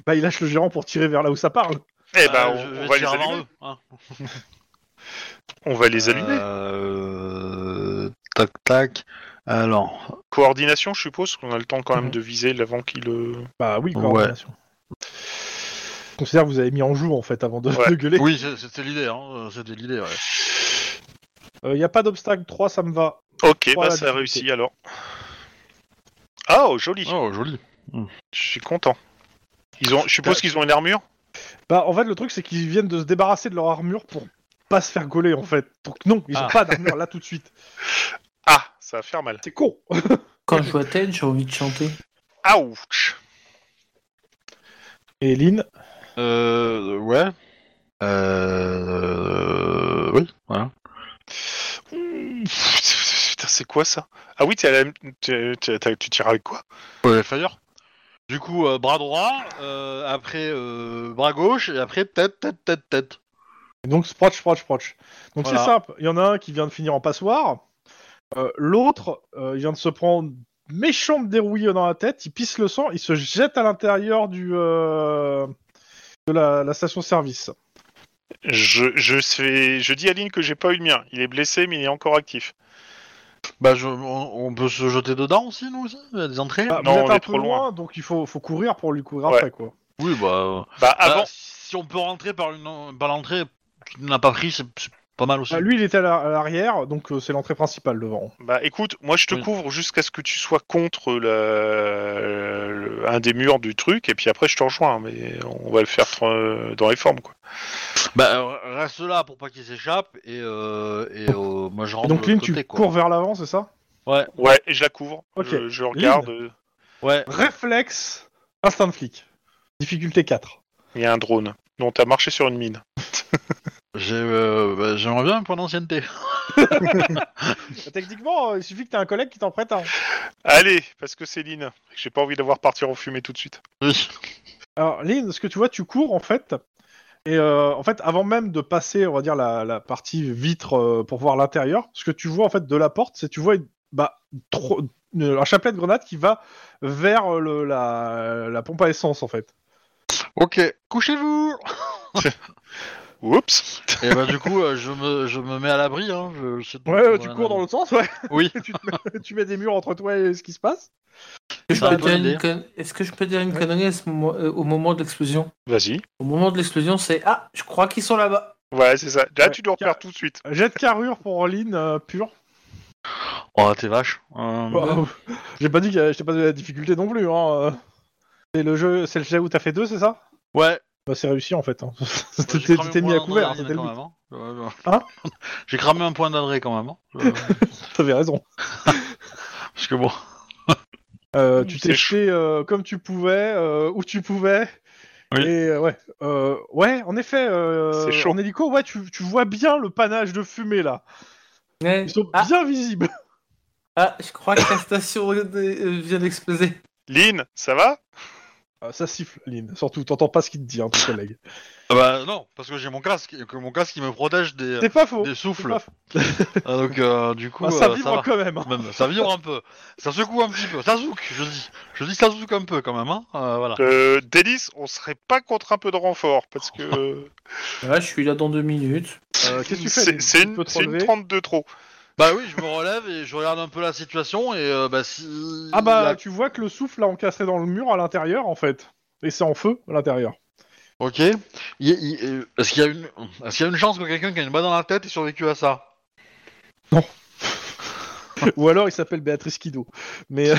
[SPEAKER 1] Bah il lâche le gérant pour tirer vers là où ça parle.
[SPEAKER 3] Eh bah,
[SPEAKER 4] Euh,
[SPEAKER 3] on,
[SPEAKER 4] je
[SPEAKER 3] on
[SPEAKER 4] vais
[SPEAKER 3] va les
[SPEAKER 4] tirer avant
[SPEAKER 3] allumer.
[SPEAKER 4] eux, hein.
[SPEAKER 3] On va les allumer.
[SPEAKER 4] Euh, Tac tac. Alors,
[SPEAKER 3] Coordination, je suppose, qu'on a le temps quand même
[SPEAKER 4] Mm.
[SPEAKER 1] Mhm.
[SPEAKER 3] de viser l'avant qu'il. euh,
[SPEAKER 1] Bah oui, coordination. Je considère que vous avez mis en joue en fait avant de,
[SPEAKER 3] Ouais.
[SPEAKER 1] de gueuler.
[SPEAKER 4] oui, c'est- c'était l'idée, hein, c'était l'idée. Ouais.
[SPEAKER 1] Il n'y Euh, a pas d'obstacle, 3 ça me va.
[SPEAKER 3] Ok,
[SPEAKER 1] Voilà,
[SPEAKER 3] bah ça
[SPEAKER 1] difficulté.
[SPEAKER 3] réussit alors. Ah, oh, joli.
[SPEAKER 4] Oh, joli.
[SPEAKER 3] Je suis content. Ils ont, je suppose
[SPEAKER 1] T'as-
[SPEAKER 3] qu'ils ont une armure.
[SPEAKER 1] Bah en fait le truc c'est qu'ils viennent de se débarrasser de leur armure pour pas se faire gauler en fait. Donc non, ils ont
[SPEAKER 4] Ah.
[SPEAKER 1] pas d'armure là tout de suite.
[SPEAKER 3] Ah, ça va faire mal.
[SPEAKER 1] C'est con.
[SPEAKER 2] Quand je vois Ted, j'ai envie de chanter.
[SPEAKER 3] Ouch.
[SPEAKER 1] Et Lynn,
[SPEAKER 4] Euh, ouais. Euh, oui. Voilà.
[SPEAKER 3] Ouh, Putain, c'est quoi ça Ah oui, t'es à la- t'es- t'es- t'as- tu tires avec quoi
[SPEAKER 4] Ouais, fire. Du coup, euh, bras droit, euh, après euh, bras gauche, et après tête, tête, tête, tête.
[SPEAKER 1] Et Donc sprotch, sprotch, sprotch. Donc
[SPEAKER 4] Voilà.
[SPEAKER 1] c'est simple, il y en a un qui vient de finir en passoire, euh, l'autre euh, il vient de se prendre méchante dérouille dans la tête, il pisse le sang, il se jette à l'intérieur du euh, de la, la station-service.
[SPEAKER 3] je, je, sais- je dis à Lynn que j'ai pas eu le mien. Il est blessé, mais il est encore actif.
[SPEAKER 4] Bah, je- on, on peut se jeter dedans aussi, nous aussi, à des entrées.
[SPEAKER 1] Bah,
[SPEAKER 3] Non,
[SPEAKER 1] vous
[SPEAKER 3] on
[SPEAKER 1] êtes un
[SPEAKER 3] est
[SPEAKER 1] peu
[SPEAKER 3] trop loin.
[SPEAKER 1] loin, donc il faut, faut courir pour lui courir
[SPEAKER 3] Ouais.
[SPEAKER 1] après quoi.
[SPEAKER 4] Oui, bah. euh, bah,
[SPEAKER 3] Bah avant,
[SPEAKER 4] si on peut rentrer par une, par l'entrée qu'il n'a pas pris, c'est c'est pas mal aussi.
[SPEAKER 1] Ah, lui il était à la- à l'arrière, donc euh, c'est l'entrée principale devant.
[SPEAKER 3] Bah écoute, moi je te
[SPEAKER 4] Oui.
[SPEAKER 3] couvre jusqu'à ce que tu sois contre la- le- un des murs du truc, et puis après je te rejoins, mais on va le faire tra- dans les formes quoi.
[SPEAKER 4] Bah, euh, reste là pour pas qu'il s'échappe, et, euh, et euh, moi je rentre.
[SPEAKER 1] donc
[SPEAKER 4] de
[SPEAKER 1] Lynn
[SPEAKER 4] l'autre
[SPEAKER 1] tu
[SPEAKER 4] côté, quoi.
[SPEAKER 1] cours vers l'avant, c'est ça
[SPEAKER 3] Ouais, et je la couvre,
[SPEAKER 1] Ok.
[SPEAKER 3] je, je regarde, euh,
[SPEAKER 4] Ouais.
[SPEAKER 1] Réflexe, instinct de flic. Difficulté 4.
[SPEAKER 3] il y a un drone. Non, t'as marché sur une mine.
[SPEAKER 4] J'ai, euh, bah, j'aimerais bien un point d'ancienneté.
[SPEAKER 1] Techniquement, euh, il suffit que t'aies un collègue qui t'en prête un.
[SPEAKER 3] Allez, parce que Céline, j'ai pas envie d'avoir partir en fumée tout de suite.
[SPEAKER 4] Oui.
[SPEAKER 1] Alors, Lynn, ce que tu vois, tu cours en fait. Et euh, en fait, avant même de passer, on va dire, la, la partie vitre euh, pour voir l'intérieur, ce que tu vois en fait de la porte, c'est tu vois une- bah, tro- une- un chapelet de grenades qui va vers euh, le- la, la pompe à essence en fait.
[SPEAKER 4] Ok, couchez-vous
[SPEAKER 3] Oups
[SPEAKER 4] Et bah, du coup, euh, je, me, je me mets à l'abri. Hein. Je, je-
[SPEAKER 1] Ouais,
[SPEAKER 4] voilà,
[SPEAKER 1] tu cours
[SPEAKER 4] non.
[SPEAKER 1] dans l'autre sens, ouais.
[SPEAKER 4] Oui.
[SPEAKER 1] tu, te mets- tu mets des murs entre toi et ce qui se passe.
[SPEAKER 2] Est-ce
[SPEAKER 4] C'est
[SPEAKER 2] que, je
[SPEAKER 4] un
[SPEAKER 2] peux
[SPEAKER 4] peu
[SPEAKER 2] dire
[SPEAKER 4] l'idée.
[SPEAKER 2] une con- Est-ce que je peux dire une
[SPEAKER 1] Ouais.
[SPEAKER 2] connerie à ce moment- euh, au moment de l'explosion
[SPEAKER 3] Vas-y.
[SPEAKER 2] Au moment de l'explosion, c'est Ah, je crois qu'ils sont là-bas.
[SPEAKER 3] Ouais, c'est ça. Là
[SPEAKER 1] Ouais.
[SPEAKER 3] tu dois repères tout de suite.
[SPEAKER 1] Jet de carrure pour Lynn euh, pure.
[SPEAKER 4] Oh, t'es vache. Euh,
[SPEAKER 1] Bah, euh, J'ai pas dit que je t'ai pas donné la difficulté non plus. Hein. euh. C'est le jeu, c'est le jeu où t'as fait deux, c'est ça
[SPEAKER 4] Ouais.
[SPEAKER 1] Bah c'est réussi en fait. hein.
[SPEAKER 4] Bah, J'ai
[SPEAKER 1] Tu t'es-
[SPEAKER 4] cramé
[SPEAKER 1] tu t'es
[SPEAKER 4] un
[SPEAKER 1] mis à
[SPEAKER 4] point
[SPEAKER 1] couvert,
[SPEAKER 4] d'André,
[SPEAKER 1] c'était le
[SPEAKER 4] quand
[SPEAKER 1] but.
[SPEAKER 4] même, hein. Euh, euh,
[SPEAKER 1] Hein
[SPEAKER 4] J'ai cramé un point d'André quand même. hein. Euh,
[SPEAKER 1] T'avais raison.
[SPEAKER 4] Parce que bon.
[SPEAKER 1] Euh, tu
[SPEAKER 3] C'est
[SPEAKER 1] t'es
[SPEAKER 3] chaud.
[SPEAKER 1] jeté euh, comme tu pouvais, euh, où tu pouvais.
[SPEAKER 4] Oui.
[SPEAKER 1] Et euh, ouais, Euh, ouais, en effet, euh,
[SPEAKER 3] C'est chaud.
[SPEAKER 1] en hélico, ouais, tu, tu vois bien le panache de fumée là.
[SPEAKER 2] Ouais.
[SPEAKER 1] Ils sont
[SPEAKER 2] Ah,
[SPEAKER 1] bien visibles.
[SPEAKER 2] ah, je crois que la station euh, euh, vient d'exploser.
[SPEAKER 3] Lynn, ça va
[SPEAKER 1] Ah, ça siffle, Lynn. Surtout, t'entends pas ce qu'il te dit, hein, ton collègue.
[SPEAKER 4] Ah Bah non, parce que j'ai mon casque. et que mon casque il me protège des,
[SPEAKER 1] C'est pas faux.
[SPEAKER 4] des
[SPEAKER 1] c'est
[SPEAKER 4] souffles.
[SPEAKER 1] pas faux.
[SPEAKER 4] Ah, donc euh, du coup,
[SPEAKER 1] Ah, ça
[SPEAKER 4] euh,
[SPEAKER 1] vibre
[SPEAKER 4] va.
[SPEAKER 1] quand même. hein.
[SPEAKER 4] Même, ça vibre un peu. Ça secoue un petit peu. Ça zouk, je dis. Je dis ça zouk un peu quand même. Hein. Euh, voilà.
[SPEAKER 3] euh, Délice, on serait pas contre un peu de renfort, parce que
[SPEAKER 2] Voilà, je suis là dans deux minutes.
[SPEAKER 1] Euh, Qu'est-ce que tu fais
[SPEAKER 3] c'est
[SPEAKER 1] Lynn
[SPEAKER 3] c'est
[SPEAKER 1] Tu
[SPEAKER 3] une,
[SPEAKER 1] peux te
[SPEAKER 3] c'est une
[SPEAKER 1] relever
[SPEAKER 3] 32 trop.
[SPEAKER 4] Bah oui, je me relève et je regarde un peu la situation et euh, bah si.
[SPEAKER 1] Ah bah,
[SPEAKER 4] la-
[SPEAKER 1] tu vois que le souffle a encastré dans le mur à l'intérieur en fait. Et c'est en feu à l'intérieur.
[SPEAKER 4] Ok. Il- il- euh, Est-ce qu'il y a une, est-ce qu'il y a une chance que quelqu'un qui a une balle dans la tête ait survécu à ça
[SPEAKER 1] Ou alors il s'appelle Béatrice Kido. Mais euh,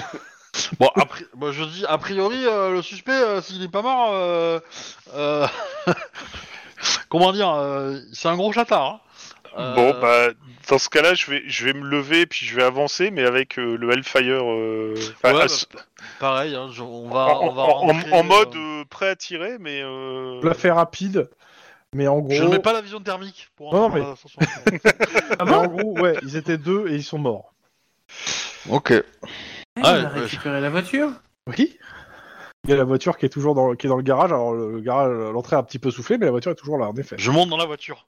[SPEAKER 4] Bon, a pri- bon, je dis a priori euh, le suspect, euh, s'il n'est pas mort, euh, euh, Comment dire euh, C'est un gros chatard. hein. Euh,
[SPEAKER 3] Bon, bah, dans ce cas-là, je vais, je vais me lever puis je vais avancer, mais avec euh, le Hellfire. euh, enfin,
[SPEAKER 4] Ouais,
[SPEAKER 3] à
[SPEAKER 4] bah,
[SPEAKER 3] ce-
[SPEAKER 4] Pareil, hein, je- on
[SPEAKER 3] en,
[SPEAKER 4] va, on va
[SPEAKER 3] en- en-
[SPEAKER 4] rentrer,
[SPEAKER 3] en mode
[SPEAKER 4] euh,
[SPEAKER 3] euh, prêt à tirer, mais. euh,
[SPEAKER 1] Je la fais rapide, mais en gros.
[SPEAKER 4] Je ne mets pas la vision thermique. Pour
[SPEAKER 1] Non,
[SPEAKER 4] entrer
[SPEAKER 1] mais-
[SPEAKER 4] dans l'ascenseur.
[SPEAKER 2] Ah
[SPEAKER 1] mais
[SPEAKER 2] bon
[SPEAKER 1] en gros, ouais, ils étaient deux et ils sont morts.
[SPEAKER 4] ok.
[SPEAKER 2] Eh,
[SPEAKER 4] Ah,
[SPEAKER 2] on a
[SPEAKER 4] ouais.
[SPEAKER 2] récupéré la voiture.
[SPEAKER 1] Oui. Il y a la voiture qui est toujours dans, qui est dans le garage. Alors le garage, l'entrée a un petit peu soufflé, mais la voiture est toujours là, en effet.
[SPEAKER 4] Je monte dans la voiture.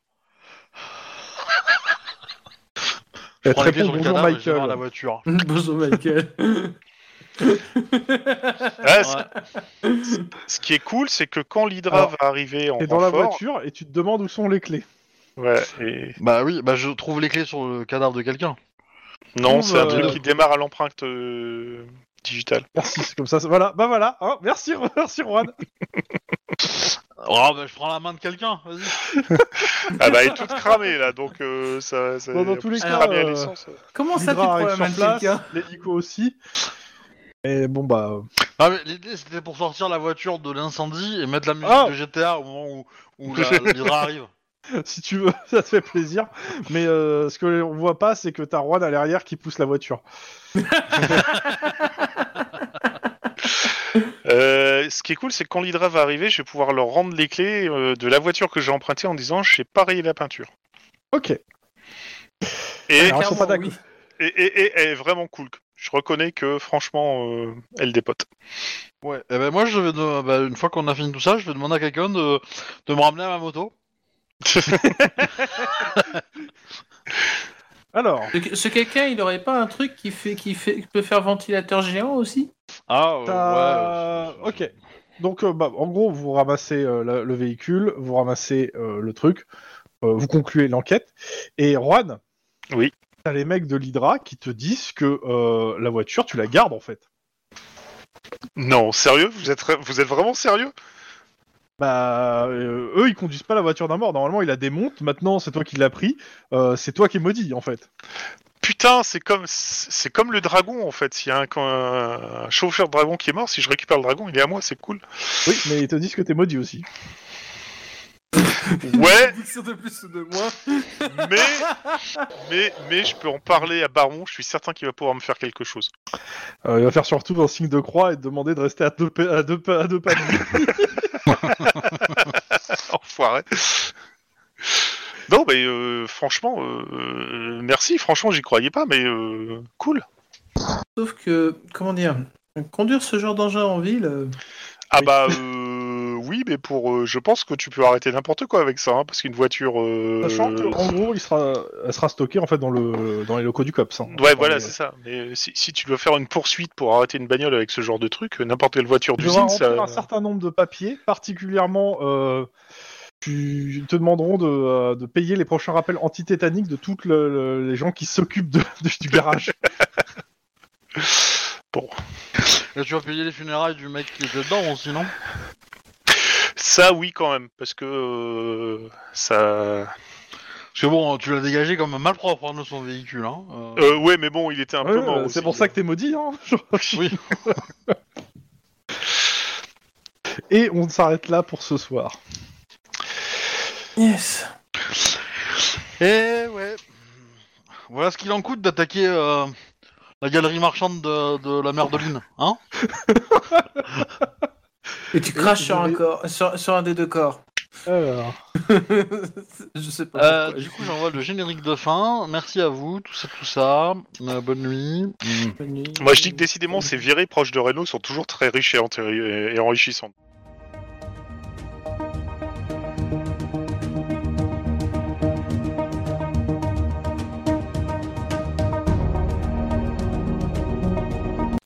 [SPEAKER 4] Je
[SPEAKER 1] Elle te
[SPEAKER 4] prends les pieds
[SPEAKER 1] répond
[SPEAKER 4] sur le
[SPEAKER 1] bonjour
[SPEAKER 4] cadavre et je vais
[SPEAKER 1] Michael.
[SPEAKER 4] dans la voiture.
[SPEAKER 2] Bonjour Michael.
[SPEAKER 3] ah, ce-
[SPEAKER 4] Ouais.
[SPEAKER 3] Ce qui est cool, c'est que quand l'Hydra
[SPEAKER 1] Alors,
[SPEAKER 3] va arriver en
[SPEAKER 1] T'es dans la
[SPEAKER 3] renfort,
[SPEAKER 1] voiture et tu te demandes où sont les clés.
[SPEAKER 3] ouais, et-
[SPEAKER 4] Bah oui, bah je trouve les clés sur le cadavre de quelqu'un.
[SPEAKER 3] non,
[SPEAKER 1] Bon,
[SPEAKER 3] c'est un
[SPEAKER 1] bah,
[SPEAKER 3] truc
[SPEAKER 1] euh,
[SPEAKER 3] qui démarre à l'empreinte euh, digitale.
[SPEAKER 1] Merci, c'est comme ça. c'est- Voilà, bah voilà. hein, merci, merci Juan.
[SPEAKER 4] Oh bah je prends la main de quelqu'un, vas-y.
[SPEAKER 3] Ah bah, elle est toute cramée là, donc euh, ça. ça-
[SPEAKER 1] Dans- dans tous les
[SPEAKER 3] c'est
[SPEAKER 2] cas,
[SPEAKER 3] cramé à
[SPEAKER 1] euh,
[SPEAKER 3] l'essence.
[SPEAKER 2] Comment ça, tu hein
[SPEAKER 1] L'Hydra
[SPEAKER 2] prends
[SPEAKER 1] arrive
[SPEAKER 2] la main de
[SPEAKER 1] sur place,
[SPEAKER 2] quelqu'un
[SPEAKER 1] les Ico aussi. Et bon bah. euh,
[SPEAKER 4] Ah mais l'idée c'était pour sortir la voiture de l'incendie et mettre la musique
[SPEAKER 1] Ah
[SPEAKER 4] de GTA au moment où, où la- l'Hydra arrive.
[SPEAKER 1] si tu veux, ça te fait plaisir. Mais euh, ce que on voit pas, c'est que t'as Juan à l'arrière qui pousse la voiture.
[SPEAKER 3] Euh, ce qui est cool, c'est que quand l'Hydra va arriver, je vais pouvoir leur rendre les clés euh, de la voiture que j'ai empruntée en disant j'ai pas rayé la peinture.
[SPEAKER 1] Ok.
[SPEAKER 3] Et,
[SPEAKER 1] Alors, ils sont pas
[SPEAKER 2] Clairement,
[SPEAKER 1] d'accord.
[SPEAKER 3] et, et- et elle est vraiment cool. Je reconnais que franchement, euh, elle dépote.
[SPEAKER 4] Ouais. Et ben moi je vais de- bah, une fois qu'on a fini tout ça, je vais demander à quelqu'un de, de me ramener à ma moto.
[SPEAKER 1] Alors.
[SPEAKER 2] oui. Ce, ce quelqu'un, il aurait pas un truc qui fait, qui fait, qui peut faire ventilateur géant aussi
[SPEAKER 4] Ah euh,
[SPEAKER 1] T'as-
[SPEAKER 4] ouais.
[SPEAKER 1] ok. Donc, euh, bah, en gros, vous ramassez euh, la- le véhicule, vous ramassez euh, le truc, euh, vous concluez l'enquête. Et Juan,
[SPEAKER 3] Oui.
[SPEAKER 1] t'as les mecs de l'Hydra qui te disent que euh, la voiture, tu la gardes en fait.
[SPEAKER 3] Non, sérieux vous êtes, vous êtes vraiment sérieux
[SPEAKER 1] Bah, euh, eux, ils conduisent pas la voiture d'un mort. Normalement, ils la démontent. Maintenant, c'est toi qui l'as pris. Euh, c'est toi qui es maudit en fait.
[SPEAKER 3] Putain, c'est comme c'est comme le dragon en fait. S'il y a un, un- un chauffeur de dragon qui est mort, si je récupère le dragon, il est à moi, c'est cool.
[SPEAKER 1] Oui, mais ils te disent que t'es maudit aussi. Eh
[SPEAKER 3] Ouais,
[SPEAKER 2] Sur de plus ou de moins.
[SPEAKER 3] mais mais mais je peux en parler à Baron. Je suis certain qu'il va pouvoir me faire quelque chose.
[SPEAKER 1] Euh, il va faire surtout un signe de croix et te demander de rester à deux, pa- à deux, pa- à deux pas de lui.
[SPEAKER 3] Enfoiré. Non, mais euh, franchement, euh, euh, merci. Franchement, j'y croyais pas, mais euh, cool.
[SPEAKER 2] Sauf que, comment dire, conduire ce genre d'engin en ville, euh,
[SPEAKER 3] Ah
[SPEAKER 1] Oui.
[SPEAKER 3] bah euh, oui, mais pour, euh, je pense que tu peux arrêter n'importe quoi avec ça, hein, parce qu'une voiture. euh,
[SPEAKER 1] Sachant Bah, que, en gros, il sera, elle sera stockée en fait dans le dans les locaux du cops. hein.
[SPEAKER 3] Ouais, voilà,
[SPEAKER 1] Mais-
[SPEAKER 3] c'est ça. Mais euh, si, si tu dois faire une poursuite pour arrêter une bagnole avec ce genre de truc, euh, n'importe quelle voiture
[SPEAKER 1] Tu devras
[SPEAKER 3] d'usine, ça.
[SPEAKER 1] remplir un certain nombre de papiers, particulièrement. euh, tu ils te demanderont de, euh, de payer les prochains rappels anti-tétanique de toutes le- le- les gens qui s'occupent de, de- du garage.
[SPEAKER 4] Et tu vas payer les funérailles du mec qui était dedans aussi, non
[SPEAKER 3] Ça, oui, quand même, parce que euh, ça.
[SPEAKER 4] Parce que bon, tu l'as dégagé comme un malpropre hein, de son véhicule. Hein. euh.
[SPEAKER 3] Euh, ouais, mais bon, il était un peu
[SPEAKER 1] Ouais,
[SPEAKER 3] mort.
[SPEAKER 1] euh, c'est
[SPEAKER 3] aussi.
[SPEAKER 1] pour ça que t'es maudit. Hein Genre-
[SPEAKER 4] Oui.
[SPEAKER 1] Et on s'arrête là pour ce soir.
[SPEAKER 2] yes.
[SPEAKER 4] Et Eh ouais. Voilà ce qu'il en coûte d'attaquer euh, la galerie marchande de, de la mère de Lynn, hein
[SPEAKER 2] Et tu craches
[SPEAKER 1] Et
[SPEAKER 2] sur
[SPEAKER 1] je
[SPEAKER 2] un,
[SPEAKER 1] vais-
[SPEAKER 2] corps, sur, sur un des deux corps.
[SPEAKER 1] Alors,
[SPEAKER 2] je sais pas.
[SPEAKER 4] Euh,
[SPEAKER 2] pourquoi.
[SPEAKER 4] Du
[SPEAKER 1] Hmm.
[SPEAKER 4] coup, j'envoie le générique de fin. Merci à vous, tout ça, tout ça. Euh, bonne nuit.
[SPEAKER 2] Bonne nuit.
[SPEAKER 3] Moi, je dis que décidément, ces virées proches de Renault sont toujours très riches et, enterri- et enrichissantes.